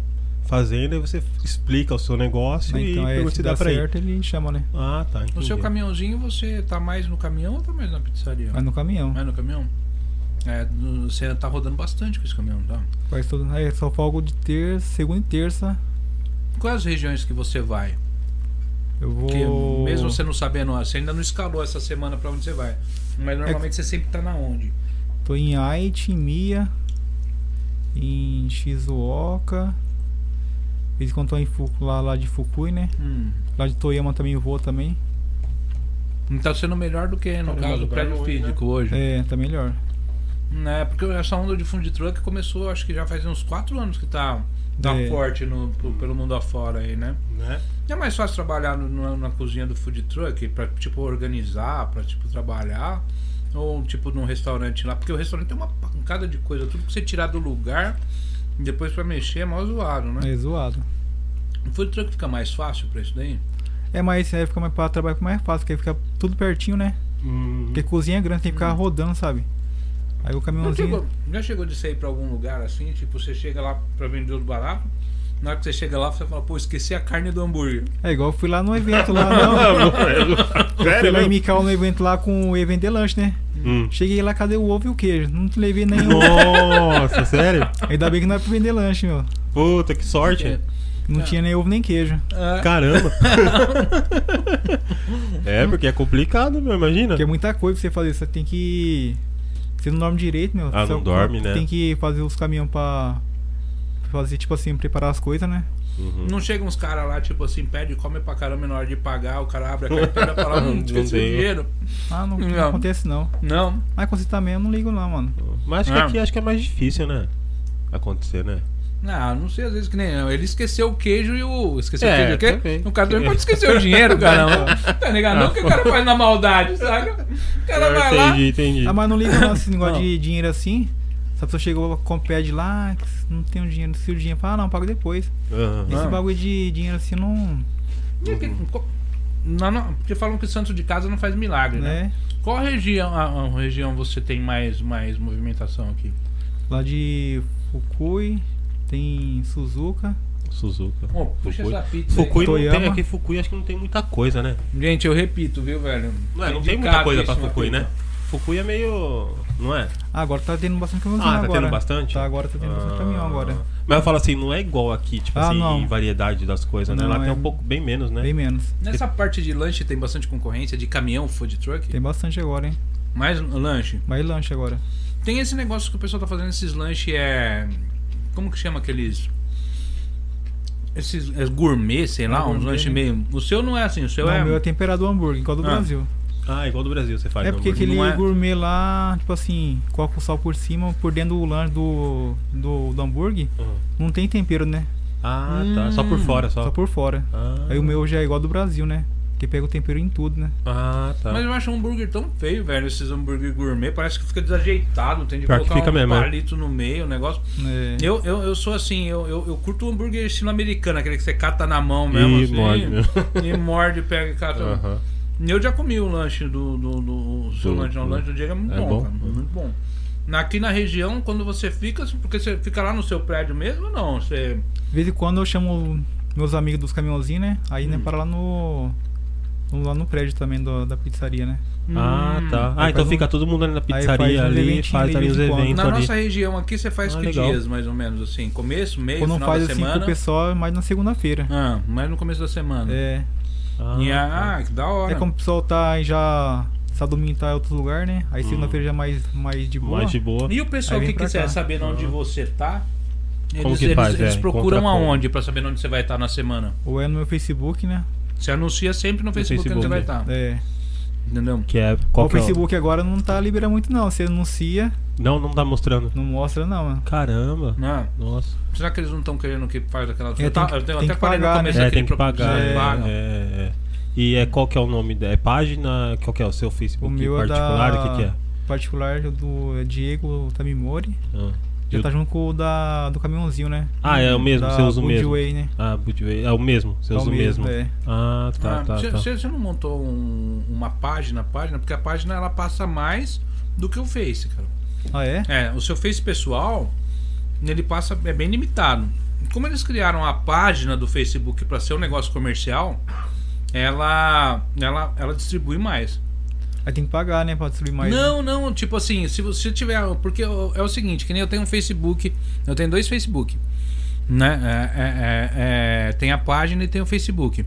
Speaker 1: fazendo, aí você explica o seu negócio
Speaker 3: Mas
Speaker 1: e
Speaker 3: Então é,
Speaker 1: pergunta
Speaker 3: se
Speaker 1: se dá
Speaker 3: dá
Speaker 1: pra ir.
Speaker 3: certo, ele chama, né?
Speaker 1: Ah, tá.
Speaker 2: No
Speaker 1: entendi.
Speaker 2: seu caminhãozinho, você tá mais no caminhão ou tá mais na pizzaria?
Speaker 3: Mas no caminhão.
Speaker 2: Mais no caminhão? É, no- você tá rodando bastante com esse caminhão, tá?
Speaker 3: Faz todo... Aí só folgo de terça, segunda e terça.
Speaker 2: Quais as regiões que você vai?
Speaker 3: Eu vou.
Speaker 2: Porque
Speaker 1: é
Speaker 2: mesmo você não sabendo, você ainda não escalou essa semana pra onde você vai.
Speaker 3: É
Speaker 2: Mas normalmente você sempre tá na onde?
Speaker 3: Tô em Aichi, em Mia, em Shizuoka. De vez em quando tô em Fuku, lá, lá de Fukui, né?
Speaker 2: Hum.
Speaker 3: Lá de Toyama também eu vou também.
Speaker 2: Então sendo melhor do que, no
Speaker 1: Caramba,
Speaker 2: caso, o
Speaker 1: lugar
Speaker 2: prédio
Speaker 1: longe, né?
Speaker 2: físico hoje.
Speaker 3: É, tá melhor.
Speaker 2: né? porque essa onda de food truck começou, acho que já faz uns 4 anos que tá, tá
Speaker 3: É.
Speaker 2: forte no, pro- pelo mundo afora aí, né?
Speaker 1: Né?
Speaker 2: É mais fácil trabalhar no- na, na cozinha do food truck pra, tipo, organizar, pra, tipo, trabalhar. Ou, tipo, num restaurante lá. Porque o restaurante tem uma pancada de coisa. Tudo que você tirar do lugar, depois pra mexer, é mó zoado, né?
Speaker 3: É zoado.
Speaker 2: O food truck fica mais fácil pra isso daí?
Speaker 3: É, mas aí fica mais pra trabalhar fica mais fácil, porque aí fica tudo pertinho, né?
Speaker 1: Hum,
Speaker 3: Porque cozinha é grande, tem que ficar rodando, sabe? Aí o
Speaker 2: Já
Speaker 3: caminhãozinho.
Speaker 2: chegou, já chegou de sair pra algum lugar assim? Tipo, você chega lá pra vender os barato. Na hora que você chega lá, você fala, pô, esqueci a carne do hambúrguer.
Speaker 3: É igual eu fui lá no
Speaker 1: [LAUGHS]
Speaker 3: evento lá, não.
Speaker 2: [LAUGHS]
Speaker 3: Fui
Speaker 1: Sério,
Speaker 3: lá em
Speaker 1: mesmo?
Speaker 3: Mikau no evento lá com o evento de lanche, né?
Speaker 1: Hum.
Speaker 3: Cheguei lá, cadê o ovo e o queijo? Não levei nenhum.
Speaker 1: Nossa, sério?
Speaker 3: Ainda bem que não é pra vender lanche, meu.
Speaker 1: Puta, que sorte.
Speaker 2: É.
Speaker 3: Não
Speaker 2: Ah.
Speaker 3: tinha nem ovo nem queijo.
Speaker 2: Ah,
Speaker 1: Caramba. é, porque é complicado, meu, imagina.
Speaker 3: Porque é muita coisa pra você fazer. Você tem que. Você não dorme direito, meu.
Speaker 1: Ah,
Speaker 3: Você
Speaker 1: não dorme, né?
Speaker 3: Tem que fazer os caminhões pra. pra Fazer, tipo assim, preparar as coisas, né?
Speaker 1: Uhum.
Speaker 2: não chegam uns caras lá, tipo assim, pede, come pra caramba e na hora de pagar, o cara abre a carteira e fala, hum,
Speaker 1: [LAUGHS] Não
Speaker 2: esqueci o
Speaker 1: deu.
Speaker 2: dinheiro.
Speaker 3: Ah, não, não
Speaker 2: Não.
Speaker 3: acontece não.
Speaker 2: Não.
Speaker 3: Mas quando você tá mesmo, eu não ligo lá, mano.
Speaker 1: Mas acho que
Speaker 2: Ah.
Speaker 1: aqui acho que é mais difícil, né? Acontecer, né?
Speaker 2: Ah, não sei, às vezes que nem. Ele esqueceu o queijo e o. Esqueceu
Speaker 1: É,
Speaker 2: o queijo e o quê?
Speaker 1: também.
Speaker 2: O cara também pode esquecer o
Speaker 1: [LAUGHS]
Speaker 2: dinheiro, caramba. tá ligado? Não que o cara faz na maldade, saca? O cara vai lá.
Speaker 1: entendi, entendi.
Speaker 3: Ah, mas não ligo não esse negócio
Speaker 2: Não.
Speaker 3: de dinheiro assim. Se a pessoa chegou com pede lá, que não tem o dinheiro, se o dinheiro fala, ah, não, pago depois.
Speaker 1: Aham.
Speaker 2: Não.
Speaker 3: Esse bagulho de dinheiro assim não.
Speaker 2: E que- co- Não, não, porque falam que o santo de casa não faz milagre, né?
Speaker 3: né?
Speaker 2: Qual região, a, a região você tem mais, mais movimentação aqui?
Speaker 3: Lá de Fukui, tem Suzuka.
Speaker 1: Suzuka.
Speaker 2: Pô, puxa
Speaker 1: Fukui.
Speaker 2: essa pizza. aí.
Speaker 1: Fukui não tem,
Speaker 3: Toyama.
Speaker 1: aqui em Fukui acho que não tem muita coisa, né?
Speaker 2: Gente, eu repito, viu, velho?
Speaker 1: Não, é, não
Speaker 2: Indicado
Speaker 1: tem muita coisa pra
Speaker 2: isso, então. uma
Speaker 1: Fukui,
Speaker 2: pizza.
Speaker 1: né? Fukui é meio. Não é?
Speaker 3: Ah, agora tá tendo bastante caminhãozinho
Speaker 1: Ah, tá
Speaker 3: agora.
Speaker 1: tendo bastante? Ah,
Speaker 3: Tá, agora tá tendo bastante caminhão agora.
Speaker 1: Mas eu falo assim, não é igual aqui, tipo
Speaker 3: Ah,
Speaker 1: assim,
Speaker 3: não.
Speaker 1: em variedade das coisas, né?
Speaker 3: Não,
Speaker 1: Lá tem
Speaker 3: é-
Speaker 1: um pouco, bem menos, né?
Speaker 3: Bem menos.
Speaker 2: Nessa parte de lanche tem bastante concorrência, de caminhão, food truck?
Speaker 3: Tem bastante agora, hein?
Speaker 2: Mais lanche?
Speaker 3: Vai lanche agora.
Speaker 2: Tem esse negócio que o pessoal tá fazendo esses lanches é. Como que chama aqueles. Esses é gourmet, sei lá,
Speaker 3: Ah,
Speaker 2: uns
Speaker 3: gourmet,
Speaker 2: lanches
Speaker 3: né?
Speaker 2: meio. O seu não é assim, o seu
Speaker 3: não,
Speaker 2: é.
Speaker 3: o meu é temperado hambúrguer, igual do
Speaker 2: Ah,
Speaker 3: Brasil.
Speaker 1: Ah, igual do Brasil você faz.
Speaker 3: É
Speaker 1: no
Speaker 3: porque
Speaker 1: hambúrguer.
Speaker 3: aquele
Speaker 2: não é-
Speaker 3: gourmet lá, tipo assim, coloca o sal por cima, por dentro do lanche do, do, do hambúrguer,
Speaker 1: Uhum.
Speaker 3: não tem tempero, né?
Speaker 1: Ah, tá. Só por
Speaker 2: Hum.
Speaker 1: fora, só.
Speaker 3: Só por fora.
Speaker 1: Ah.
Speaker 3: Aí o meu já é igual do Brasil, né? Que pega o tempero em tudo, né?
Speaker 1: Ah, tá.
Speaker 2: Mas eu acho um hambúrguer tão feio, velho, esses hambúrguer gourmet. Parece que fica desajeitado, tem de
Speaker 1: Pior que
Speaker 2: colocar
Speaker 1: fica
Speaker 2: um
Speaker 1: mesmo, é.
Speaker 2: palito no meio, o negócio.
Speaker 3: É,
Speaker 2: Eu, eu, eu sou assim, eu, eu, eu curto o hambúrguer estilo americano, aquele que você cata na mão mesmo.
Speaker 1: E
Speaker 2: assim,
Speaker 1: morde,
Speaker 2: [LAUGHS]
Speaker 1: né?
Speaker 2: E morde, pega e cata.
Speaker 1: Aham.
Speaker 2: Eu já comi o lanche do, do, do- o seu
Speaker 1: Do-
Speaker 2: lanche, não, o
Speaker 1: do-
Speaker 2: lanche do Diego é muito
Speaker 1: é
Speaker 2: bom,
Speaker 1: bom?
Speaker 2: cara, muito bom. Na- Aqui na região, quando você fica, assim, porque você fica lá no seu prédio mesmo ou não? Você
Speaker 3: De vez em quando eu chamo meus amigos dos caminhãozinhos, né? Aí, né, para lá no. Vamos lá no prédio também do- da pizzaria, né?
Speaker 1: Ah,
Speaker 2: hum,
Speaker 1: tá. Ah,
Speaker 3: Aí
Speaker 1: então
Speaker 3: faz
Speaker 1: fica
Speaker 3: um-
Speaker 1: todo mundo ali na
Speaker 3: faz
Speaker 1: pizzaria
Speaker 3: um
Speaker 1: ali,
Speaker 3: eventinho
Speaker 1: faz
Speaker 3: de
Speaker 1: ali
Speaker 3: vez
Speaker 1: os
Speaker 3: em quando.
Speaker 1: eventos
Speaker 2: Na
Speaker 1: ali.
Speaker 2: nossa região aqui você faz
Speaker 1: Ah,
Speaker 2: que
Speaker 1: legal.
Speaker 2: dias, mais ou menos, assim? Começo, meio,
Speaker 3: Quando
Speaker 2: final
Speaker 3: faz
Speaker 2: da
Speaker 3: assim com
Speaker 2: semana?
Speaker 3: o pessoal, é mais na segunda-feira.
Speaker 2: Ah, mas no começo da
Speaker 1: Hum.
Speaker 2: semana.
Speaker 3: É.
Speaker 1: Ah,
Speaker 2: E,
Speaker 1: tá.
Speaker 2: ah, que da hora.
Speaker 3: É como o pessoal tá aí já. Só domingo tá em outro lugar, né? Aí
Speaker 1: Hum.
Speaker 3: segunda-feira já é mais, mais de boa.
Speaker 1: tá. Mais de boa.
Speaker 2: E o pessoal
Speaker 3: Aí
Speaker 2: que
Speaker 3: vem pra
Speaker 2: quiser
Speaker 3: cá.
Speaker 2: saber onde você tá, eles,
Speaker 1: que
Speaker 2: eles-
Speaker 1: faz,
Speaker 2: eles
Speaker 1: é? Encontra
Speaker 2: procuram
Speaker 1: como?
Speaker 2: aonde pra saber onde você vai estar na semana?
Speaker 3: Ou é no meu Facebook, né?
Speaker 2: Você anuncia sempre no Facebook,
Speaker 1: Facebook,
Speaker 2: onde você vai
Speaker 1: né?
Speaker 2: estar.
Speaker 3: É.
Speaker 2: Entendeu?
Speaker 1: Que é qual
Speaker 3: O
Speaker 1: que é o-
Speaker 3: Facebook agora não tá liberando muito, não. Você anuncia,
Speaker 1: Não, não tá mostrando.
Speaker 3: não mostra, não. mano.
Speaker 1: Caramba.
Speaker 2: Ah,
Speaker 1: Nossa.
Speaker 2: será que eles não estão querendo que faz aquela.
Speaker 3: É,
Speaker 2: eu, tá-
Speaker 3: tem que-
Speaker 2: eu tenho
Speaker 3: tem
Speaker 2: até
Speaker 3: que
Speaker 2: parei no
Speaker 3: pagar,
Speaker 2: começo
Speaker 3: né?
Speaker 1: É,
Speaker 2: daquele
Speaker 1: tem que pagar.
Speaker 2: propósito. né?
Speaker 1: É,
Speaker 2: Paga.
Speaker 1: é, é. E é, qual que é o nome? da- É página? Qual que é o seu
Speaker 3: O
Speaker 1: Facebook
Speaker 3: meu é
Speaker 1: particular?
Speaker 3: da.
Speaker 1: O que, que é?
Speaker 3: Particular do é Diego Tamimori.
Speaker 1: Ah,
Speaker 3: Já
Speaker 1: Eu-
Speaker 3: tá junto com o da, do caminhãozinho, né?
Speaker 1: Ah, é o mesmo,
Speaker 3: da
Speaker 1: você usa o
Speaker 3: Woodway,
Speaker 1: mesmo.
Speaker 3: né?
Speaker 1: Ah, Budway. É o mesmo, você
Speaker 3: É
Speaker 1: usa o mesmo.
Speaker 3: É.
Speaker 1: Ah, tá,
Speaker 2: Ah,
Speaker 1: tá,
Speaker 2: você,
Speaker 1: tá.
Speaker 2: você- você não montou um- uma página, página, porque a página ela passa mais do que o Face, cara.
Speaker 3: Ah, é?
Speaker 2: É, o seu Face pessoal, ele passa é bem limitado. Como eles criaram a página do Facebook para ser um negócio comercial, ela ela ela distribui mais.
Speaker 3: Aí tem que pagar, né? Pra destruir mais. né?
Speaker 2: Não, não, tipo assim, se você tiver. Porque eu- é o seguinte, que nem eu tenho um Facebook, eu tenho dois Facebook. Né? É, é, é, é, tem a página e tem o Facebook.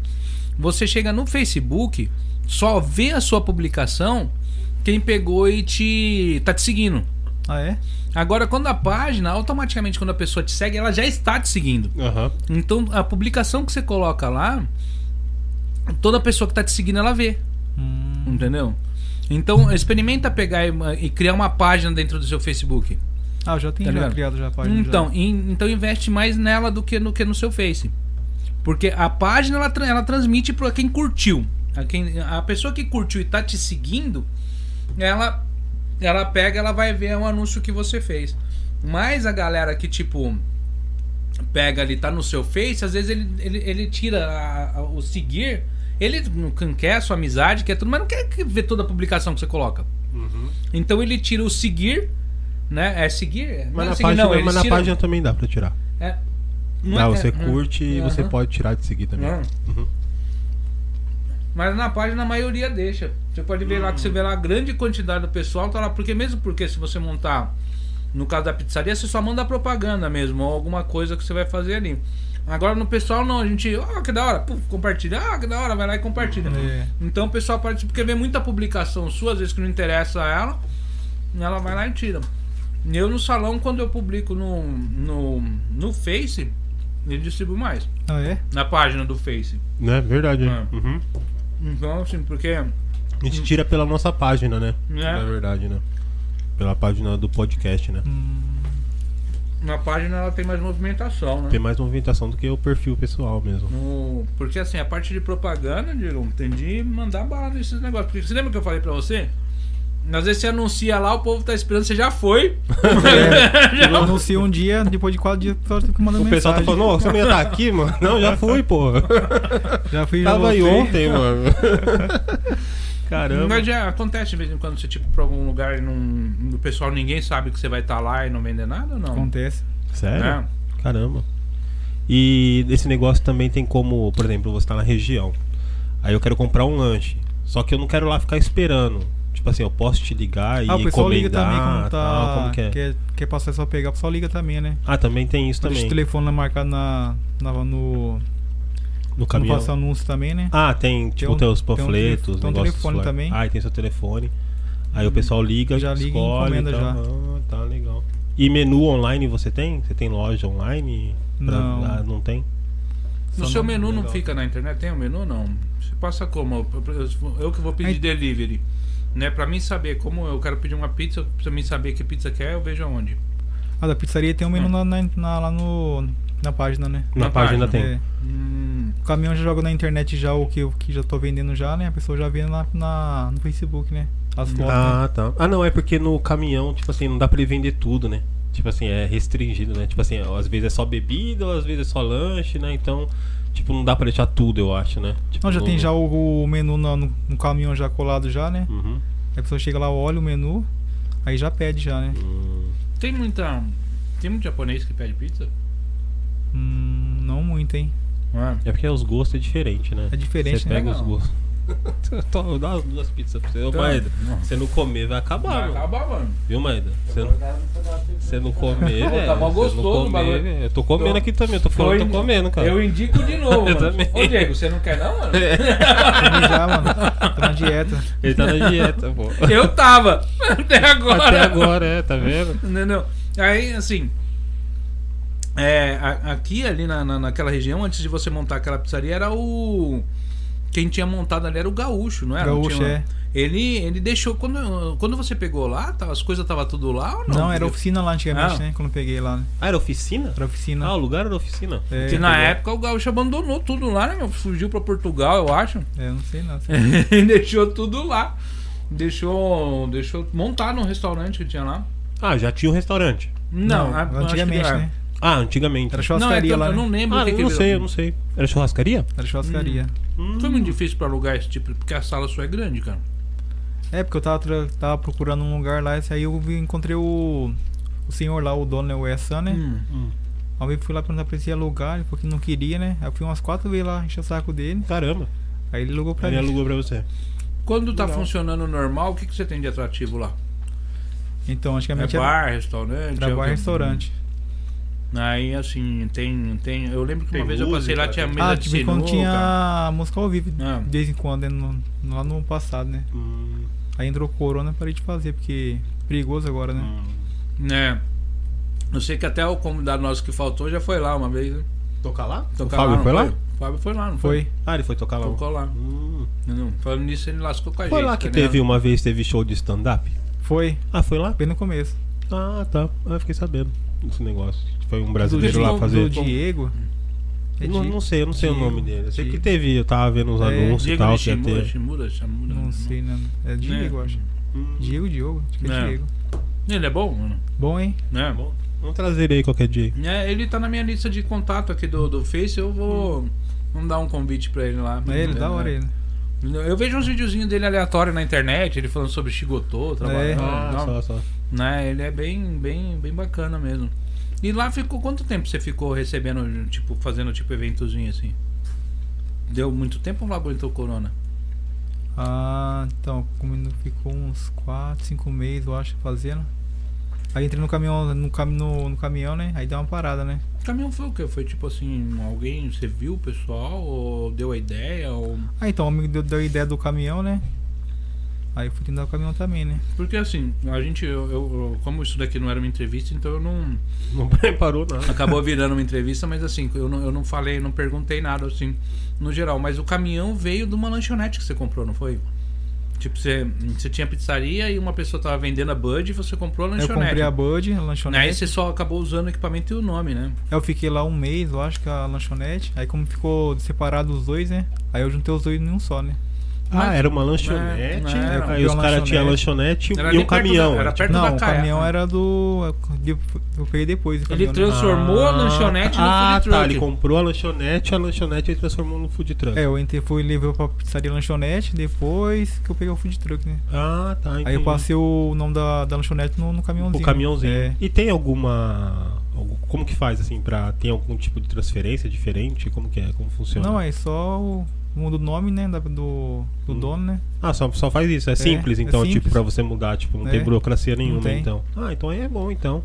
Speaker 2: Você chega no Facebook, só vê a sua publicação quem pegou e te. tá te seguindo.
Speaker 3: Ah, é?
Speaker 2: Agora, quando a página, automaticamente quando a pessoa te segue, ela já está te seguindo.
Speaker 1: Aham.
Speaker 2: Então a publicação que você coloca lá, toda pessoa que está te seguindo, ela vê.
Speaker 3: Hum,
Speaker 2: Entendeu? Então, experimenta pegar e, e criar uma página dentro do seu Facebook.
Speaker 3: Ah, já tem
Speaker 2: Tá
Speaker 3: já
Speaker 2: ligado?
Speaker 3: criado já a página.
Speaker 2: então, in- então investe mais nela do que no que no seu Face. Porque a página ela, tra- ela transmite para quem curtiu. A, quem- a pessoa que curtiu e tá te seguindo, ela ela pega, ela vai ver um anúncio que você fez. Mas a galera que tipo pega ali, tá no seu Face, às vezes ele, ele, ele tira a- a- o seguir, ele não quer a sua amizade, quer tudo, mas não quer que- ver toda a publicação que você coloca. Então ele tira o seguir, né? É seguir?
Speaker 1: Mas,
Speaker 2: é
Speaker 1: na
Speaker 2: seguir,
Speaker 1: página,
Speaker 2: ele
Speaker 1: mas na
Speaker 2: tira-
Speaker 1: página também dá pra tirar.
Speaker 2: é.
Speaker 1: Dá,
Speaker 2: é-
Speaker 1: Ah, você
Speaker 2: é-
Speaker 1: curte e
Speaker 2: Aham.
Speaker 1: você pode tirar de seguir também.
Speaker 2: Não.
Speaker 1: Uhum.
Speaker 2: Mas na página a maioria deixa. Você pode ver lá que você vê lá a grande quantidade do pessoal tá lá, porque mesmo porque se você montar no caso da pizzaria, você só manda propaganda mesmo, ou alguma coisa que você vai fazer ali. Agora no pessoal não, a gente, ó, que da hora, puf, compartilha, ah, que da hora, vai lá e compartilha.
Speaker 1: Uhum.
Speaker 3: É.
Speaker 2: Então o pessoal participa, porque vê muita publicação sua, às vezes que não interessa a ela, ela vai lá e tira. Eu no salão, quando eu publico no, no, no Face, ele distribui mais.
Speaker 3: Ah, é?
Speaker 2: Na página do Face.
Speaker 1: Né? Verdade. hein?
Speaker 2: É.
Speaker 1: Uhum.
Speaker 2: Então, assim, porque.
Speaker 1: A gente tira pela nossa página, né?
Speaker 2: Hum. É.
Speaker 1: Na verdade, né? Pela página do podcast, né?
Speaker 3: Hum,
Speaker 2: Na página ela tem mais movimentação, né?
Speaker 1: Tem mais movimentação do que o perfil pessoal mesmo.
Speaker 2: No- Porque assim, a parte de propaganda, Diego, tem de mandar bala nesses negócios. Porque você lembra que eu falei pra você? Às vezes você anuncia lá, o povo tá esperando, você já
Speaker 1: [LAUGHS]
Speaker 2: foi. É.
Speaker 3: Eu anuncio um dia, depois de quatro dias, o pessoal fica mandando
Speaker 1: O
Speaker 3: mensagem.
Speaker 1: pessoal tá falando, ô, você não ia estar aqui, mano? Não, já fui, pô.
Speaker 2: [LAUGHS]
Speaker 3: Já fui já
Speaker 1: Tava aí ontem,
Speaker 3: voltei. [LAUGHS]
Speaker 1: mano. Caramba.
Speaker 2: Mas já acontece de vez em quando você, tipo, pra algum lugar e não. O pessoal ninguém sabe que você vai estar lá e não vender nada ou não?
Speaker 3: Acontece.
Speaker 1: Sério?
Speaker 2: Né?
Speaker 1: Caramba. E esse negócio também tem como, por exemplo, você tá na região. Aí eu quero comprar um lanche. Só que eu não quero lá ficar esperando. Tipo assim, eu posso te ligar e
Speaker 3: Ah, o pessoal liga
Speaker 1: encomendar.
Speaker 3: também como tá.
Speaker 1: tal, como que é?
Speaker 3: Quer, quer passar só pegar, o pessoal liga também, né?
Speaker 1: Ah, também tem isso
Speaker 3: Deixa o
Speaker 1: também.
Speaker 3: telefone lá marcado na, na, no.
Speaker 1: No
Speaker 3: Não
Speaker 1: caminhão.
Speaker 3: passa anúncio também, né?
Speaker 1: Ah, tem tipo
Speaker 3: um-
Speaker 1: teus
Speaker 3: tem um
Speaker 1: panfletos,
Speaker 3: telefone- tem um
Speaker 1: negócios
Speaker 3: telefone
Speaker 1: lá.
Speaker 3: também. Uhum.
Speaker 1: Ah, e tem seu telefone. Aí o pessoal liga,
Speaker 3: Já liga e
Speaker 1: escolhe,
Speaker 3: encomenda
Speaker 1: então.
Speaker 3: já.
Speaker 1: Ah, tá legal. E menu online você tem? Você tem loja online?
Speaker 3: Não.
Speaker 1: Ah, não tem?
Speaker 2: No
Speaker 3: Só
Speaker 2: seu
Speaker 3: não-
Speaker 2: menu né? não
Speaker 3: legal.
Speaker 2: fica na internet? Tem o menu não? Você passa como? Eu- eu- Eu que vou pedir
Speaker 3: Aí-
Speaker 2: delivery. Né? Pra mim saber como eu quero pedir uma pizza, pra mim saber que pizza que é, eu vejo aonde.
Speaker 3: Ah, da pizzaria tem um
Speaker 1: Hum.
Speaker 3: menu na, na, na- lá no, na página, né?
Speaker 1: Na,
Speaker 2: Na
Speaker 1: página,
Speaker 2: página.
Speaker 1: tem.
Speaker 3: É.
Speaker 2: Hum,
Speaker 3: O caminhão já joga na internet já o que, o que já tô vendendo já, né? A pessoa já vê na, na- no Facebook, né? As fotos. né?
Speaker 1: Ah, tá. Ah, não, é porque no caminhão, tipo assim, não dá pra ele vender tudo, né? Tipo assim, é restringido, né? Tipo assim, às vezes é só bebida, às vezes é só lanche, né? Então, tipo, não dá pra deixar tudo, eu acho, né? Tipo,
Speaker 3: Não, Então, já
Speaker 1: no-
Speaker 3: tem já o, o menu na- no, no caminhão já colado já, né?
Speaker 1: Uhum.
Speaker 3: Aí A pessoa chega lá, olha o menu, aí já pede já, né?
Speaker 1: Hum.
Speaker 2: Tem muita. Tem muito japonês que pede pizza?
Speaker 3: Hum, não muito, hein?
Speaker 2: Ah.
Speaker 1: É porque os gostos é diferente, né?
Speaker 3: É diferente,
Speaker 1: Você
Speaker 3: né?
Speaker 1: pega
Speaker 2: Não.
Speaker 1: os gostos. [LAUGHS] Eu dou as duas pizzas pra você.
Speaker 3: Tá.
Speaker 1: Ô, Maeda, você não comer vai acabar,
Speaker 2: Ah,
Speaker 4: Vai
Speaker 1: mano.
Speaker 4: acabar, mano.
Speaker 1: Viu, Maeda? Você não, você
Speaker 4: Você
Speaker 1: não comer, velho.
Speaker 4: tá mó
Speaker 1: você não
Speaker 4: gostoso o
Speaker 1: comer,
Speaker 4: bagulho.
Speaker 1: velho. Eu tô comendo aqui também, eu tô falando, eu tô comendo, cara.
Speaker 4: Eu indico
Speaker 2: [LAUGHS]
Speaker 4: de novo,
Speaker 1: Eu
Speaker 4: mano.
Speaker 1: também.
Speaker 4: Ô, Diego, você não quer não, mano?
Speaker 3: Comi
Speaker 2: [LAUGHS]
Speaker 3: já, mano. Tô na dieta.
Speaker 1: [LAUGHS] Ele tá
Speaker 4: [LAUGHS]
Speaker 1: na dieta, pô.
Speaker 2: Eu tava, até agora.
Speaker 1: Até agora, é, tá vendo?
Speaker 2: Entendeu? Aí, assim. É, a- aqui, ali na, na- naquela região, antes de você montar aquela pizzaria, era o. Quem tinha montado ali era o Gaúcho, não era? Não
Speaker 3: Gaúcho,
Speaker 2: tinha- um-
Speaker 3: é.
Speaker 2: Ele, ele deixou. Quando, quando você pegou lá, tá- as coisas estavam tudo lá ou não?
Speaker 3: Não, era oficina lá antigamente,
Speaker 2: Ah.
Speaker 3: né? Quando eu peguei lá. né?
Speaker 1: Ah, era oficina?
Speaker 3: Era oficina.
Speaker 1: Ah, o lugar era oficina?
Speaker 3: É,
Speaker 2: Que na
Speaker 3: entendeu?
Speaker 2: época o Gaúcho abandonou tudo lá, né, meu? Fugiu pra Portugal, eu acho.
Speaker 3: [LAUGHS] É, não sei não.
Speaker 2: Ele deixou tudo lá. Deixou, deixou montar num restaurante que tinha lá.
Speaker 1: Ah, já tinha um restaurante.
Speaker 2: Não, a- acho que
Speaker 3: antigamente,
Speaker 2: era.
Speaker 3: né?
Speaker 1: Ah, antigamente.
Speaker 3: Era
Speaker 2: Não, é que
Speaker 3: churrascaria
Speaker 2: eu,
Speaker 3: lá.
Speaker 2: eu
Speaker 3: né?
Speaker 2: não lembro.
Speaker 1: Ah,
Speaker 2: o que
Speaker 1: eu
Speaker 2: que
Speaker 1: não
Speaker 2: ele-
Speaker 1: sei, eu não sei. Era churrascaria?
Speaker 3: Era
Speaker 2: Hum.
Speaker 3: churrascaria.
Speaker 2: Foi
Speaker 3: Hum.
Speaker 2: muito difícil pra alugar esse tipo, porque a sala sua é grande, cara.
Speaker 3: É, porque eu tava, tra- tava procurando um lugar lá, e aí eu vi- encontrei o, o senhor lá, o dono, né, o Essan, né?
Speaker 1: Hum.
Speaker 3: Aí eu fui lá perguntar pra ele se ia alugar, ele falou que não queria, né? Aí eu fui umas quatro vezes lá, encher o saco dele,
Speaker 1: Caramba.
Speaker 3: aí ele alugou pra
Speaker 1: Ele
Speaker 3: mim.
Speaker 1: alugou pra você.
Speaker 2: Quando tá funcionando normal, o que, que você tem de atrativo lá?
Speaker 3: Então,
Speaker 2: É
Speaker 3: antigamente
Speaker 2: bar, restaurante? é
Speaker 3: era, era
Speaker 2: o
Speaker 1: um
Speaker 3: bar
Speaker 2: quê?
Speaker 3: e restaurante.
Speaker 2: Aí, assim, tem. tem eu lembro que uma
Speaker 1: Tem
Speaker 2: vez eu passei lá,
Speaker 1: música,
Speaker 2: tinha
Speaker 1: tem-
Speaker 2: mesa
Speaker 3: Ah,
Speaker 2: de
Speaker 3: tipo,
Speaker 2: sinuca.
Speaker 3: quando tinha música ao vivo,
Speaker 2: Ah.
Speaker 3: de vez em quando, né, no- lá no passado, né?
Speaker 1: Hum,
Speaker 3: Aí entrou corona, parei de fazer, porque é perigoso agora, né?
Speaker 1: Ah. hum.
Speaker 2: né? Eu sei que até o convidado nosso que faltou já foi lá uma vez. né?
Speaker 1: Tocar lá?
Speaker 2: Tocar
Speaker 1: o Fábio
Speaker 2: não
Speaker 1: foi lá?
Speaker 2: O Fábio foi lá, não foi?
Speaker 3: Foi.
Speaker 1: Ah, ele foi tocar lá.
Speaker 2: Tocou lá.
Speaker 1: Hum.
Speaker 2: Não, falando nisso, ele lascou com a gente.
Speaker 1: Foi lá que
Speaker 2: tá ligado?
Speaker 1: teve um uma vez, teve show de stand-up?
Speaker 3: Foi.
Speaker 1: Ah, foi lá?
Speaker 3: Bem no começo.
Speaker 1: Ah, tá. Ah, eu fiquei sabendo desse negócio. Foi um
Speaker 3: Do,
Speaker 1: brasileiro
Speaker 3: Diego-
Speaker 1: lá fazer. Hum.
Speaker 3: do Diego. É
Speaker 1: não,
Speaker 3: Diego?
Speaker 1: não sei, eu não sei o
Speaker 3: Diego,
Speaker 1: nome dele. Eu sei que
Speaker 3: Diego.
Speaker 1: teve, eu tava vendo uns
Speaker 3: É,
Speaker 1: anúncios e
Speaker 2: Diego
Speaker 1: tal.
Speaker 2: de
Speaker 1: Que ia
Speaker 2: Shimura,
Speaker 1: ter.
Speaker 2: Shimura, Shimura,
Speaker 3: Não sei, né? É Diego, eu acho.
Speaker 1: Hum.
Speaker 3: Diego, Diogo. Acho que é,
Speaker 2: É.
Speaker 3: Diego.
Speaker 2: Ele é bom, mano?
Speaker 3: Bom, hein?
Speaker 2: É, bom.
Speaker 1: Vamos trazer ele aí qualquer dia.
Speaker 2: É, ele tá na minha lista de contato aqui do, do Face, eu vou. Vamos dar um convite pra ele lá.
Speaker 3: É ele, da hora
Speaker 2: né?
Speaker 3: ele.
Speaker 2: Eu vejo uns videozinhos dele aleatório na internet, ele falando sobre Shigotô, trabalhando.
Speaker 3: É.
Speaker 1: Ah,
Speaker 2: e tal,
Speaker 1: só, só.
Speaker 2: Né? Ele é bem, bem, bem bacana mesmo. E lá ficou quanto tempo você ficou recebendo, tipo, fazendo tipo eventozinho assim? Deu muito tempo ou lá aguentou corona?
Speaker 3: Ah, então, comigo ficou uns 4, 5 meses, eu acho, fazendo. Aí entrei no caminhão, no, cam, no, no caminhão, né? Aí deu uma parada, né?
Speaker 2: O caminhão foi o quê? Foi tipo assim, alguém, você viu o pessoal, ou deu a ideia, ou...
Speaker 3: Ah, então, o amigo deu, deu a ideia do caminhão, né? Aí eu fui tentar o caminhão também, né?
Speaker 2: Porque assim, a gente, eu, eu- como isso daqui não era uma entrevista, então eu não...
Speaker 1: Não [LAUGHS] preparou nada.
Speaker 2: Acabou virando uma entrevista, mas assim, eu não, eu não falei, não perguntei nada, assim, no geral. Mas o caminhão veio de uma lanchonete que você comprou, não foi? Tipo, você, você tinha pizzaria e uma pessoa tava vendendo a Bud e você comprou a
Speaker 3: Aí eu
Speaker 2: lanchonete.
Speaker 3: comprei a Bud, a
Speaker 2: Aí
Speaker 3: lanchonete.
Speaker 2: você só acabou usando o equipamento e o nome, né?
Speaker 3: Aí eu fiquei lá um mês, eu acho, com a lanchonete. Aí como ficou separado os dois, né? Aí eu juntei os dois em um só, né?
Speaker 1: Ah,
Speaker 2: Mas-
Speaker 1: era uma lanchonete.
Speaker 2: É, não era.
Speaker 1: Aí os
Speaker 3: Uma
Speaker 1: caras tinham a lanchonete e um
Speaker 2: ali perto
Speaker 1: caminhão.
Speaker 2: da- era
Speaker 1: né?
Speaker 2: perto da
Speaker 3: tipo, Não, o
Speaker 2: Caia.
Speaker 3: caminhão era do... Eu eu peguei depois o
Speaker 2: Ele
Speaker 3: caminhão, né?
Speaker 2: transformou a lanchonete no
Speaker 1: ah,
Speaker 2: food
Speaker 1: tá,
Speaker 2: truck.
Speaker 1: ele comprou a lanchonete, a lanchonete ele transformou no food truck.
Speaker 3: É, eu entrei, fui levei pra pizzaria lanchonete, depois que eu peguei o food truck, né?
Speaker 1: Ah, tá, entendi.
Speaker 3: Aí eu passei o nome da, da lanchonete no, no caminhãozinho.
Speaker 1: o caminhãozinho.
Speaker 3: É.
Speaker 1: E tem alguma algum- como que faz assim pra tem algum tipo de transferência diferente? Como que é? Como funciona?
Speaker 3: Não, é só o, muda o nome, né? da- do do
Speaker 1: Hum.
Speaker 3: dono, né?
Speaker 1: Ah, só, só faz isso. É simples,
Speaker 3: é
Speaker 1: então, tipo,
Speaker 3: simples.
Speaker 1: pra você mudar, tipo, não
Speaker 3: É,
Speaker 1: tem burocracia nenhuma,
Speaker 3: tem.
Speaker 1: então. Ah, então aí é bom, então.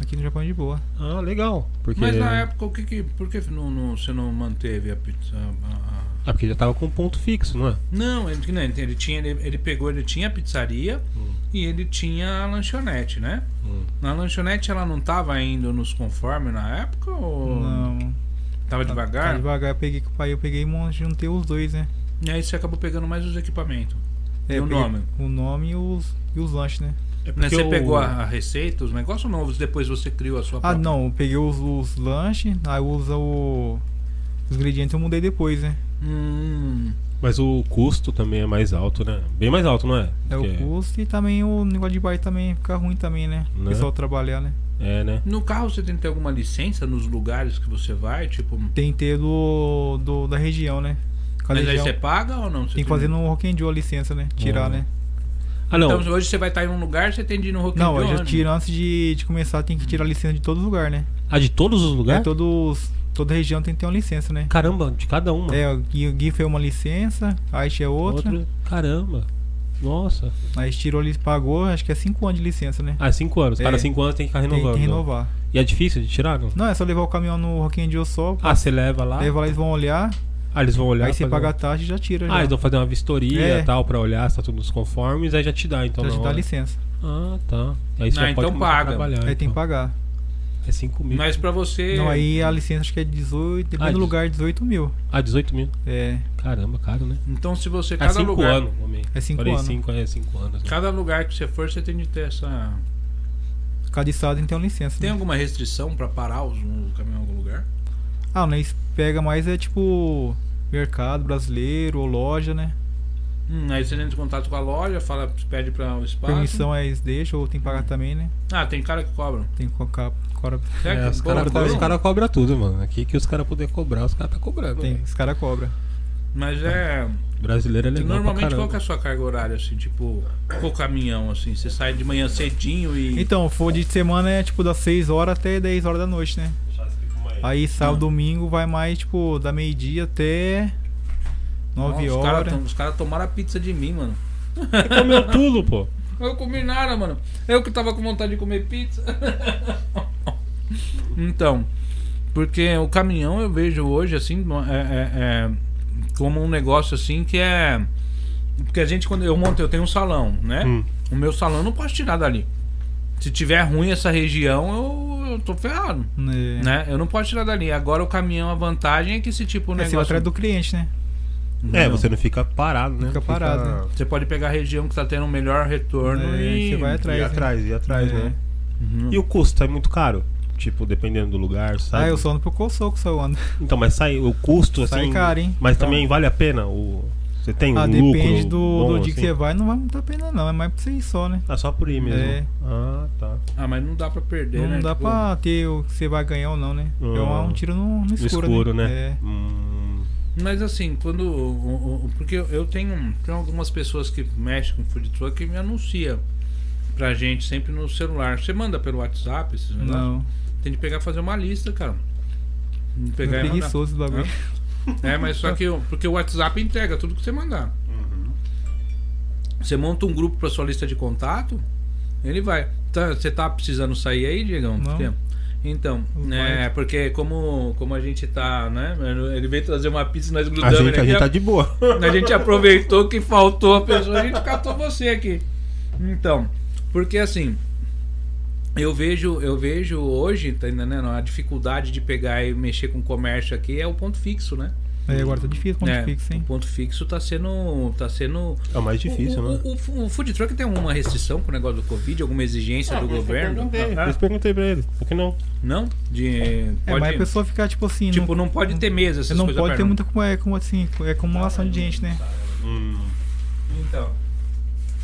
Speaker 3: Aqui no Japão é de boa.
Speaker 1: Ah, legal. Porque...
Speaker 2: Mas na época, o que que, por que não, não- você não manteve a pizza? a- a-
Speaker 1: Ah, porque já tava com ponto fixo, não é?
Speaker 2: Não, ele, não, ele tinha, ele, ele pegou, ele tinha a pizzaria e ele tinha a lanchonete, né?
Speaker 1: Hum.
Speaker 2: Na lanchonete ela não tava indo nos conformes na época
Speaker 1: Hum.
Speaker 2: ou
Speaker 3: Não.
Speaker 2: tava
Speaker 3: tá-
Speaker 2: devagar?
Speaker 3: Tá devagar, eu peguei com o pai, eu peguei e mon- juntei os dois, né?
Speaker 2: E aí você acabou pegando mais os equipamentos.
Speaker 3: É,
Speaker 2: E
Speaker 3: eu
Speaker 2: o
Speaker 3: peguei
Speaker 2: nome?
Speaker 3: O nome e os, e os lanches, né?
Speaker 1: é
Speaker 2: Né? Você
Speaker 1: o-
Speaker 2: pegou a, a receita, os negócios novos, depois você criou a sua
Speaker 3: Ah,
Speaker 2: própria.
Speaker 3: não, eu peguei os, os lanches, aí eu uso o, os ingredientes eu mudei depois, né?
Speaker 2: Hum,
Speaker 1: Mas o custo também é mais alto, né? Bem mais alto, não é?
Speaker 3: É
Speaker 1: Porque-
Speaker 3: o custo e também o negócio de bar também fica ruim também, né? O
Speaker 1: Né?
Speaker 3: pessoal trabalhar, né?
Speaker 1: É, né?
Speaker 2: no carro você tem que ter alguma licença nos lugares que você vai, tipo.
Speaker 3: Tem que ter do, do- da região, né? Cada
Speaker 2: Mas aí
Speaker 1: é
Speaker 3: região.
Speaker 2: você paga ou não? Você
Speaker 3: Tem que fazer no Rock and Roll a licença, né? Tirar,
Speaker 1: Ah.
Speaker 3: né?
Speaker 1: Ah, não.
Speaker 2: Então hoje você vai estar em um lugar, você tem de ir no Rock in
Speaker 3: Não,
Speaker 2: Rio,
Speaker 3: eu já
Speaker 2: né?
Speaker 3: tiro antes de, de começar, tem que tirar a licença de todo lugar, né?
Speaker 1: A de todos os
Speaker 3: É
Speaker 1: lugares?
Speaker 3: todos toda região tem que ter uma licença, né?
Speaker 1: Caramba, de cada uma.
Speaker 3: É, o Gui o GIF é uma licença, a Aish é outra.
Speaker 1: Outro- Caramba. Nossa.
Speaker 3: A Aish tirou, eles pagou, acho que é 5 anos de licença, né?
Speaker 1: Ah, cinco anos. Cada
Speaker 3: É.
Speaker 1: cinco anos tem que ficar
Speaker 3: Tem
Speaker 1: renovando.
Speaker 3: que
Speaker 1: né?
Speaker 3: renovar.
Speaker 1: E é difícil de tirar, não?
Speaker 3: Não, é só levar o caminhão no Rock in Rio só,
Speaker 1: Ah, você leva lá,
Speaker 3: leva lá, eles vão olhar,
Speaker 1: ah, eles vão olhar.
Speaker 3: aí você
Speaker 1: fazer
Speaker 3: paga
Speaker 1: uma-
Speaker 3: a taxa e já tira.
Speaker 1: Ah, eles
Speaker 3: já
Speaker 1: vão fazer uma vistoria e
Speaker 3: É.
Speaker 1: tal pra olhar se tá tudo nos conformes, aí já te dá, então.
Speaker 3: já
Speaker 1: na
Speaker 3: te dá
Speaker 1: hora.
Speaker 3: licença.
Speaker 1: Ah, tá. Aí você
Speaker 2: Não,
Speaker 1: já
Speaker 2: então
Speaker 1: pode começar a
Speaker 2: paga.
Speaker 1: trabalhar.
Speaker 3: aí tem que
Speaker 1: então.
Speaker 3: pagar.
Speaker 1: É 5 mil.
Speaker 2: Mas pra você.
Speaker 3: Não, aí a licença acho que é 18, depende
Speaker 1: Ah,
Speaker 3: do
Speaker 1: dezo-
Speaker 3: lugar, 18 mil.
Speaker 1: Ah, 18 mil.
Speaker 3: É,
Speaker 1: Caramba, caro, né?
Speaker 2: Então se você.
Speaker 1: É
Speaker 2: Cada
Speaker 1: 5
Speaker 2: lugar.
Speaker 1: anos, homem.
Speaker 3: É cinco
Speaker 1: Falei
Speaker 3: anos.
Speaker 1: cinco, é 5 anos. né?
Speaker 2: Cada lugar que você for, você tem de ter essa.
Speaker 3: cada estado tem que ter uma licença.
Speaker 2: Tem um-
Speaker 3: né?
Speaker 2: alguma restrição pra parar os, o caminhão em algum lugar?
Speaker 3: Ah, né? Eles pega mais é tipo mercado brasileiro ou loja, né?
Speaker 2: Hum, aí você entra em contato com a loja, fala, pede pra o espaço.
Speaker 3: Permissão
Speaker 1: é-
Speaker 3: aí eles deixam ou tem que pagar também, né?
Speaker 2: Ah, tem cara que cobra.
Speaker 3: Tem que colocar. Cobra,
Speaker 2: Será
Speaker 1: É,
Speaker 2: que
Speaker 1: os
Speaker 2: cobra?
Speaker 1: caras
Speaker 2: Cobra?
Speaker 1: os cara cobram tudo, mano. Aqui que os caras puderem cobrar, os caras tá cobrando.
Speaker 3: tem,
Speaker 1: velho.
Speaker 3: os caras cobram.
Speaker 2: Mas é.
Speaker 1: Brasileiro é legal. pra
Speaker 2: normalmente qual
Speaker 1: caramba.
Speaker 2: que é a sua carga horária, assim, tipo, com o caminhão, assim? Você sai de manhã cedinho e.
Speaker 3: Então, for de semana é tipo das 6 horas até 10 horas da noite, né? Aí
Speaker 2: Ah.
Speaker 3: sábado, domingo vai mais tipo da meio-dia até 9
Speaker 2: Nossa, os
Speaker 3: horas.
Speaker 2: caras cara tomaram a pizza de mim, mano.
Speaker 1: Você comeu tudo, pô.
Speaker 2: Eu comi nada, mano. Eu que tava com vontade de comer pizza. [LAUGHS] então, porque o caminhão eu vejo hoje, assim, é- é- é como um negócio assim que é. Porque a gente, quando eu monto, eu tenho um salão, né?
Speaker 1: Hum.
Speaker 2: O meu salão eu não posso tirar dali. Se tiver ruim essa região, eu, eu tô ferrado.
Speaker 3: né?
Speaker 2: Né? Eu não posso tirar dali. Agora o caminhão, a vantagem é que esse tipo de
Speaker 3: É, você
Speaker 2: negócio.
Speaker 3: vai atrás do cliente, né?
Speaker 1: É, você não fica parado, né?
Speaker 3: Fica parado, né?
Speaker 2: Você pode pegar a região que tá tendo um melhor retorno
Speaker 3: É,
Speaker 2: e. Uhum.
Speaker 3: você vai
Speaker 1: E
Speaker 3: atrás. né?
Speaker 1: atrás, e atrás,
Speaker 3: É.
Speaker 1: né? E o custo é muito caro? Tipo, dependendo do lugar, sai.
Speaker 3: Ah, eu só ando pro Coçoco, só ando.
Speaker 1: Então, mas sai o custo assim.
Speaker 3: Sai caro, hein? Então.
Speaker 1: Mas também vale a pena o. Você tem
Speaker 3: Ah,
Speaker 1: um lucro.
Speaker 3: depende do,
Speaker 1: bom,
Speaker 3: do dia que
Speaker 1: assim?
Speaker 3: você vai, não vai muito a pena não, é mais pra você ir só, né?
Speaker 1: Ah, só por ir mesmo.
Speaker 3: É.
Speaker 1: Ah, tá.
Speaker 2: Ah, mas não dá pra perder,
Speaker 3: Não
Speaker 2: né?
Speaker 3: dá
Speaker 2: Tipo,
Speaker 3: pra ter o que você vai ganhar ou não, né? É
Speaker 1: Ah.
Speaker 3: um, um tiro no, no
Speaker 1: No
Speaker 3: escuro,
Speaker 1: escuro, né?
Speaker 3: É.
Speaker 1: Hum,
Speaker 2: Mas assim, quando. o- o- o- Porque eu- eu tenho, tenho algumas pessoas que mexem com food truck que me anuncia pra gente sempre no celular. Você manda pelo WhatsApp esses negócios?
Speaker 3: Não.
Speaker 2: Tem de pegar e fazer uma lista, cara.
Speaker 3: É
Speaker 2: Pegar e mandar.
Speaker 3: preguiçoso esse bagulho.
Speaker 2: É, mas só que. o- Porque o WhatsApp entrega tudo que você mandar. Uhum. Você monta um grupo pra sua lista de contato, ele vai. Tá- você tá precisando sair aí, Diegão?
Speaker 3: Não.
Speaker 2: Porque- Então,
Speaker 3: Vai.
Speaker 2: é, porque como, como a gente tá, né? Ele veio trazer uma pizza e nós
Speaker 1: A
Speaker 2: grudamos
Speaker 1: gente,
Speaker 2: ele
Speaker 1: a gente
Speaker 2: aqui, é
Speaker 1: tá de
Speaker 2: [LAUGHS]
Speaker 1: boa.
Speaker 2: a gente aproveitou que faltou a pessoa, a gente catou você aqui. Então, porque assim, eu vejo, eu vejo hoje, tá entendendo? A dificuldade de pegar e mexer com o comércio aqui é o ponto fixo, né?
Speaker 3: É, agora tá difícil ponto
Speaker 2: É,
Speaker 3: fixo, hein?
Speaker 2: O ponto fixo tá sendo. Tá sendo
Speaker 1: É o mais difícil,
Speaker 2: o, o-
Speaker 1: né?
Speaker 2: o, fu- o food truck tem alguma restrição com o negócio do Covid, alguma exigência do governo?
Speaker 1: Eu perguntei pra ele. Por que não?
Speaker 2: Não? De.
Speaker 3: É, mas
Speaker 2: Pode,
Speaker 3: a pessoa fica tipo assim.
Speaker 2: tipo, não pode ter mesa, essas
Speaker 3: não
Speaker 2: coisas
Speaker 3: pode ter
Speaker 2: perto.
Speaker 3: muita como, é, como assim, é acumulação de gente, né?
Speaker 1: Hum,
Speaker 2: Então.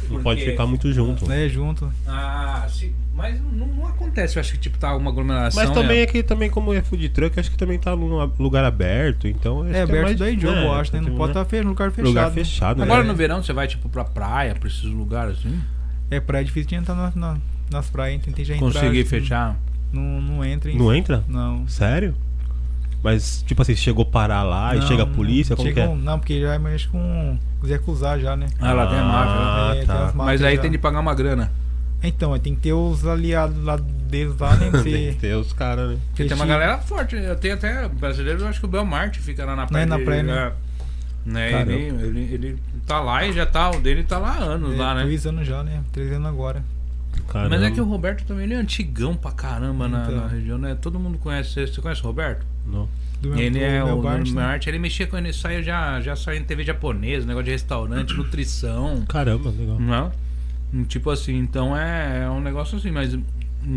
Speaker 1: não pode
Speaker 2: porque-
Speaker 1: ficar muito junto.
Speaker 3: É, junto.
Speaker 2: Ah, sim. Mas não, não acontece, eu acho que tipo, tá uma aglomeração.
Speaker 1: Mas também
Speaker 2: né?
Speaker 1: é que também como é food truck, acho que também tá num ab- lugar aberto, então acho
Speaker 3: É,
Speaker 1: que
Speaker 3: aberto
Speaker 1: mais-
Speaker 3: daí jogo,
Speaker 1: é,
Speaker 3: eu acho, né? Não
Speaker 1: tipo,
Speaker 3: pode estar tá fe- lugar fechado.
Speaker 1: Lugar
Speaker 3: né?
Speaker 1: fechado,
Speaker 2: Agora
Speaker 1: né?
Speaker 2: no verão você vai tipo pra praia, pra esses lugares assim.
Speaker 3: É, praia é difícil de entrar na- na- nas praias, hein? tentei já entrar.
Speaker 2: Conseguir
Speaker 3: assim,
Speaker 2: fechar.
Speaker 3: Não, não entra, hein?
Speaker 1: Não entra?
Speaker 3: Não.
Speaker 1: Sério? Mas, tipo assim, chegou parar lá e
Speaker 3: Não,
Speaker 1: chega a
Speaker 3: não,
Speaker 1: polícia, como que
Speaker 3: chega
Speaker 1: é?
Speaker 3: um- Não, porque já mexe com os acusar já, né?
Speaker 2: Ah, lá tem a máfia. né?
Speaker 1: Ah,
Speaker 3: É, tem
Speaker 1: tá.
Speaker 3: as máfias
Speaker 2: Mas aí
Speaker 3: já.
Speaker 2: tem de pagar uma grana.
Speaker 3: Então, aí tem que ter os aliados lá deles lá,
Speaker 2: [LAUGHS]
Speaker 3: né? pra
Speaker 1: Tem
Speaker 3: você-
Speaker 1: que ter os caras, né?
Speaker 2: Porque tem uma
Speaker 3: Esse-
Speaker 2: galera forte. né? Eu tenho até brasileiro, eu acho que o Belmarte fica lá na praia.
Speaker 3: na
Speaker 2: de-
Speaker 3: praia, né?
Speaker 2: é, né?
Speaker 1: Caramba.
Speaker 2: Ele, ele, ele tá lá e já tá. O dele tá lá há anos
Speaker 3: é,
Speaker 2: lá, né?
Speaker 3: Três anos já, né? Três anos agora.
Speaker 1: Caramba.
Speaker 2: Mas é que o Roberto também ele é antigão pra caramba na,
Speaker 3: Então.
Speaker 2: na região, né? Todo mundo conhece. você- Você conhece o Roberto?
Speaker 1: Não.
Speaker 3: Do meu-
Speaker 2: Ele
Speaker 3: do
Speaker 2: é
Speaker 3: meu
Speaker 2: o
Speaker 3: Bart,
Speaker 2: Norman
Speaker 3: né?
Speaker 2: Arte, ele mexia com ele, saiu já, já saiu em TV japonesa, negócio de
Speaker 3: [CLEARS THROAT]
Speaker 2: restaurante, nutrição,
Speaker 1: Caramba, legal.
Speaker 2: não? Tipo assim, então é, é um negócio assim, mas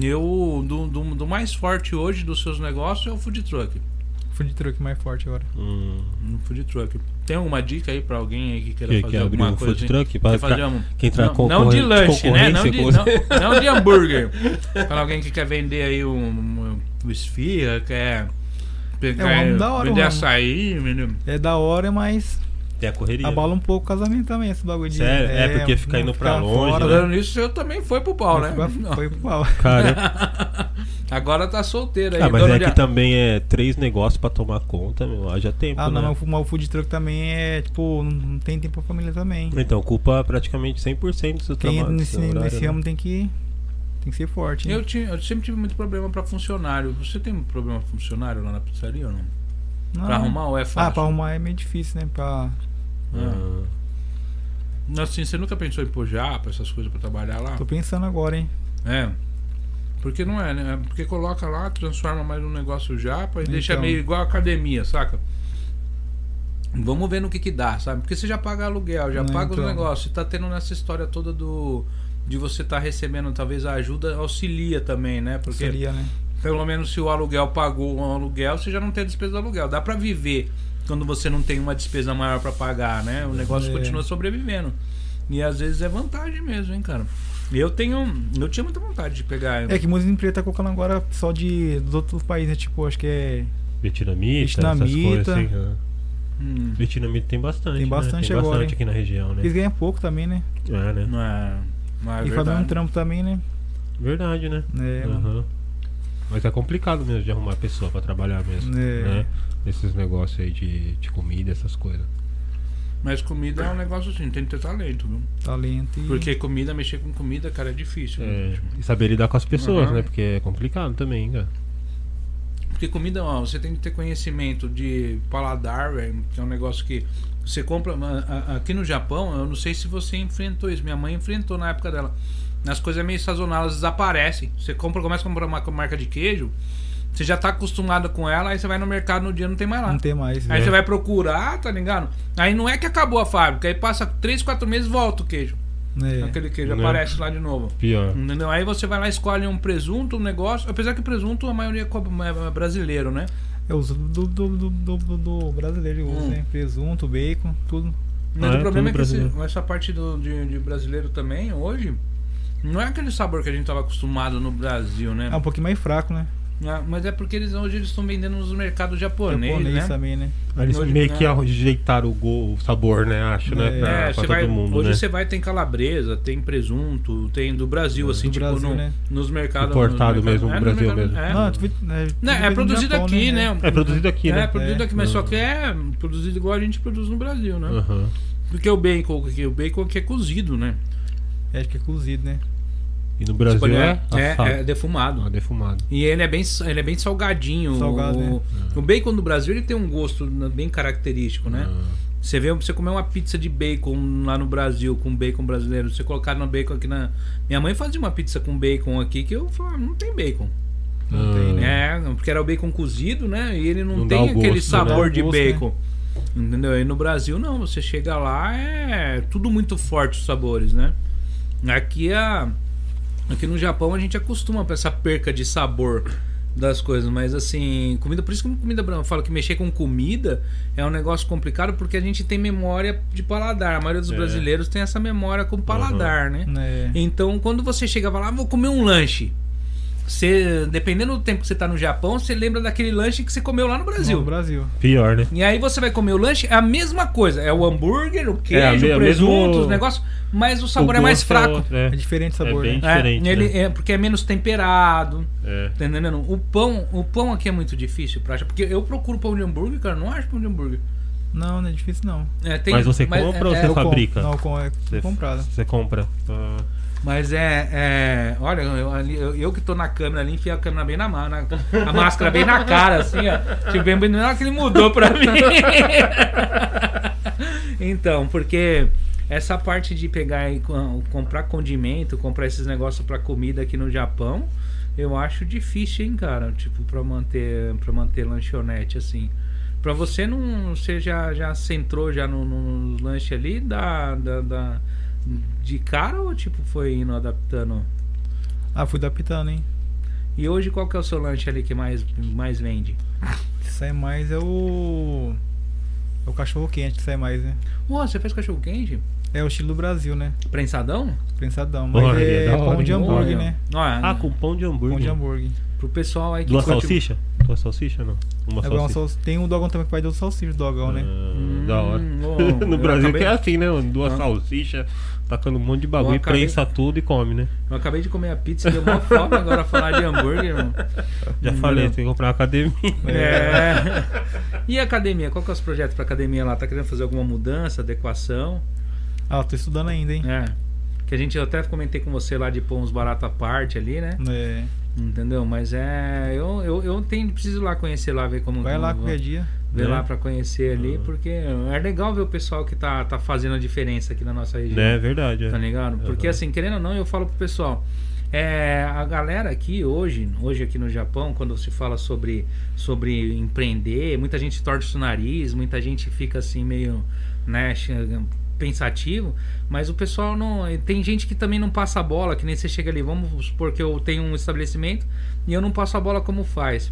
Speaker 2: eu do, do, do mais forte hoje dos seus negócios é o food truck.
Speaker 3: Food truck mais forte agora.
Speaker 1: Hum.
Speaker 2: Um food truck. Tem alguma dica aí pra alguém aí que queira
Speaker 1: Que-
Speaker 2: fazer
Speaker 1: que abrir
Speaker 2: alguma
Speaker 1: um
Speaker 2: coisa
Speaker 1: food
Speaker 2: assim?
Speaker 1: truck pra
Speaker 2: Quer
Speaker 1: ficar-
Speaker 2: fazer um-
Speaker 1: que entrar
Speaker 2: não, não de
Speaker 1: concorren-
Speaker 2: lanche, né? Não de,
Speaker 1: concorrência
Speaker 2: não,
Speaker 1: com-
Speaker 2: não de hambúrguer. [LAUGHS] Para alguém que quer vender aí um, um esfirra, quer pegar,
Speaker 3: ramo É um da hora,
Speaker 2: vender
Speaker 3: o ramo.
Speaker 2: açaí, menino.
Speaker 3: É da hora, mas
Speaker 1: Tem a correria.
Speaker 3: abala um pouco o casamento também, esse bagulho de.
Speaker 1: Sério? É, porque fica
Speaker 3: não
Speaker 1: indo pra
Speaker 3: ficar
Speaker 1: longe,
Speaker 3: fora,
Speaker 1: né?
Speaker 2: Falando nisso, eu também fui pro pau, né? [LAUGHS]
Speaker 3: Foi, foi pro pau.
Speaker 1: Caramba.
Speaker 2: Agora tá solteiro aí.
Speaker 1: Ah, mas
Speaker 2: dono
Speaker 1: é
Speaker 2: de-
Speaker 1: que também é três negócios pra tomar conta, meu. Haja tempo,
Speaker 3: Ah, não,
Speaker 1: né?
Speaker 3: mas o- mas o food truck também é, tipo, não- não tem tempo pra família também.
Speaker 1: Então, culpa praticamente 100% do seu
Speaker 3: Quem entra
Speaker 1: trabalho. do
Speaker 3: nesse,
Speaker 1: seu horário,
Speaker 3: nesse
Speaker 1: né?
Speaker 3: ramo tem que, tem que ser forte, né?
Speaker 2: Eu, tinha, eu sempre tive muito problema pra funcionário. Você tem um problema pra funcionário lá na pizzaria ou não?
Speaker 3: Não.
Speaker 2: Pra arrumar ou é fácil?
Speaker 3: Ah, pra arrumar é meio difícil, né? Pra...
Speaker 2: Ah.
Speaker 1: Ah.
Speaker 2: Assim, você nunca pensou em Pojapa, essas coisas pra trabalhar lá?
Speaker 3: Tô pensando agora, hein?
Speaker 2: É. Porque não é, né? É Porque coloca lá, transforma mais um negócio japa e deixa
Speaker 3: Então.
Speaker 2: meio igual a academia, saca? Vamos ver no que que dá, sabe? Porque você já paga aluguel, já
Speaker 3: Não,
Speaker 2: paga os
Speaker 3: então.
Speaker 2: negócios. Tá tendo nessa história toda do... De você tá recebendo talvez a ajuda, auxilia também, né? Porque
Speaker 3: Seria, né?
Speaker 2: pelo menos se o aluguel pagou um aluguel, você já não tem a despesa do aluguel. Dá pra viver quando você não tem uma despesa maior pra pagar, né? O negócio
Speaker 3: É.
Speaker 2: continua sobrevivendo. E às vezes é vantagem mesmo, hein, cara. E Eu tenho, eu tinha muita vontade de pegar.
Speaker 3: É que muitas empresas tá colocando agora só de dos outros países, né? tipo, acho que é.
Speaker 1: Vietnamita, essas
Speaker 3: Vietnamita.
Speaker 1: coisas assim. né?
Speaker 2: Hum,
Speaker 1: Vietnamita tem bastante.
Speaker 3: Tem
Speaker 1: né?
Speaker 3: bastante
Speaker 1: Tem
Speaker 3: agora,
Speaker 1: bastante
Speaker 3: hein?
Speaker 1: aqui na região, né?
Speaker 3: Eles ganham pouco também, né?
Speaker 1: É, né?
Speaker 2: não é, não é
Speaker 3: e
Speaker 2: verdade.
Speaker 3: fazendo um trampo também, né?
Speaker 1: Verdade, né?
Speaker 3: É, mano.
Speaker 1: Aham. Mas é complicado mesmo de arrumar pessoa pra trabalhar mesmo.
Speaker 3: É.
Speaker 1: Né? Esses negócios aí de, de comida, essas coisas.
Speaker 2: Mas comida é um negócio assim, tem que ter talento, viu?
Speaker 3: Talento e.
Speaker 2: Porque comida, mexer com comida, cara, é difícil. né?
Speaker 1: É, e saber lidar com as pessoas,
Speaker 2: Aham.
Speaker 1: né? Porque é complicado também, cara.
Speaker 2: Porque comida, ó, você tem que ter conhecimento de paladar, velho, que é um negócio que você compra. a- a- Aqui no Japão, eu não sei se você enfrentou isso, minha mãe enfrentou na época dela. As coisas meio sazonais elas desaparecem. Você compra, começa a comprar uma co- marca de queijo, você já tá acostumado com ela, aí você vai no mercado no dia não tem mais lá.
Speaker 3: Não tem mais.
Speaker 2: Aí
Speaker 3: né?
Speaker 2: você vai procurar, tá ligado? Aí não é que acabou a fábrica, aí passa 3, 4 meses volta o queijo.
Speaker 3: É.
Speaker 2: Aquele queijo
Speaker 1: Né?
Speaker 2: aparece lá de novo.
Speaker 1: Pior.
Speaker 2: Entendeu? Aí você vai lá, escolhe um presunto, um negócio. Apesar que presunto a maioria é co- é brasileiro, né?
Speaker 3: Eu uso É, do, do, do, do, do- do brasileiro, usa,
Speaker 2: Hum.
Speaker 3: né? Presunto, bacon, tudo.
Speaker 2: Mas
Speaker 1: Ah,
Speaker 2: o
Speaker 1: é
Speaker 2: problema é
Speaker 1: tudo
Speaker 2: que esse-
Speaker 1: brasileiro.
Speaker 2: essa parte do, de, de brasileiro também, hoje, não é aquele sabor que a gente tava acostumado no Brasil, né?
Speaker 3: É um pouquinho mais fraco, né?
Speaker 2: Ah, Mas é porque eles hoje eles estão vendendo nos mercados japonês,
Speaker 3: Japonês
Speaker 2: né?
Speaker 3: também, né?
Speaker 1: Aí Eles
Speaker 2: Hoje-
Speaker 1: meio que
Speaker 2: é.
Speaker 1: ajeitaram o, go- o sabor, né? Acho, né?
Speaker 3: É.
Speaker 1: Pra,
Speaker 2: É,
Speaker 1: pra
Speaker 2: você
Speaker 1: todo
Speaker 2: vai,
Speaker 1: mundo,
Speaker 2: hoje
Speaker 1: né?
Speaker 2: você vai, tem calabresa, tem presunto, tem do
Speaker 1: É,
Speaker 2: Brasil, assim,
Speaker 3: Do
Speaker 2: tipo,
Speaker 3: Brasil,
Speaker 2: no-
Speaker 3: né?
Speaker 2: nos mercados...
Speaker 1: Importado
Speaker 2: nos
Speaker 1: mesmo,
Speaker 2: mercados- é, nos
Speaker 1: Brasil
Speaker 2: mercados-
Speaker 1: mesmo. Ah,
Speaker 2: É,
Speaker 3: Não, tu vê- é, tu
Speaker 2: Né, é
Speaker 3: vê no
Speaker 2: produzido
Speaker 3: Japão,
Speaker 2: aqui, né?
Speaker 1: É produzido aqui,
Speaker 2: É,
Speaker 1: né?
Speaker 2: produzido
Speaker 3: É.
Speaker 2: aqui, mas só
Speaker 1: Uhum.
Speaker 2: que é produzido igual a gente produz no Brasil, né?
Speaker 1: Aham.
Speaker 2: Porque o bacon aqui, o bacon aqui é cozido, né?
Speaker 3: É, acho que é cozido, né?
Speaker 1: E no Brasil
Speaker 2: Pode-
Speaker 1: é, assado.
Speaker 2: é, é defumado.
Speaker 1: Ah, defumado.
Speaker 2: E ele é bem, ele é bem salgadinho.
Speaker 3: Salgado,
Speaker 2: o,
Speaker 3: né?
Speaker 2: o bacon do Brasil ele tem um gosto bem característico, né?
Speaker 1: Ah,
Speaker 2: Você vê, você comer uma pizza de bacon lá no Brasil, com bacon brasileiro, você colocar no bacon aqui na. Minha mãe fazia uma pizza com bacon aqui que eu falava, não tem bacon.
Speaker 3: Não
Speaker 1: Ah.
Speaker 3: tem, né?
Speaker 2: É, porque era o bacon cozido, né? E ele não,
Speaker 1: Não dá
Speaker 2: tem
Speaker 1: o gosto,
Speaker 2: aquele
Speaker 1: né?
Speaker 2: sabor
Speaker 3: Não dá
Speaker 2: de
Speaker 3: o gosto,
Speaker 2: bacon. Entendeu? E no Brasil não, você chega lá, é tudo muito forte os sabores, né? Aqui a aqui no Japão a gente acostuma pra essa perca de sabor das coisas, mas assim, comida, por isso que comida branca, eu falo que mexer com comida é um negócio complicado porque a gente tem memória de paladar. A maioria dos
Speaker 1: É.
Speaker 2: brasileiros tem essa memória com paladar, né?
Speaker 3: É.
Speaker 2: Então, quando você chegava lá, "Ah, vou comer um lanche. Você, dependendo do tempo que você tá no Japão, você lembra daquele lanche que você comeu lá no Brasil.
Speaker 3: No Brasil.
Speaker 1: Pior, né?
Speaker 2: E aí você vai comer o lanche, é a mesma coisa. É o hambúrguer, o
Speaker 1: É, a
Speaker 2: queijo,
Speaker 1: me- é
Speaker 2: o
Speaker 1: o
Speaker 2: presunto,
Speaker 1: mesmo-
Speaker 2: os negócios, mas o sabor
Speaker 1: O
Speaker 2: é mais
Speaker 1: gosto
Speaker 2: fraco.
Speaker 1: outro,
Speaker 3: É,
Speaker 1: né?
Speaker 3: diferente o
Speaker 1: É
Speaker 3: sabor,
Speaker 1: bem
Speaker 3: né?
Speaker 2: É,
Speaker 1: diferente,
Speaker 2: ele
Speaker 1: né?
Speaker 2: é porque é menos temperado,
Speaker 1: É.
Speaker 2: tá entendendo? O pão, o pão aqui é muito difícil pra achar, porque eu procuro pão de hambúrguer, cara, não acho pão de hambúrguer.
Speaker 3: Não, não é difícil não.
Speaker 2: É, tem-
Speaker 1: Mas você compra ou
Speaker 2: é,
Speaker 1: você
Speaker 3: Eu compro.
Speaker 1: fabrica?
Speaker 3: Não, com, é
Speaker 1: Você-
Speaker 3: comprado.
Speaker 1: Você compra. Ah,
Speaker 2: Mas é. é, olha, eu, ali- eu, eu que tô na câmera ali, enfiei a câmera bem na mão, na- a máscara bem na cara, assim, ó. Tipo, bem bonito, na hora que ele mudou pra mim. então, porque essa parte de pegar e com- comprar condimento, comprar esses negócios pra comida aqui no Japão, eu acho difícil, hein, cara? Tipo, pra manter, pra manter lanchonete assim. Pra você não. Você já, já centrou já no, no lanche ali da, da, da- de cara ou tipo foi indo adaptando?
Speaker 3: Ah, fui da Pitana, hein?
Speaker 2: E hoje qual que é o seu lanche ali que mais, mais vende?
Speaker 3: O que sai mais é o. É o cachorro quente que sai mais, né?
Speaker 2: Ô, você fez cachorro quente?
Speaker 3: É o estilo do Brasil, né?
Speaker 2: Prensadão?
Speaker 3: Prensadão. Mas
Speaker 1: Olha,
Speaker 3: é
Speaker 1: da hora,
Speaker 3: pão de
Speaker 1: hein?
Speaker 3: hambúrguer,
Speaker 2: Olha.
Speaker 3: né?
Speaker 2: Olha,
Speaker 1: Ah, com pão de hambúrguer.
Speaker 3: Pão de hambúrguer.
Speaker 2: pro pessoal aí que
Speaker 1: Duas
Speaker 2: curte-
Speaker 1: salsichas? Duas salsichas ou não? Uma
Speaker 3: É,
Speaker 1: salsicha.
Speaker 3: uma sal- Tem um dogão também que vai do salsicha, o dogão, né?
Speaker 1: Ah, da hora.
Speaker 2: Hum,
Speaker 1: [LAUGHS]
Speaker 2: ô,
Speaker 1: no
Speaker 2: eu
Speaker 1: Brasil
Speaker 2: acabei-
Speaker 1: que
Speaker 2: Ah.
Speaker 1: é assim, né? mano? Duas salsichas, tacando um monte de bagulho,
Speaker 2: Eu acabei-
Speaker 1: prensa tudo e come, né?
Speaker 2: Eu acabei de comer a pizza e deu uma fome agora falar de hambúrguer, irmão.
Speaker 1: Já
Speaker 3: Hum,
Speaker 1: falei, tem que comprar uma academia.
Speaker 2: É. E a academia? Qual que é os projetos pra academia lá? Tá querendo fazer alguma mudança, adequação?
Speaker 3: Ah, tô estudando ainda, hein?
Speaker 2: É. Que a gente eu até comentei com você lá de pôr uns barato à parte ali, né?
Speaker 3: É.
Speaker 2: Entendeu? Mas é. Eu, eu, eu tenho, preciso ir lá conhecer lá, ver como.
Speaker 3: Vai lá
Speaker 2: como-
Speaker 3: qualquer dia.
Speaker 2: Ver
Speaker 1: Né? Ah.
Speaker 2: lá pra conhecer ali, porque é legal ver o pessoal que tá, tá fazendo a diferença aqui na nossa
Speaker 1: [LAUGHS]
Speaker 2: região.
Speaker 1: Né, é verdade. É.
Speaker 2: Tá ligado? Porque
Speaker 1: Aham.
Speaker 2: assim, querendo ou não, eu falo pro pessoal. É, a galera aqui hoje, hoje aqui no Japão, quando se fala sobre, sobre empreender, muita gente torce o nariz, muita gente fica assim meio né, che- pensativo, mas o pessoal não. Tem gente que também não passa a bola, que nem você chega ali, vamos supor que eu tenho um estabelecimento e eu não passo a bola como faz.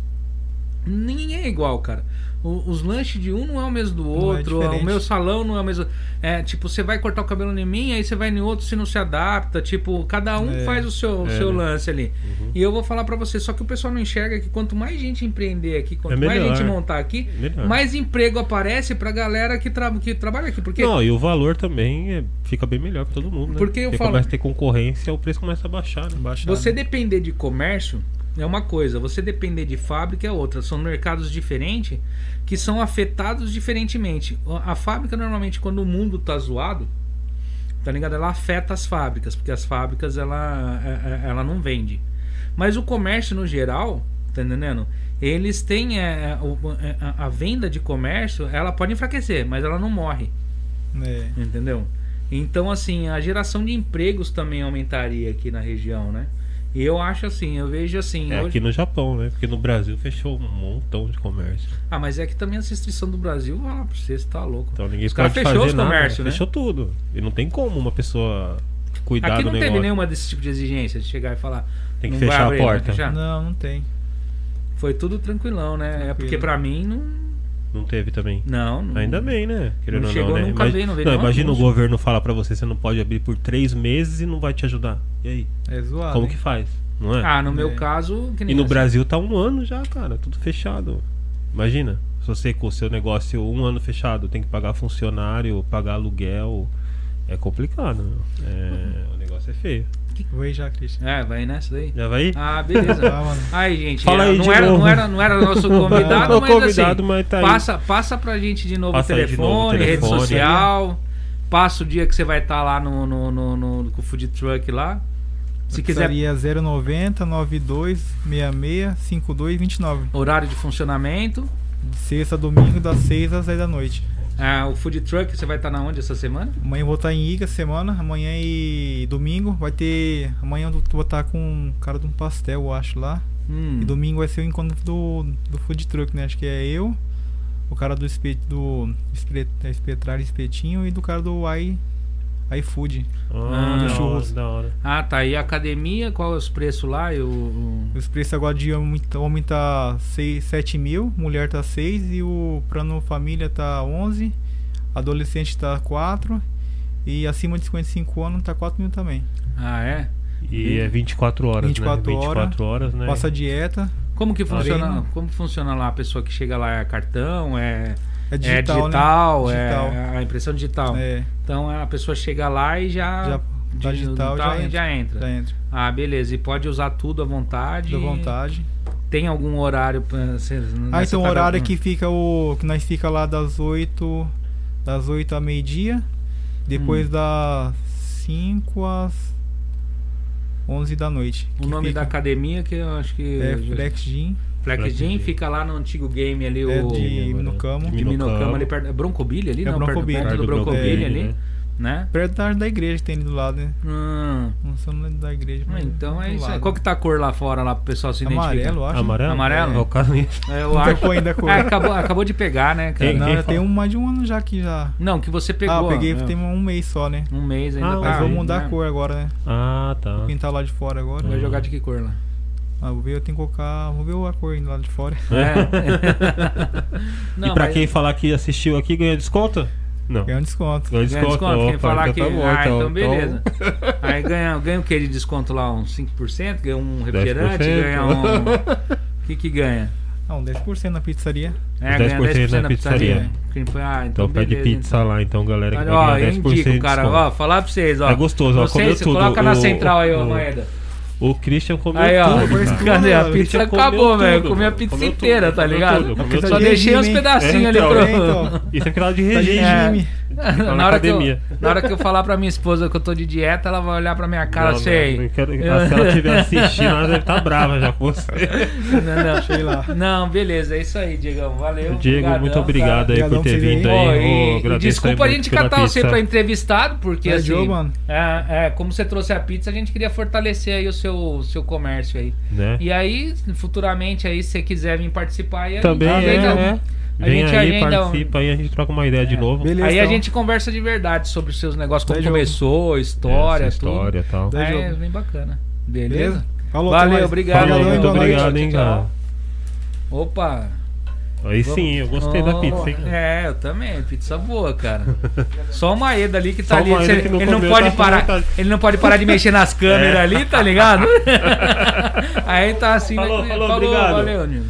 Speaker 2: Ninguém é igual, cara. O- os lanches de um não é o mesmo do
Speaker 3: Não é
Speaker 2: outro, o
Speaker 3: diferente.
Speaker 2: meu salão não é o mesmo. É, tipo, você vai cortar o cabelo em mim, aí você vai em outro, se não se adapta. Tipo, cada um
Speaker 3: É.
Speaker 2: faz o seu, o
Speaker 1: É,
Speaker 2: seu
Speaker 1: né?
Speaker 2: lance ali. E eu vou falar pra você, só que o pessoal não enxerga que quanto mais gente empreender aqui, quanto
Speaker 1: É
Speaker 2: mais
Speaker 1: melhor. É.
Speaker 2: gente montar aqui,
Speaker 1: Melhor.
Speaker 2: mais emprego aparece pra galera que, tra que trabalha aqui. Porque
Speaker 1: Não, e o valor também é- fica bem melhor pra todo mundo, né?
Speaker 2: Porque eu
Speaker 1: Porque
Speaker 2: falo-
Speaker 1: começa a ter concorrência, o preço começa a baixar, né?
Speaker 3: Baixado.
Speaker 2: Você depender de comércio é uma coisa, você depender de fábrica é outra. São mercados diferentes que são afetados diferentemente. A fábrica, normalmente, quando o mundo tá zoado, tá ligado? Ela afeta as fábricas, porque as fábricas ela, é- é- ela não vende. Mas o comércio no geral, tá entendendo? Eles têm é, o- é, a a venda de comércio, ela pode enfraquecer, mas ela não morre.
Speaker 3: É.
Speaker 2: Entendeu? Então, assim, a geração de empregos também aumentaria aqui na região, né? E eu acho assim, eu vejo assim.
Speaker 1: É
Speaker 2: hoje-
Speaker 1: aqui no Japão, né? Porque no Brasil fechou um montão de comércio.
Speaker 2: Ah, mas é que também essa restrição do Brasil, vai lá pra você, você tá louco.
Speaker 1: Então ninguém
Speaker 2: Os caras
Speaker 1: pode
Speaker 2: fechou
Speaker 1: fazer
Speaker 2: os
Speaker 1: nada.
Speaker 2: comércios, né?
Speaker 1: Fechou tudo. E não tem como uma pessoa cuidar
Speaker 2: Aqui
Speaker 1: do
Speaker 2: não teve
Speaker 1: negócio.
Speaker 2: nenhuma desse tipo de exigência de chegar e falar.
Speaker 1: Tem que
Speaker 2: "Não vai
Speaker 1: fechar a
Speaker 2: abrir, vai
Speaker 1: porta."
Speaker 2: fechar".
Speaker 3: Não, não tem.
Speaker 2: Foi tudo tranquilão, né? É porque
Speaker 3: Tranquilo.
Speaker 2: pra mim não.
Speaker 1: Não teve também.
Speaker 2: Não, não.
Speaker 1: Ainda bem, né? Querendo
Speaker 2: Não
Speaker 1: ou
Speaker 2: chegou,
Speaker 1: não, né?
Speaker 2: nunca vi, não vi nenhum
Speaker 1: imagina o
Speaker 2: anúncio.
Speaker 1: governo falar pra você, você não pode abrir por três meses e não vai te ajudar. E aí?
Speaker 3: É zoado.
Speaker 1: como
Speaker 3: hein?
Speaker 1: que faz? Não é?
Speaker 2: Ah, né? no meu
Speaker 3: É.
Speaker 2: caso. Que
Speaker 1: e no
Speaker 2: essa.
Speaker 1: Brasil tá um ano já, cara, tudo fechado. Imagina, se você com o seu negócio um ano fechado, tem que pagar funcionário, pagar aluguel. É complicado, meu. É, o negócio é feio.
Speaker 3: Vou aí
Speaker 1: [LAUGHS]
Speaker 3: já, Christian.
Speaker 2: É, vai nessa daí.
Speaker 1: Já vai?
Speaker 2: Ah, beleza.
Speaker 3: [LAUGHS] Ah, mano.
Speaker 2: Aí, gente, é,
Speaker 1: Fala aí
Speaker 2: não,
Speaker 1: de
Speaker 2: era,
Speaker 1: novo.
Speaker 2: não era não
Speaker 1: [LAUGHS]
Speaker 2: era nosso [LAUGHS] convidado,
Speaker 1: Não,
Speaker 2: mas
Speaker 1: convidado,
Speaker 2: assim,
Speaker 1: mas tá aí.
Speaker 2: passa, passa pra gente de novo o
Speaker 1: Passa aí
Speaker 2: telefone,
Speaker 1: de novo o
Speaker 2: rede
Speaker 1: telefone. né?
Speaker 2: social, passa o dia que você vai estar lá no, no, no, no- com o food truck lá. Se quiser
Speaker 3: Seria 090 92 66 52 29.
Speaker 2: horário de funcionamento,
Speaker 3: De sexta a domingo, das 6 às 10 da noite.
Speaker 2: ah, o food truck você vai estar na onde essa semana?
Speaker 3: Amanhã eu vou estar em Iga semana, amanhã e domingo vai ter. Amanhã eu vou estar com um cara de um pastel, eu acho, lá.
Speaker 2: Hum,
Speaker 3: E domingo vai ser o encontro do, do food truck, né? Acho que é eu, o cara do espeto do espre- é, espetrar espetinho e do cara do i iFood.
Speaker 1: Ah,
Speaker 2: Ah,
Speaker 1: da hora,
Speaker 3: churros.
Speaker 1: da hora.
Speaker 2: Ah, tá. E a academia, qual é os preços lá? Eu, o-
Speaker 3: Os preços agora de homem, tá- homem tá 6, 7 mil, mulher tá 6 e o plano família tá 11, adolescente tá 4 e acima de 55 anos tá 4 mil também.
Speaker 2: Ah, é?
Speaker 1: E é 24 horas,
Speaker 3: 24
Speaker 1: né?
Speaker 3: horas.
Speaker 1: 24 horas, né?
Speaker 3: Passa a dieta,
Speaker 2: Como que funciona?
Speaker 3: Treino.
Speaker 2: Como funciona lá a pessoa que chega lá? É cartão? É
Speaker 3: é digital,
Speaker 2: digital? É, digital,
Speaker 3: né?
Speaker 2: é a impressão digital.
Speaker 3: É,
Speaker 2: Então a pessoa chega lá e já.
Speaker 3: já tá digital, já entra,
Speaker 2: já entra.
Speaker 3: já entra.
Speaker 2: Ah, beleza. E pode usar tudo à vontade.
Speaker 3: Dá vontade.
Speaker 2: Tem algum horário eh, né, pra você.
Speaker 3: Ah,
Speaker 2: tá
Speaker 3: então o horário
Speaker 2: aqui
Speaker 3: que fica o. que nós fica lá das 8. Das 8 a meio-dia. Depois
Speaker 2: Hum.
Speaker 3: das 5 às 11 da noite.
Speaker 2: O
Speaker 3: que
Speaker 2: nome
Speaker 3: fica.
Speaker 2: da academia que eu acho que.
Speaker 3: É Flex Gym,
Speaker 2: Flex
Speaker 1: Flex
Speaker 2: Gym
Speaker 1: Gym.
Speaker 2: fica lá no antigo game ali,
Speaker 3: é
Speaker 2: o. De,
Speaker 3: de
Speaker 1: agora.
Speaker 3: Minocamo.
Speaker 1: De
Speaker 2: Minocama
Speaker 1: Minocamo.
Speaker 2: ali perto. É Broncobile ali?
Speaker 3: É
Speaker 2: não, perto-
Speaker 3: Broncobile.
Speaker 2: perto do Broncobile
Speaker 3: Broncobile,
Speaker 2: ali,
Speaker 1: né?
Speaker 2: né?
Speaker 3: Perto da, da igreja que tem ali do lado, né?
Speaker 2: Hum.
Speaker 3: Não sei o nome da igreja.
Speaker 2: Ah,
Speaker 3: mas
Speaker 2: então é
Speaker 3: do
Speaker 2: isso. aí.
Speaker 3: lado.
Speaker 2: Qual que tá a cor lá fora lá pro pessoal se identificar?
Speaker 3: Amarelo, eu acho.
Speaker 1: Amarelo?
Speaker 2: Amarelo?
Speaker 1: É o caso nisso.
Speaker 2: É, Eu
Speaker 3: Não
Speaker 2: acho.
Speaker 3: trocou ainda a cor.
Speaker 2: É, acabou, acabou de pegar, né, cara?
Speaker 1: Tem-
Speaker 3: Não,
Speaker 1: quem
Speaker 3: já tem
Speaker 1: fala?
Speaker 3: um, mais de um ano já aqui já.
Speaker 2: Não, que você pegou.
Speaker 3: ah, eu peguei,
Speaker 2: ó.
Speaker 3: tem um mês só, né?
Speaker 2: Um mês ainda.
Speaker 1: Ah,
Speaker 2: tá
Speaker 3: Mas vou
Speaker 2: aí,
Speaker 3: mudar
Speaker 2: né?
Speaker 3: a cor agora, né?
Speaker 1: Ah, tá.
Speaker 3: Quem tá lá de fora agora.
Speaker 2: Vai jogar de que cor lá?
Speaker 3: Ah, vou ver, eu tenho que colocar. Vou ver a cor lá de fora.
Speaker 2: É. [LAUGHS]
Speaker 1: e pra
Speaker 2: mas-
Speaker 1: quem falar que assistiu aqui, ganha desconto? Não.
Speaker 3: Ganhou um desconto.
Speaker 1: Ganha
Speaker 2: Ganha desconto, quem
Speaker 1: Opa,
Speaker 2: falar
Speaker 1: então
Speaker 2: que.
Speaker 1: tá bom,
Speaker 2: ah, então beleza. Aí ganha, ganha o que de desconto lá? Uns 5%? Ganha um refrigerante?
Speaker 1: 10%.
Speaker 2: Ganha um. O que que ganha?
Speaker 3: Não, 10% na pizzaria.
Speaker 1: 10%
Speaker 2: É, ganha 10% na
Speaker 1: na
Speaker 2: pizzaria. Ah,
Speaker 1: Então,
Speaker 2: então
Speaker 1: pede
Speaker 2: beleza,
Speaker 1: pizza lá, então, galera. Que
Speaker 2: Olha,
Speaker 1: vai
Speaker 2: ó,
Speaker 1: ganhar
Speaker 2: eu
Speaker 1: 10%
Speaker 2: indico,
Speaker 1: de
Speaker 2: cara.
Speaker 1: desconto.
Speaker 2: Ó, falar pra vocês, ó.
Speaker 1: É gostoso, ó, comeu
Speaker 2: Vocês,
Speaker 1: tudo.
Speaker 2: Coloca na
Speaker 1: O-
Speaker 2: central aí, ó,
Speaker 1: o-
Speaker 2: moeda.
Speaker 1: O Christian comeu
Speaker 2: Aí, ó.
Speaker 1: tudo. cara.
Speaker 2: Cadê? A
Speaker 3: Ele
Speaker 2: pizza
Speaker 1: já comeu
Speaker 2: acabou,
Speaker 1: tudo,
Speaker 2: velho. Eu
Speaker 1: mano.
Speaker 2: comi a pizza
Speaker 1: Comeu tudo,
Speaker 2: inteira, tá
Speaker 1: comeu
Speaker 2: ligado?
Speaker 1: tudo, comeu
Speaker 2: Só
Speaker 1: tudo.
Speaker 2: deixei uns
Speaker 3: É,
Speaker 2: pedacinhos ali
Speaker 1: então,
Speaker 2: pro.
Speaker 1: é, [LAUGHS] Isso é porque ela é de
Speaker 3: Tá de
Speaker 1: regime.
Speaker 3: regime.
Speaker 1: na
Speaker 2: [LAUGHS] na, hora que eu,
Speaker 1: academia.
Speaker 2: na hora que eu falar pra minha esposa que eu tô de dieta, ela vai olhar pra minha cara
Speaker 1: Não,
Speaker 2: assim.
Speaker 1: não,
Speaker 2: "Ei,
Speaker 1: não quero- Se ela estiver
Speaker 2: [LAUGHS]
Speaker 1: assistindo, ela deve estar brava já com você. [LAUGHS]
Speaker 3: Sei lá.
Speaker 2: Não, não. não, beleza, é isso aí, Diegão. Valeu.
Speaker 1: Diego, muito
Speaker 2: cara.
Speaker 1: obrigado aí por
Speaker 3: Obrigadão
Speaker 1: ter
Speaker 3: pra vocês
Speaker 1: vindo
Speaker 3: aí.
Speaker 2: Pô,
Speaker 1: aí. Ô,
Speaker 2: e- e
Speaker 1: agradeço aí
Speaker 2: desculpa a
Speaker 1: muito
Speaker 2: gente
Speaker 1: pela
Speaker 2: catar você
Speaker 1: pizza.
Speaker 2: pra entrevistado, porque
Speaker 3: Tá de
Speaker 2: assim.
Speaker 3: boa, mano.
Speaker 2: É, é, como você trouxe a pizza, a gente queria fortalecer aí o seu, seu comércio aí.
Speaker 1: Né?
Speaker 2: E aí, futuramente, aí, se você quiser vir participar, aí a
Speaker 1: Também
Speaker 3: Tá
Speaker 2: gente
Speaker 1: é,
Speaker 2: agenda-
Speaker 3: então.
Speaker 1: né?
Speaker 2: A
Speaker 1: Vem
Speaker 2: gente
Speaker 1: aí,
Speaker 2: agenda um-
Speaker 1: participa aí, a gente troca uma
Speaker 2: É,
Speaker 1: ideia de novo.
Speaker 3: Beleza.
Speaker 2: Aí a
Speaker 3: então.
Speaker 2: gente conversa de verdade sobre os seus negócios, como
Speaker 3: Tá de boa.
Speaker 2: começou, história,
Speaker 1: Essa
Speaker 2: tudo.
Speaker 1: história e tal.
Speaker 3: Tá de
Speaker 2: É,
Speaker 3: boa.
Speaker 2: bem bacana. Beleza?
Speaker 3: Beleza? Falou,
Speaker 2: Valeu,
Speaker 3: até mais.
Speaker 2: obrigado.
Speaker 1: Falou,
Speaker 3: Obrigadão,
Speaker 1: muito
Speaker 3: boa noite.
Speaker 1: obrigado, hein,
Speaker 2: Tchau,
Speaker 1: cara.
Speaker 2: Opa!
Speaker 1: Aí sim, eu gostei da
Speaker 2: É, Oh,
Speaker 1: pizza, hein?
Speaker 2: É, eu também, pizza boa,
Speaker 1: [LAUGHS]
Speaker 2: cara. Só o Maeda ali que tá
Speaker 1: Só o
Speaker 2: ali.
Speaker 1: Maeda
Speaker 2: ele-
Speaker 1: que não
Speaker 2: ele, não
Speaker 1: comeu,
Speaker 2: pode
Speaker 1: tá com
Speaker 2: parar,
Speaker 1: vontade. É.
Speaker 2: ele não pode parar de mexer
Speaker 1: [LAUGHS]
Speaker 2: nas câmeras ali, tá ligado? Aí tá assim, né,
Speaker 1: Falou,
Speaker 2: que-
Speaker 1: falou, obrigado.
Speaker 2: Valeu, Nil.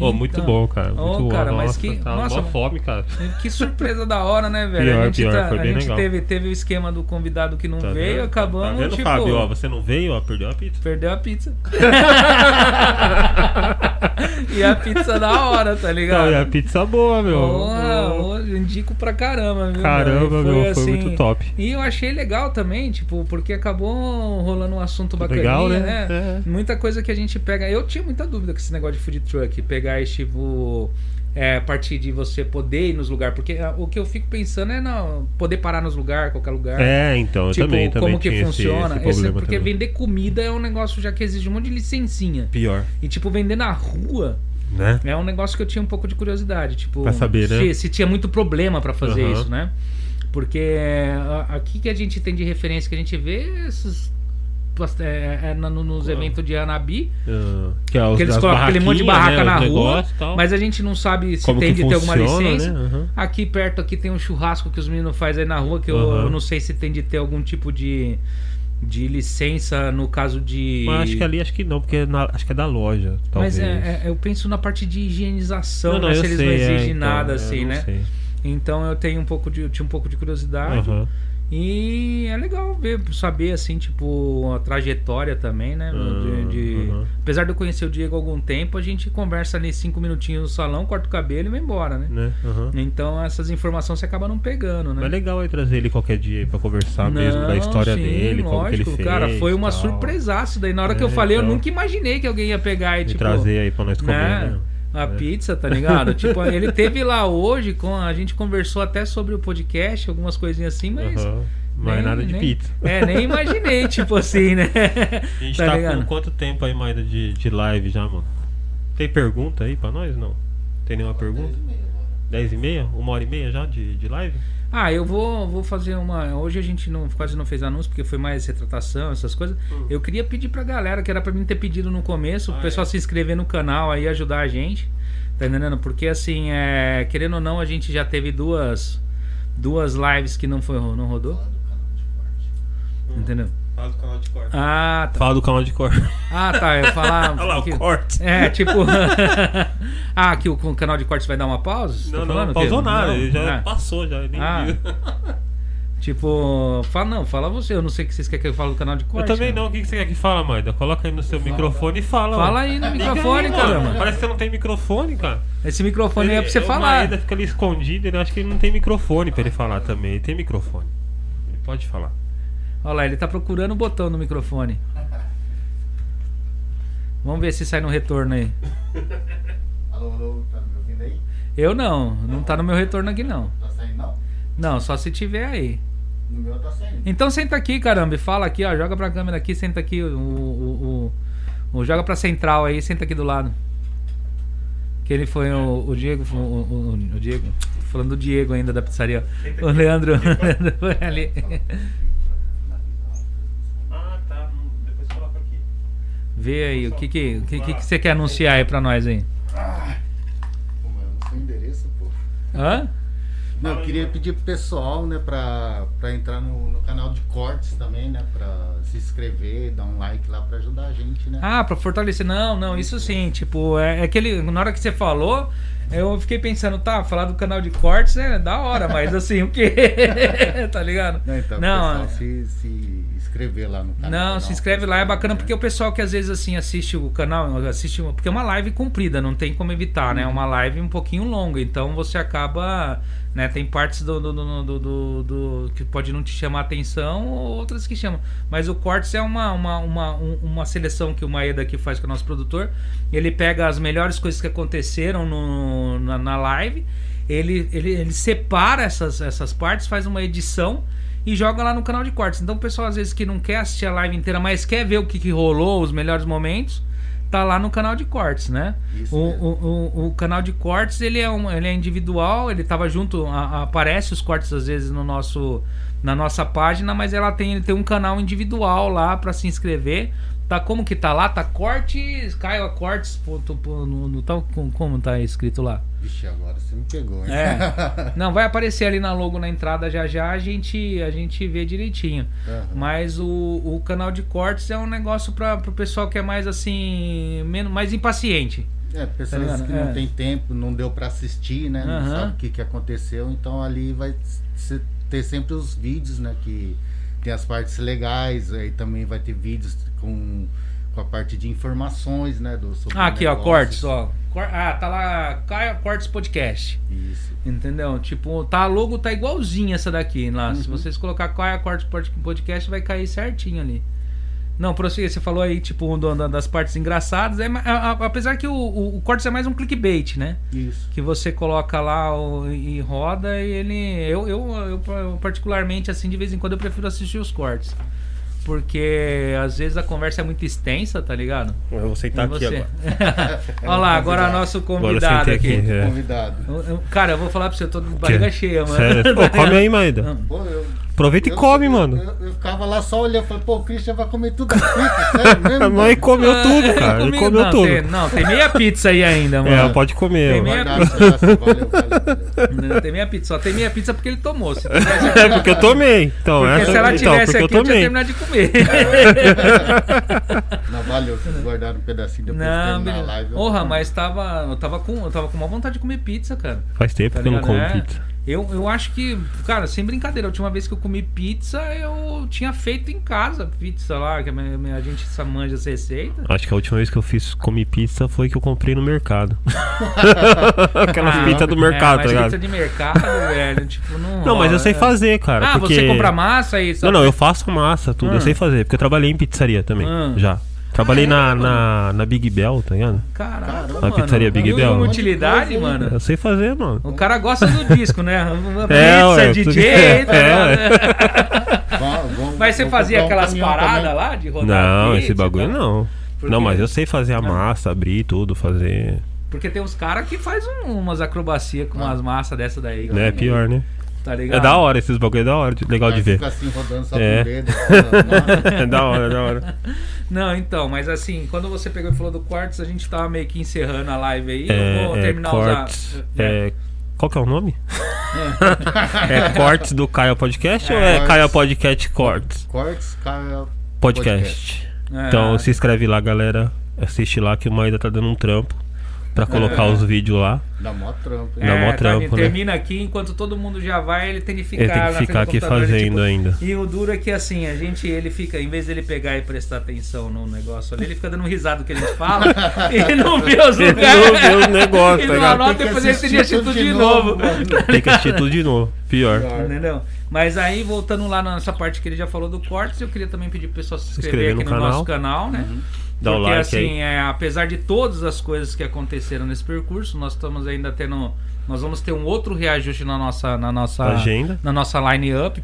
Speaker 1: Ô, muito
Speaker 2: Então.
Speaker 1: bom, cara. Muito
Speaker 2: Ô,
Speaker 1: bom.
Speaker 2: cara, mas
Speaker 1: nossa,
Speaker 2: que-
Speaker 1: Tá
Speaker 2: nossa.
Speaker 1: uma fome, cara.
Speaker 2: Que surpresa da hora, né, velho?
Speaker 1: Pior,
Speaker 2: a gente,
Speaker 1: pior,
Speaker 2: tá-
Speaker 1: foi
Speaker 2: a
Speaker 1: bem
Speaker 2: gente
Speaker 1: legal.
Speaker 2: teve, teve o esquema do convidado que não
Speaker 1: Tá
Speaker 2: veio,
Speaker 1: vendo?
Speaker 2: acabamos,
Speaker 1: Tá vendo,
Speaker 2: tipo,
Speaker 1: Fábio? Ó, você não veio, ó, perdeu a pizza.
Speaker 2: perdeu a
Speaker 1: [LAUGHS]
Speaker 2: pizza. [LAUGHS] e a pizza da hora, tá ligado?
Speaker 1: Não, e a pizza boa, meu.
Speaker 2: Porra,
Speaker 1: Ô,
Speaker 2: hoje indico pra caramba, viu?
Speaker 1: Caramba,
Speaker 2: velho? assim,
Speaker 1: meu, foi muito top.
Speaker 2: E eu achei legal também, tipo, porque acabou rolando um assunto bacaninha,
Speaker 1: Legal,
Speaker 2: né?
Speaker 1: né? É.
Speaker 2: Muita coisa que a gente pega. Eu tinha muita dúvida com esse negócio de food truck, pegar esse tipo. É, partir de você poder ir nos lugares. Porque ah, o que eu fico pensando é não, poder parar nos lugares, qualquer lugar.
Speaker 1: É, então, eu
Speaker 2: tipo,
Speaker 1: também, também
Speaker 2: como que
Speaker 1: tinha esse-
Speaker 2: funciona. é
Speaker 1: Esse, problema
Speaker 2: porque
Speaker 1: também.
Speaker 2: vender comida é um negócio já que exige um monte de licencinha.
Speaker 1: Pior,
Speaker 2: E tipo, vender na rua
Speaker 1: né?
Speaker 2: é um negócio que eu tinha um pouco de curiosidade, tipo,
Speaker 1: Pra saber, né?
Speaker 2: se, se tinha muito problema pra fazer
Speaker 1: Aham.
Speaker 2: isso, né? Porque a- aqui que a gente tem de referência que a gente vê esses pas- é, é na- no- nos eventos de Anabi,
Speaker 1: Ah, que é os,
Speaker 2: que eles
Speaker 1: as
Speaker 2: colocam aquele monte de
Speaker 1: barraquinhas,
Speaker 2: barraca
Speaker 1: né,
Speaker 2: na
Speaker 1: os
Speaker 2: rua,
Speaker 1: negócios e tal.
Speaker 2: mas a gente não sabe se
Speaker 1: Como
Speaker 2: tem
Speaker 1: que
Speaker 2: de ter alguma
Speaker 1: funciona,
Speaker 2: licença.
Speaker 1: né? Aham.
Speaker 2: Aqui perto aqui tem um churrasco que os meninos fazem aí na rua, que eu,
Speaker 1: Aham.
Speaker 2: eu não sei se tem de ter algum tipo de, de licença no caso de.
Speaker 1: Mas acho que ali acho que não, porque na- acho que é da loja, talvez.
Speaker 2: Mas é- é- eu penso na parte de higienização,
Speaker 1: Não, não,
Speaker 2: né?
Speaker 1: eu
Speaker 2: Se eles
Speaker 1: sei,
Speaker 2: não
Speaker 1: é,
Speaker 2: exigem
Speaker 1: então,
Speaker 2: nada,
Speaker 1: eu
Speaker 2: assim,
Speaker 1: não
Speaker 2: né?
Speaker 1: sei.
Speaker 2: Então eu tenho um pouco de, eu tinha um pouco de curiosidade.
Speaker 1: Aham.
Speaker 2: E é legal ver, saber, assim, tipo, a trajetória também, né?
Speaker 1: Ah,
Speaker 2: de, de-
Speaker 1: aham.
Speaker 2: Apesar de eu conhecer o Diego há algum tempo, a gente conversa ali cinco minutinhos no salão, corta o cabelo e vai embora, né?
Speaker 1: Né? Aham.
Speaker 2: Então essas informações você acaba não pegando, né?
Speaker 1: Mas é legal aí trazer ele qualquer dia aí pra conversar mesmo da
Speaker 2: Não,
Speaker 1: história
Speaker 2: sim,
Speaker 1: dele, como que ele
Speaker 2: lógico,
Speaker 1: fez.
Speaker 2: Cara, foi uma
Speaker 1: tal.
Speaker 2: surpresaço daí. Na hora que eu
Speaker 1: É,
Speaker 2: falei, eu
Speaker 1: então.
Speaker 2: nunca imaginei que alguém ia pegar e,
Speaker 1: E
Speaker 2: tipo.
Speaker 1: trazer aí pra nós comer,
Speaker 2: né?
Speaker 1: né?
Speaker 2: A pizza,
Speaker 1: [LAUGHS]
Speaker 2: tá ligado? tipo, ele teve lá hoje, com a gente conversou até sobre o podcast, algumas coisinhas assim, mas.
Speaker 1: Aham. Mas
Speaker 2: nem-
Speaker 1: nada de
Speaker 2: nem-
Speaker 1: pizza.
Speaker 2: É, nem imaginei, tipo assim, né?
Speaker 1: [LAUGHS] A gente
Speaker 2: Tá
Speaker 1: tá,
Speaker 2: ligado?
Speaker 1: com quanto tempo aí, Maida, de, de live já, mano? Tem pergunta aí pra nós? Não? Tem nenhuma pergunta? 10 e meia? Uma hora e meia já de, de live?
Speaker 2: Ah, eu vou, vou fazer uma. Hoje a gente não, quase não fez anúncio, porque foi mais retratação, essas coisas.
Speaker 1: Hum.
Speaker 2: Eu queria pedir pra galera, que era pra mim ter pedido no começo,
Speaker 1: Ah,
Speaker 2: o
Speaker 1: é.
Speaker 2: pessoal se inscrever no canal aí, ajudar a gente. Tá entendendo? Porque assim, é, querendo ou não, a gente já teve duas. Duas lives que não foi não rodou. Entendeu?
Speaker 1: Hum. Fala do canal de corte.
Speaker 2: Ah, tá.
Speaker 1: Fala do canal de
Speaker 2: [LAUGHS]
Speaker 1: corte.
Speaker 2: Ah, tá. Eu ia falar.
Speaker 1: [LAUGHS] Olha lá
Speaker 2: que-
Speaker 1: o corte.
Speaker 2: É, tipo. [LAUGHS] ah, que o, o canal de cortes vai dar uma pausa? Você tá
Speaker 1: Não,
Speaker 2: falando,
Speaker 1: não, pausou
Speaker 2: Pedro?
Speaker 1: nada,
Speaker 2: Não?
Speaker 1: ele já
Speaker 2: Ah.
Speaker 1: passou, já nem
Speaker 2: Ah. [LAUGHS]
Speaker 1: viu.
Speaker 2: Tipo, fala não, fala você. Eu não sei o que vocês querem que eu fale do canal de
Speaker 1: Eu
Speaker 2: corte. né?
Speaker 1: também
Speaker 2: cara.
Speaker 1: não, o que que você quer que fala, Maida? Coloca aí no seu microfone e fala.
Speaker 2: Fala
Speaker 1: ó.
Speaker 2: aí no
Speaker 1: Liga
Speaker 2: microfone,
Speaker 1: mano.
Speaker 2: caramba.
Speaker 1: Parece que você não tem microfone, cara.
Speaker 2: Esse microfone aí é pra você
Speaker 1: Ele- O
Speaker 2: falar.
Speaker 1: Maeda fica ali escondido, ele acha que ele não tem microfone pra ele falar também. Ele tem microfone. Ele pode falar.
Speaker 2: Olha lá, ele tá procurando o botão
Speaker 1: [LAUGHS]
Speaker 2: do microfone. Vamos ver se sai no retorno aí.
Speaker 5: Alô, alô, tá me ouvindo aí?
Speaker 2: Eu não, não tá no meu retorno aqui não.
Speaker 5: Tá saindo não?
Speaker 2: Não, só se tiver aí.
Speaker 5: No meu tá saindo.
Speaker 2: Então senta aqui, caramba, e fala aqui, ó. Joga pra câmera aqui, senta aqui. O, o, o- o- joga pra central aí, senta aqui do lado. Que ele foi o, o Diego. foi O, o- o Diego. tô Falando do Diego ainda da pizzaria. O Leandro, o Leandro foi ali.
Speaker 1: Ah, tá. Depois coloca aqui.
Speaker 2: Vê aí, o que que, o que, que que você quer anunciar aí pra nós aí?
Speaker 5: Pô, mas eu não sei o endereço, pô.
Speaker 2: Hã?
Speaker 5: Não, eu queria pedir pro pessoal, né, pra, pra entrar no, no canal de cortes também, né, pra se se inscrever, dar um like lá pra ajudar a gente, né?
Speaker 2: Ah, pra fortalecer. Não, não, isso sim. Tipo, é é aquele. Na hora que você falou, eu fiquei pensando, tá, falar do canal de cortes é da hora, mas assim, o quê? [LAUGHS] tá ligado?
Speaker 5: Não, então,
Speaker 2: Não, ah,
Speaker 5: pessoal, se, se inscrever lá no canal. né?
Speaker 2: Não, se inscreve lá, é bacana porque o pessoal que às vezes assim assiste o canal, assiste, porque é uma live comprida, não tem como evitar, né? É uma live um pouquinho longa, então você acaba, né? Tem partes do, do, do- do- do- do- que pode não te chamar a atenção, ou outras que chamam. Mas o Cortes é uma, uma, uma, um- uma seleção que o Maeda aqui faz com o nosso produtor. Ele pega as melhores coisas que aconteceram no- na, na live, ele, ele, ele separa essas, essas partes, faz uma edição e joga lá no canal de cortes. Então o pessoal às vezes que não quer assistir a live inteira, mas quer ver o que, que rolou, os melhores momentos, tá lá no canal de cortes, né?
Speaker 5: Isso
Speaker 2: O,
Speaker 5: mesmo.
Speaker 2: o, o, o canal de cortes ele é, um, ele é individual, ele tava junto, a- a- aparece os cortes às vezes no nosso na nossa página, mas ela tem, ele tem um canal individual lá pra se inscrever. Tá como que tá lá? Tá cortes, Caio cortes, ponto, ponto, no, no tal como- como tá escrito lá?
Speaker 5: Vixe, agora você me pegou, hein?
Speaker 2: É. Não, vai aparecer ali na logo na entrada já já, a gente, a gente vê direitinho.
Speaker 5: [LAUGHS] Aham.
Speaker 2: Mas o, o canal de cortes é um negócio para o pessoal que é mais assim, menos, mais impaciente.
Speaker 5: É,
Speaker 2: Tá
Speaker 5: pessoas
Speaker 2: ligado?
Speaker 5: que
Speaker 2: É.
Speaker 5: não tem tempo, não deu pra assistir, né? Não
Speaker 2: Aham.
Speaker 5: sabe o que, que aconteceu, então ali vai se- ter sempre os vídeos, né? Que tem as partes legais, aí também vai ter vídeos com, com a parte de informações, né? Do, sobre
Speaker 2: Ah, aqui ó,
Speaker 5: negócios.
Speaker 2: cortes, ó. Cor- ah, tá lá, Caio Cortes Podcast.
Speaker 5: Isso.
Speaker 2: Entendeu? Tipo, tá, a logo tá igualzinha essa daqui lá. Se vocês colocar Caia Cortes Pod- Podcast, vai cair certinho ali. Não, prossiga, você falou aí, tipo, do- da- das partes engraçadas. É, ma- a- a- apesar que o, o, o Cortes é mais um clickbait, né?
Speaker 5: Isso.
Speaker 2: que você coloca lá o- e roda e ele eu, eu, eu particularmente assim de vez em quando eu prefiro assistir os cortes porque às vezes a conversa é muito extensa tá ligado
Speaker 1: Eu vou
Speaker 2: E
Speaker 1: sentar Tá aqui
Speaker 2: você?
Speaker 1: agora.
Speaker 2: [LAUGHS] olha lá agora nosso
Speaker 1: Agora eu
Speaker 2: convidado
Speaker 1: sentei
Speaker 2: aqui,
Speaker 1: aqui. é.
Speaker 5: Convidado.
Speaker 2: Eu- eu- cara eu vou falar pra você eu tô de barriga cheia mano
Speaker 1: Sério? Pô, come aí, Maeda.
Speaker 5: Pô, eu.
Speaker 1: Aproveita e
Speaker 5: eu-
Speaker 1: come,
Speaker 5: eu-
Speaker 1: mano.
Speaker 5: Eu, eu ficava lá só olhando, falei, pô, o Christian vai comer tudo aqui,
Speaker 1: [LAUGHS]
Speaker 5: sério mesmo?
Speaker 1: A mãe comeu
Speaker 2: é, [LAUGHS]
Speaker 1: tudo, cara. Ele
Speaker 2: Comigo-
Speaker 1: comeu
Speaker 2: Ah, não,
Speaker 1: tudo.
Speaker 2: tem, não tem meia pizza aí ainda mano
Speaker 1: É, pode comer.
Speaker 2: né? Tem
Speaker 1: mano.
Speaker 2: meia-
Speaker 5: Abraço, abraço, valeu, valeu.
Speaker 2: Não tem meia pizza só tem meia pizza porque ele tomou se
Speaker 1: [LAUGHS]
Speaker 2: tivesse
Speaker 1: É, porque eu tomei. Então,
Speaker 2: né? porque
Speaker 1: essa,
Speaker 2: se ela
Speaker 1: então, porque
Speaker 2: tivesse
Speaker 1: eu
Speaker 2: aqui eu tinha
Speaker 1: tomei.
Speaker 2: terminado de comer
Speaker 1: [LAUGHS]
Speaker 5: Não, valeu, vocês guardaram um pedacinho depois de
Speaker 2: não
Speaker 5: terminar a
Speaker 2: beleza.
Speaker 5: live. eu-
Speaker 2: Porra, mas tava eu tava com eu tava com uma vontade de comer pizza cara
Speaker 1: Faz tempo
Speaker 2: Tá
Speaker 1: que eu não
Speaker 2: ligado?
Speaker 1: como
Speaker 2: É.
Speaker 1: pizza.
Speaker 2: Eu, eu acho que, cara, sem brincadeira, a última vez que eu comi pizza, eu tinha feito em casa pizza lá, que a, minha- minha- a gente só manja essa receita.
Speaker 1: Acho que a última vez que eu fiz comi pizza foi que eu comprei no
Speaker 2: [LAUGHS]
Speaker 1: mercado. Aquelas
Speaker 2: Ah,
Speaker 1: pizzas do
Speaker 2: é,
Speaker 1: mercado, tá
Speaker 2: mas
Speaker 1: ligado?
Speaker 2: pizza de mercado, [LAUGHS] velho, tipo, não.
Speaker 1: Não, mas eu
Speaker 2: rola,
Speaker 1: sei
Speaker 2: né?
Speaker 1: fazer, cara.
Speaker 2: Ah,
Speaker 1: porque...
Speaker 2: você compra massa e
Speaker 1: Não, não, eu faço massa, tudo.
Speaker 2: Ah.
Speaker 1: Eu sei fazer, porque eu trabalhei em pizzaria também,
Speaker 2: Ah.
Speaker 1: já. Trabalhei
Speaker 2: Ah, é,
Speaker 1: na,
Speaker 2: mano?
Speaker 1: na, na Big Bell, tá ligado?
Speaker 2: Caraca,
Speaker 5: Caramba,
Speaker 1: a
Speaker 2: mano.
Speaker 1: pizzaria Big
Speaker 2: viu
Speaker 1: Bell.
Speaker 2: uma utilidade,
Speaker 1: Eu
Speaker 2: mano.
Speaker 1: sei fazer, mano.
Speaker 2: O cara gosta do disco, né? Uma
Speaker 1: É,
Speaker 2: Pizza,
Speaker 1: ué,
Speaker 2: DJ,
Speaker 1: tudo-
Speaker 2: tá
Speaker 1: [LAUGHS] é,
Speaker 2: ligado?
Speaker 5: Vamos- vamos-
Speaker 2: Mas você
Speaker 5: vamos
Speaker 2: fazia
Speaker 5: comprar um
Speaker 2: aquelas
Speaker 5: caminhão
Speaker 2: paradas
Speaker 5: também.
Speaker 2: lá de rodar
Speaker 1: Não,
Speaker 2: pizza
Speaker 1: esse
Speaker 2: e tal?
Speaker 1: bagulho não.
Speaker 2: Porque-
Speaker 1: Não, mas eu sei fazer a massa, abrir tudo, fazer.
Speaker 2: Porque tem uns caras que faz um- umas acrobacias
Speaker 5: Ah.
Speaker 2: com umas massas dessa daí.
Speaker 1: Né? É pior, né?
Speaker 2: Tá ligado?
Speaker 1: É da hora, esses bagulho é da hora, de- legal
Speaker 5: Aí
Speaker 1: de ver.
Speaker 5: Fica assim rodando só
Speaker 1: É.
Speaker 5: com o dedo. falando,
Speaker 1: [LAUGHS] É da hora, é da hora.
Speaker 2: Não, então, mas assim, quando você pegou e falou do Quartz, a gente tava meio que encerrando a live aí. [LAUGHS] eu vou
Speaker 1: É, é
Speaker 2: terminar né?
Speaker 1: cortes.
Speaker 2: os. a-
Speaker 1: É, qual que é o
Speaker 2: [LAUGHS]
Speaker 1: nome? é cortes do Caio Podcast ou é
Speaker 5: Cortes.
Speaker 1: Caio Podcast Cortes?
Speaker 5: "Nossa, Cortes, cara.
Speaker 1: Podcast.
Speaker 2: É.
Speaker 1: Então se inscreve lá, galera. Assiste lá que o Maida tá dando um trampo pra colocar
Speaker 2: Ah.
Speaker 1: os vídeos lá.
Speaker 5: Dá mó trampo,
Speaker 2: É,
Speaker 5: hein?
Speaker 1: dá mó
Speaker 2: tá,
Speaker 1: trampo, né?
Speaker 2: termina aqui, enquanto todo mundo já vai, ele tem que ficar,
Speaker 1: Ele tem que
Speaker 2: na frente
Speaker 1: ficar
Speaker 2: do
Speaker 1: aqui
Speaker 2: computador,
Speaker 1: fazendo né?
Speaker 2: tipo- [LAUGHS]
Speaker 1: ainda.
Speaker 2: E o duro é que assim, a gente, ele fica, em vez dele pegar e prestar atenção no negócio ali, ele fica dando um risado do que a gente
Speaker 5: [LAUGHS]
Speaker 2: fala e não vê os
Speaker 1: Ele não vê
Speaker 2: lugares.
Speaker 1: os negócios,
Speaker 2: E
Speaker 1: tá
Speaker 2: não
Speaker 1: ligado?
Speaker 2: anota
Speaker 5: Tem que
Speaker 2: depois ele tem
Speaker 5: assistir
Speaker 2: tudo de novo.
Speaker 5: mano.
Speaker 1: Tem que assistir tudo de novo. Pior.
Speaker 2: Entendeu? Mas aí, voltando lá nessa parte que ele já falou do cortes, eu queria também pedir pro pessoal se inscrever,
Speaker 1: inscrever no
Speaker 2: aqui no,
Speaker 1: canal. Uhum.
Speaker 2: nosso canal, né?
Speaker 1: Dá o
Speaker 2: Porque
Speaker 1: like
Speaker 2: assim,
Speaker 1: aí.
Speaker 2: é, apesar de todas as coisas que aconteceram nesse percurso, nós estamos ainda tendo. Nós vamos ter um outro reajuste na nossa, na nossa
Speaker 1: Agenda.
Speaker 2: na nossa line-up,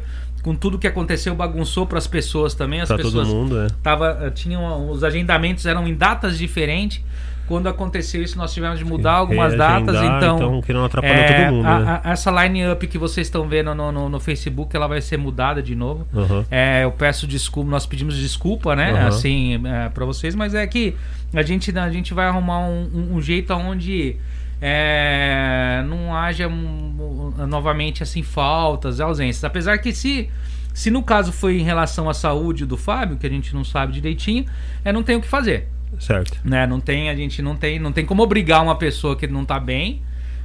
Speaker 1: É.
Speaker 2: com tudo que aconteceu bagunçou para as pessoas também. As
Speaker 1: Pra todo
Speaker 2: pessoas
Speaker 1: mundo, é.
Speaker 2: tava, eh, tinham os agendamentos eram em datas diferentes. Quando aconteceu isso, nós tivemos de mudar algumas datas,
Speaker 1: Reagendar,
Speaker 2: então.
Speaker 1: Então que não atrapalha
Speaker 2: é,
Speaker 1: todo mundo,
Speaker 2: a-
Speaker 1: né?
Speaker 2: a- essa line-up que vocês estão vendo no, no, no Facebook, ela vai ser mudada de novo.
Speaker 1: Aham.
Speaker 2: É, eu peço desculpa, nós pedimos desculpa, né?
Speaker 1: Aham.
Speaker 2: Assim, é, para vocês, mas é que a gente, a gente vai arrumar um, um- um jeito onde é, não haja um- um- novamente assim faltas, ausências. Apesar que se Se no caso foi em relação à saúde do Fábio, que a gente não sabe direitinho, é não tem o que fazer.
Speaker 1: Certo.
Speaker 2: Né? Não tem, a gente não tem, não tem como obrigar uma pessoa que não tá bem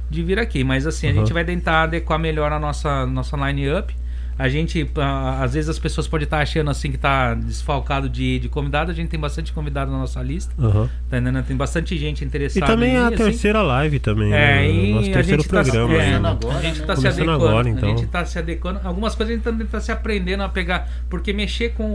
Speaker 2: de vir aqui. Mas assim, a
Speaker 1: Uhum.
Speaker 2: gente vai tentar adequar melhor a nossa, nossa line-up. A gente, ah, às vezes as pessoas podem estar achando assim que tá desfalcado de, de convidado. A gente tem bastante convidado na nossa lista.
Speaker 1: Aham.
Speaker 2: Tá entendendo? Tem bastante gente
Speaker 1: E
Speaker 2: interessada.
Speaker 1: também
Speaker 2: ali,
Speaker 1: a
Speaker 2: assim.
Speaker 1: terceira live também.
Speaker 2: É,
Speaker 1: né?
Speaker 2: e
Speaker 1: Nosso
Speaker 2: a
Speaker 1: terceiro
Speaker 2: gente tá-
Speaker 1: programa.
Speaker 2: é,
Speaker 1: né?
Speaker 5: Começando agora,
Speaker 2: A gente
Speaker 5: né?
Speaker 2: tá se
Speaker 1: Começando
Speaker 2: adequando.
Speaker 1: agora, então.
Speaker 2: A gente tá se adequando. Algumas coisas a gente também tá se aprendendo a pegar. Porque mexer com,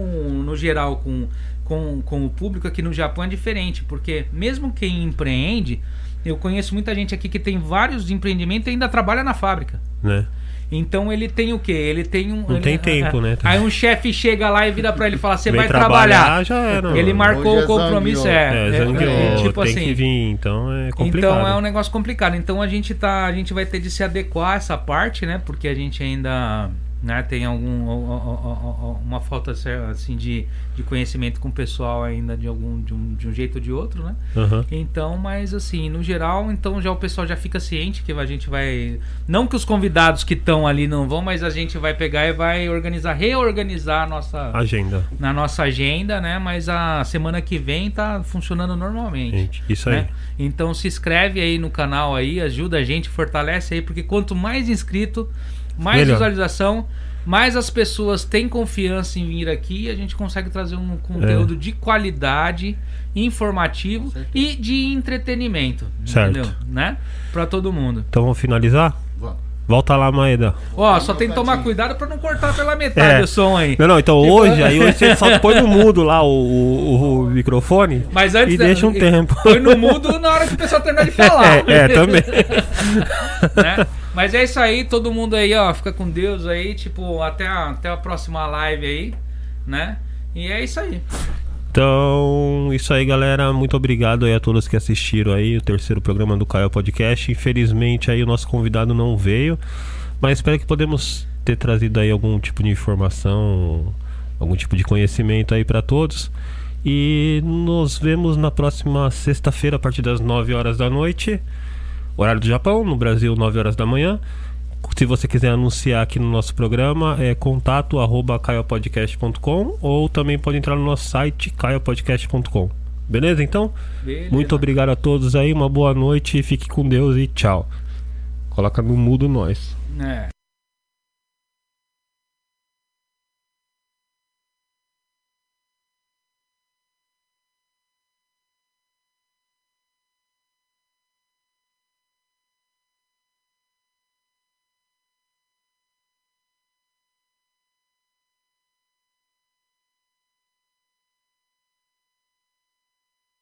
Speaker 2: no geral, com, com, com o público aqui no Japão é diferente. Porque mesmo quem empreende, eu conheço muita gente aqui que tem vários empreendimentos e ainda trabalha na fábrica.
Speaker 1: Né?
Speaker 2: Então ele tem o quê? Ele tem um.
Speaker 1: Não
Speaker 2: ele-
Speaker 1: tem
Speaker 2: [LAUGHS]
Speaker 1: tempo, né?
Speaker 2: Aí um chefe chega lá e vira pra ele e fala: Você
Speaker 1: Vem
Speaker 2: vai trabalhar.
Speaker 1: já era.
Speaker 2: Ele
Speaker 1: mano.
Speaker 2: marcou
Speaker 5: Hoje
Speaker 2: o
Speaker 5: é
Speaker 2: compromisso.
Speaker 1: É,
Speaker 5: zangueiro.
Speaker 2: É, é,
Speaker 1: zangueou,
Speaker 2: é, tipo
Speaker 1: tem
Speaker 2: assim.
Speaker 1: que vir, então é complicado.
Speaker 2: Então é um negócio complicado. Então a gente tá, a gente vai ter de se adequar a essa parte, né? Porque a gente ainda, né, tem algum o- o- o- o- uma falta assim de, de conhecimento com o pessoal ainda de algum de um, de um jeito ou de outro, né?
Speaker 1: Aham.
Speaker 2: Então, mas assim, no geral, então já o pessoal já fica ciente que a gente vai. Não que os convidados que estão ali não vão, mas a gente vai pegar e vai organizar, reorganizar a nossa,
Speaker 1: Agenda,
Speaker 2: na nossa agenda, né? Mas a semana que vem tá funcionando normalmente
Speaker 1: gente. Isso aí.
Speaker 2: né? Então se inscreve aí no canal aí, ajuda a gente, fortalece aí, porque quanto mais inscrito, mais
Speaker 1: Melhor.
Speaker 2: visualização, mais as pessoas têm confiança em vir aqui e a gente consegue trazer um conteúdo
Speaker 1: É.
Speaker 2: de qualidade, informativo e de entretenimento,
Speaker 1: Certo.
Speaker 2: entendeu? Né? Para todo mundo.
Speaker 1: Então vamos finalizar?
Speaker 5: Vamos.
Speaker 1: Volta lá, Maeda.
Speaker 2: Ó,
Speaker 5: dar
Speaker 2: só
Speaker 5: um
Speaker 2: tem que tomar
Speaker 5: bocadinho.
Speaker 2: cuidado para não
Speaker 1: [LAUGHS]
Speaker 2: cortar pela metade
Speaker 1: É.
Speaker 2: o som aí.
Speaker 1: Não, não, então hoje, aí hoje você só põe no mudo lá o, o- o microfone
Speaker 2: Mas antes
Speaker 1: e deixa um
Speaker 2: e-
Speaker 1: tempo.
Speaker 2: Põe no mudo na hora que o pessoal
Speaker 1: [LAUGHS]
Speaker 2: terminar de falar.
Speaker 1: É, é, também.
Speaker 2: [LAUGHS] né? Mas é isso aí, todo mundo aí, ó, fica com Deus aí, tipo, até a, até a próxima live aí, né? E é isso aí.
Speaker 1: Então, isso aí, galera. Muito obrigado aí a todos que assistiram aí o terceiro programa do Caio Podcast. Infelizmente aí o nosso convidado não veio, mas espero que podemos ter trazido aí algum tipo de informação, algum tipo de conhecimento aí pra todos. E nos vemos na próxima sexta-feira a partir das 9 horas da noite, horário do Japão, no Brasil 9 horas da manhã. Se você quiser anunciar aqui no nosso programa, é contato arroba caiopodcast.com ou também pode entrar no nosso site caiopodcast.com. Beleza? Então,
Speaker 2: Beleza.
Speaker 1: muito obrigado a todos aí, uma boa noite, fique com Deus e tchau. Coloca no mudo nós.
Speaker 2: É.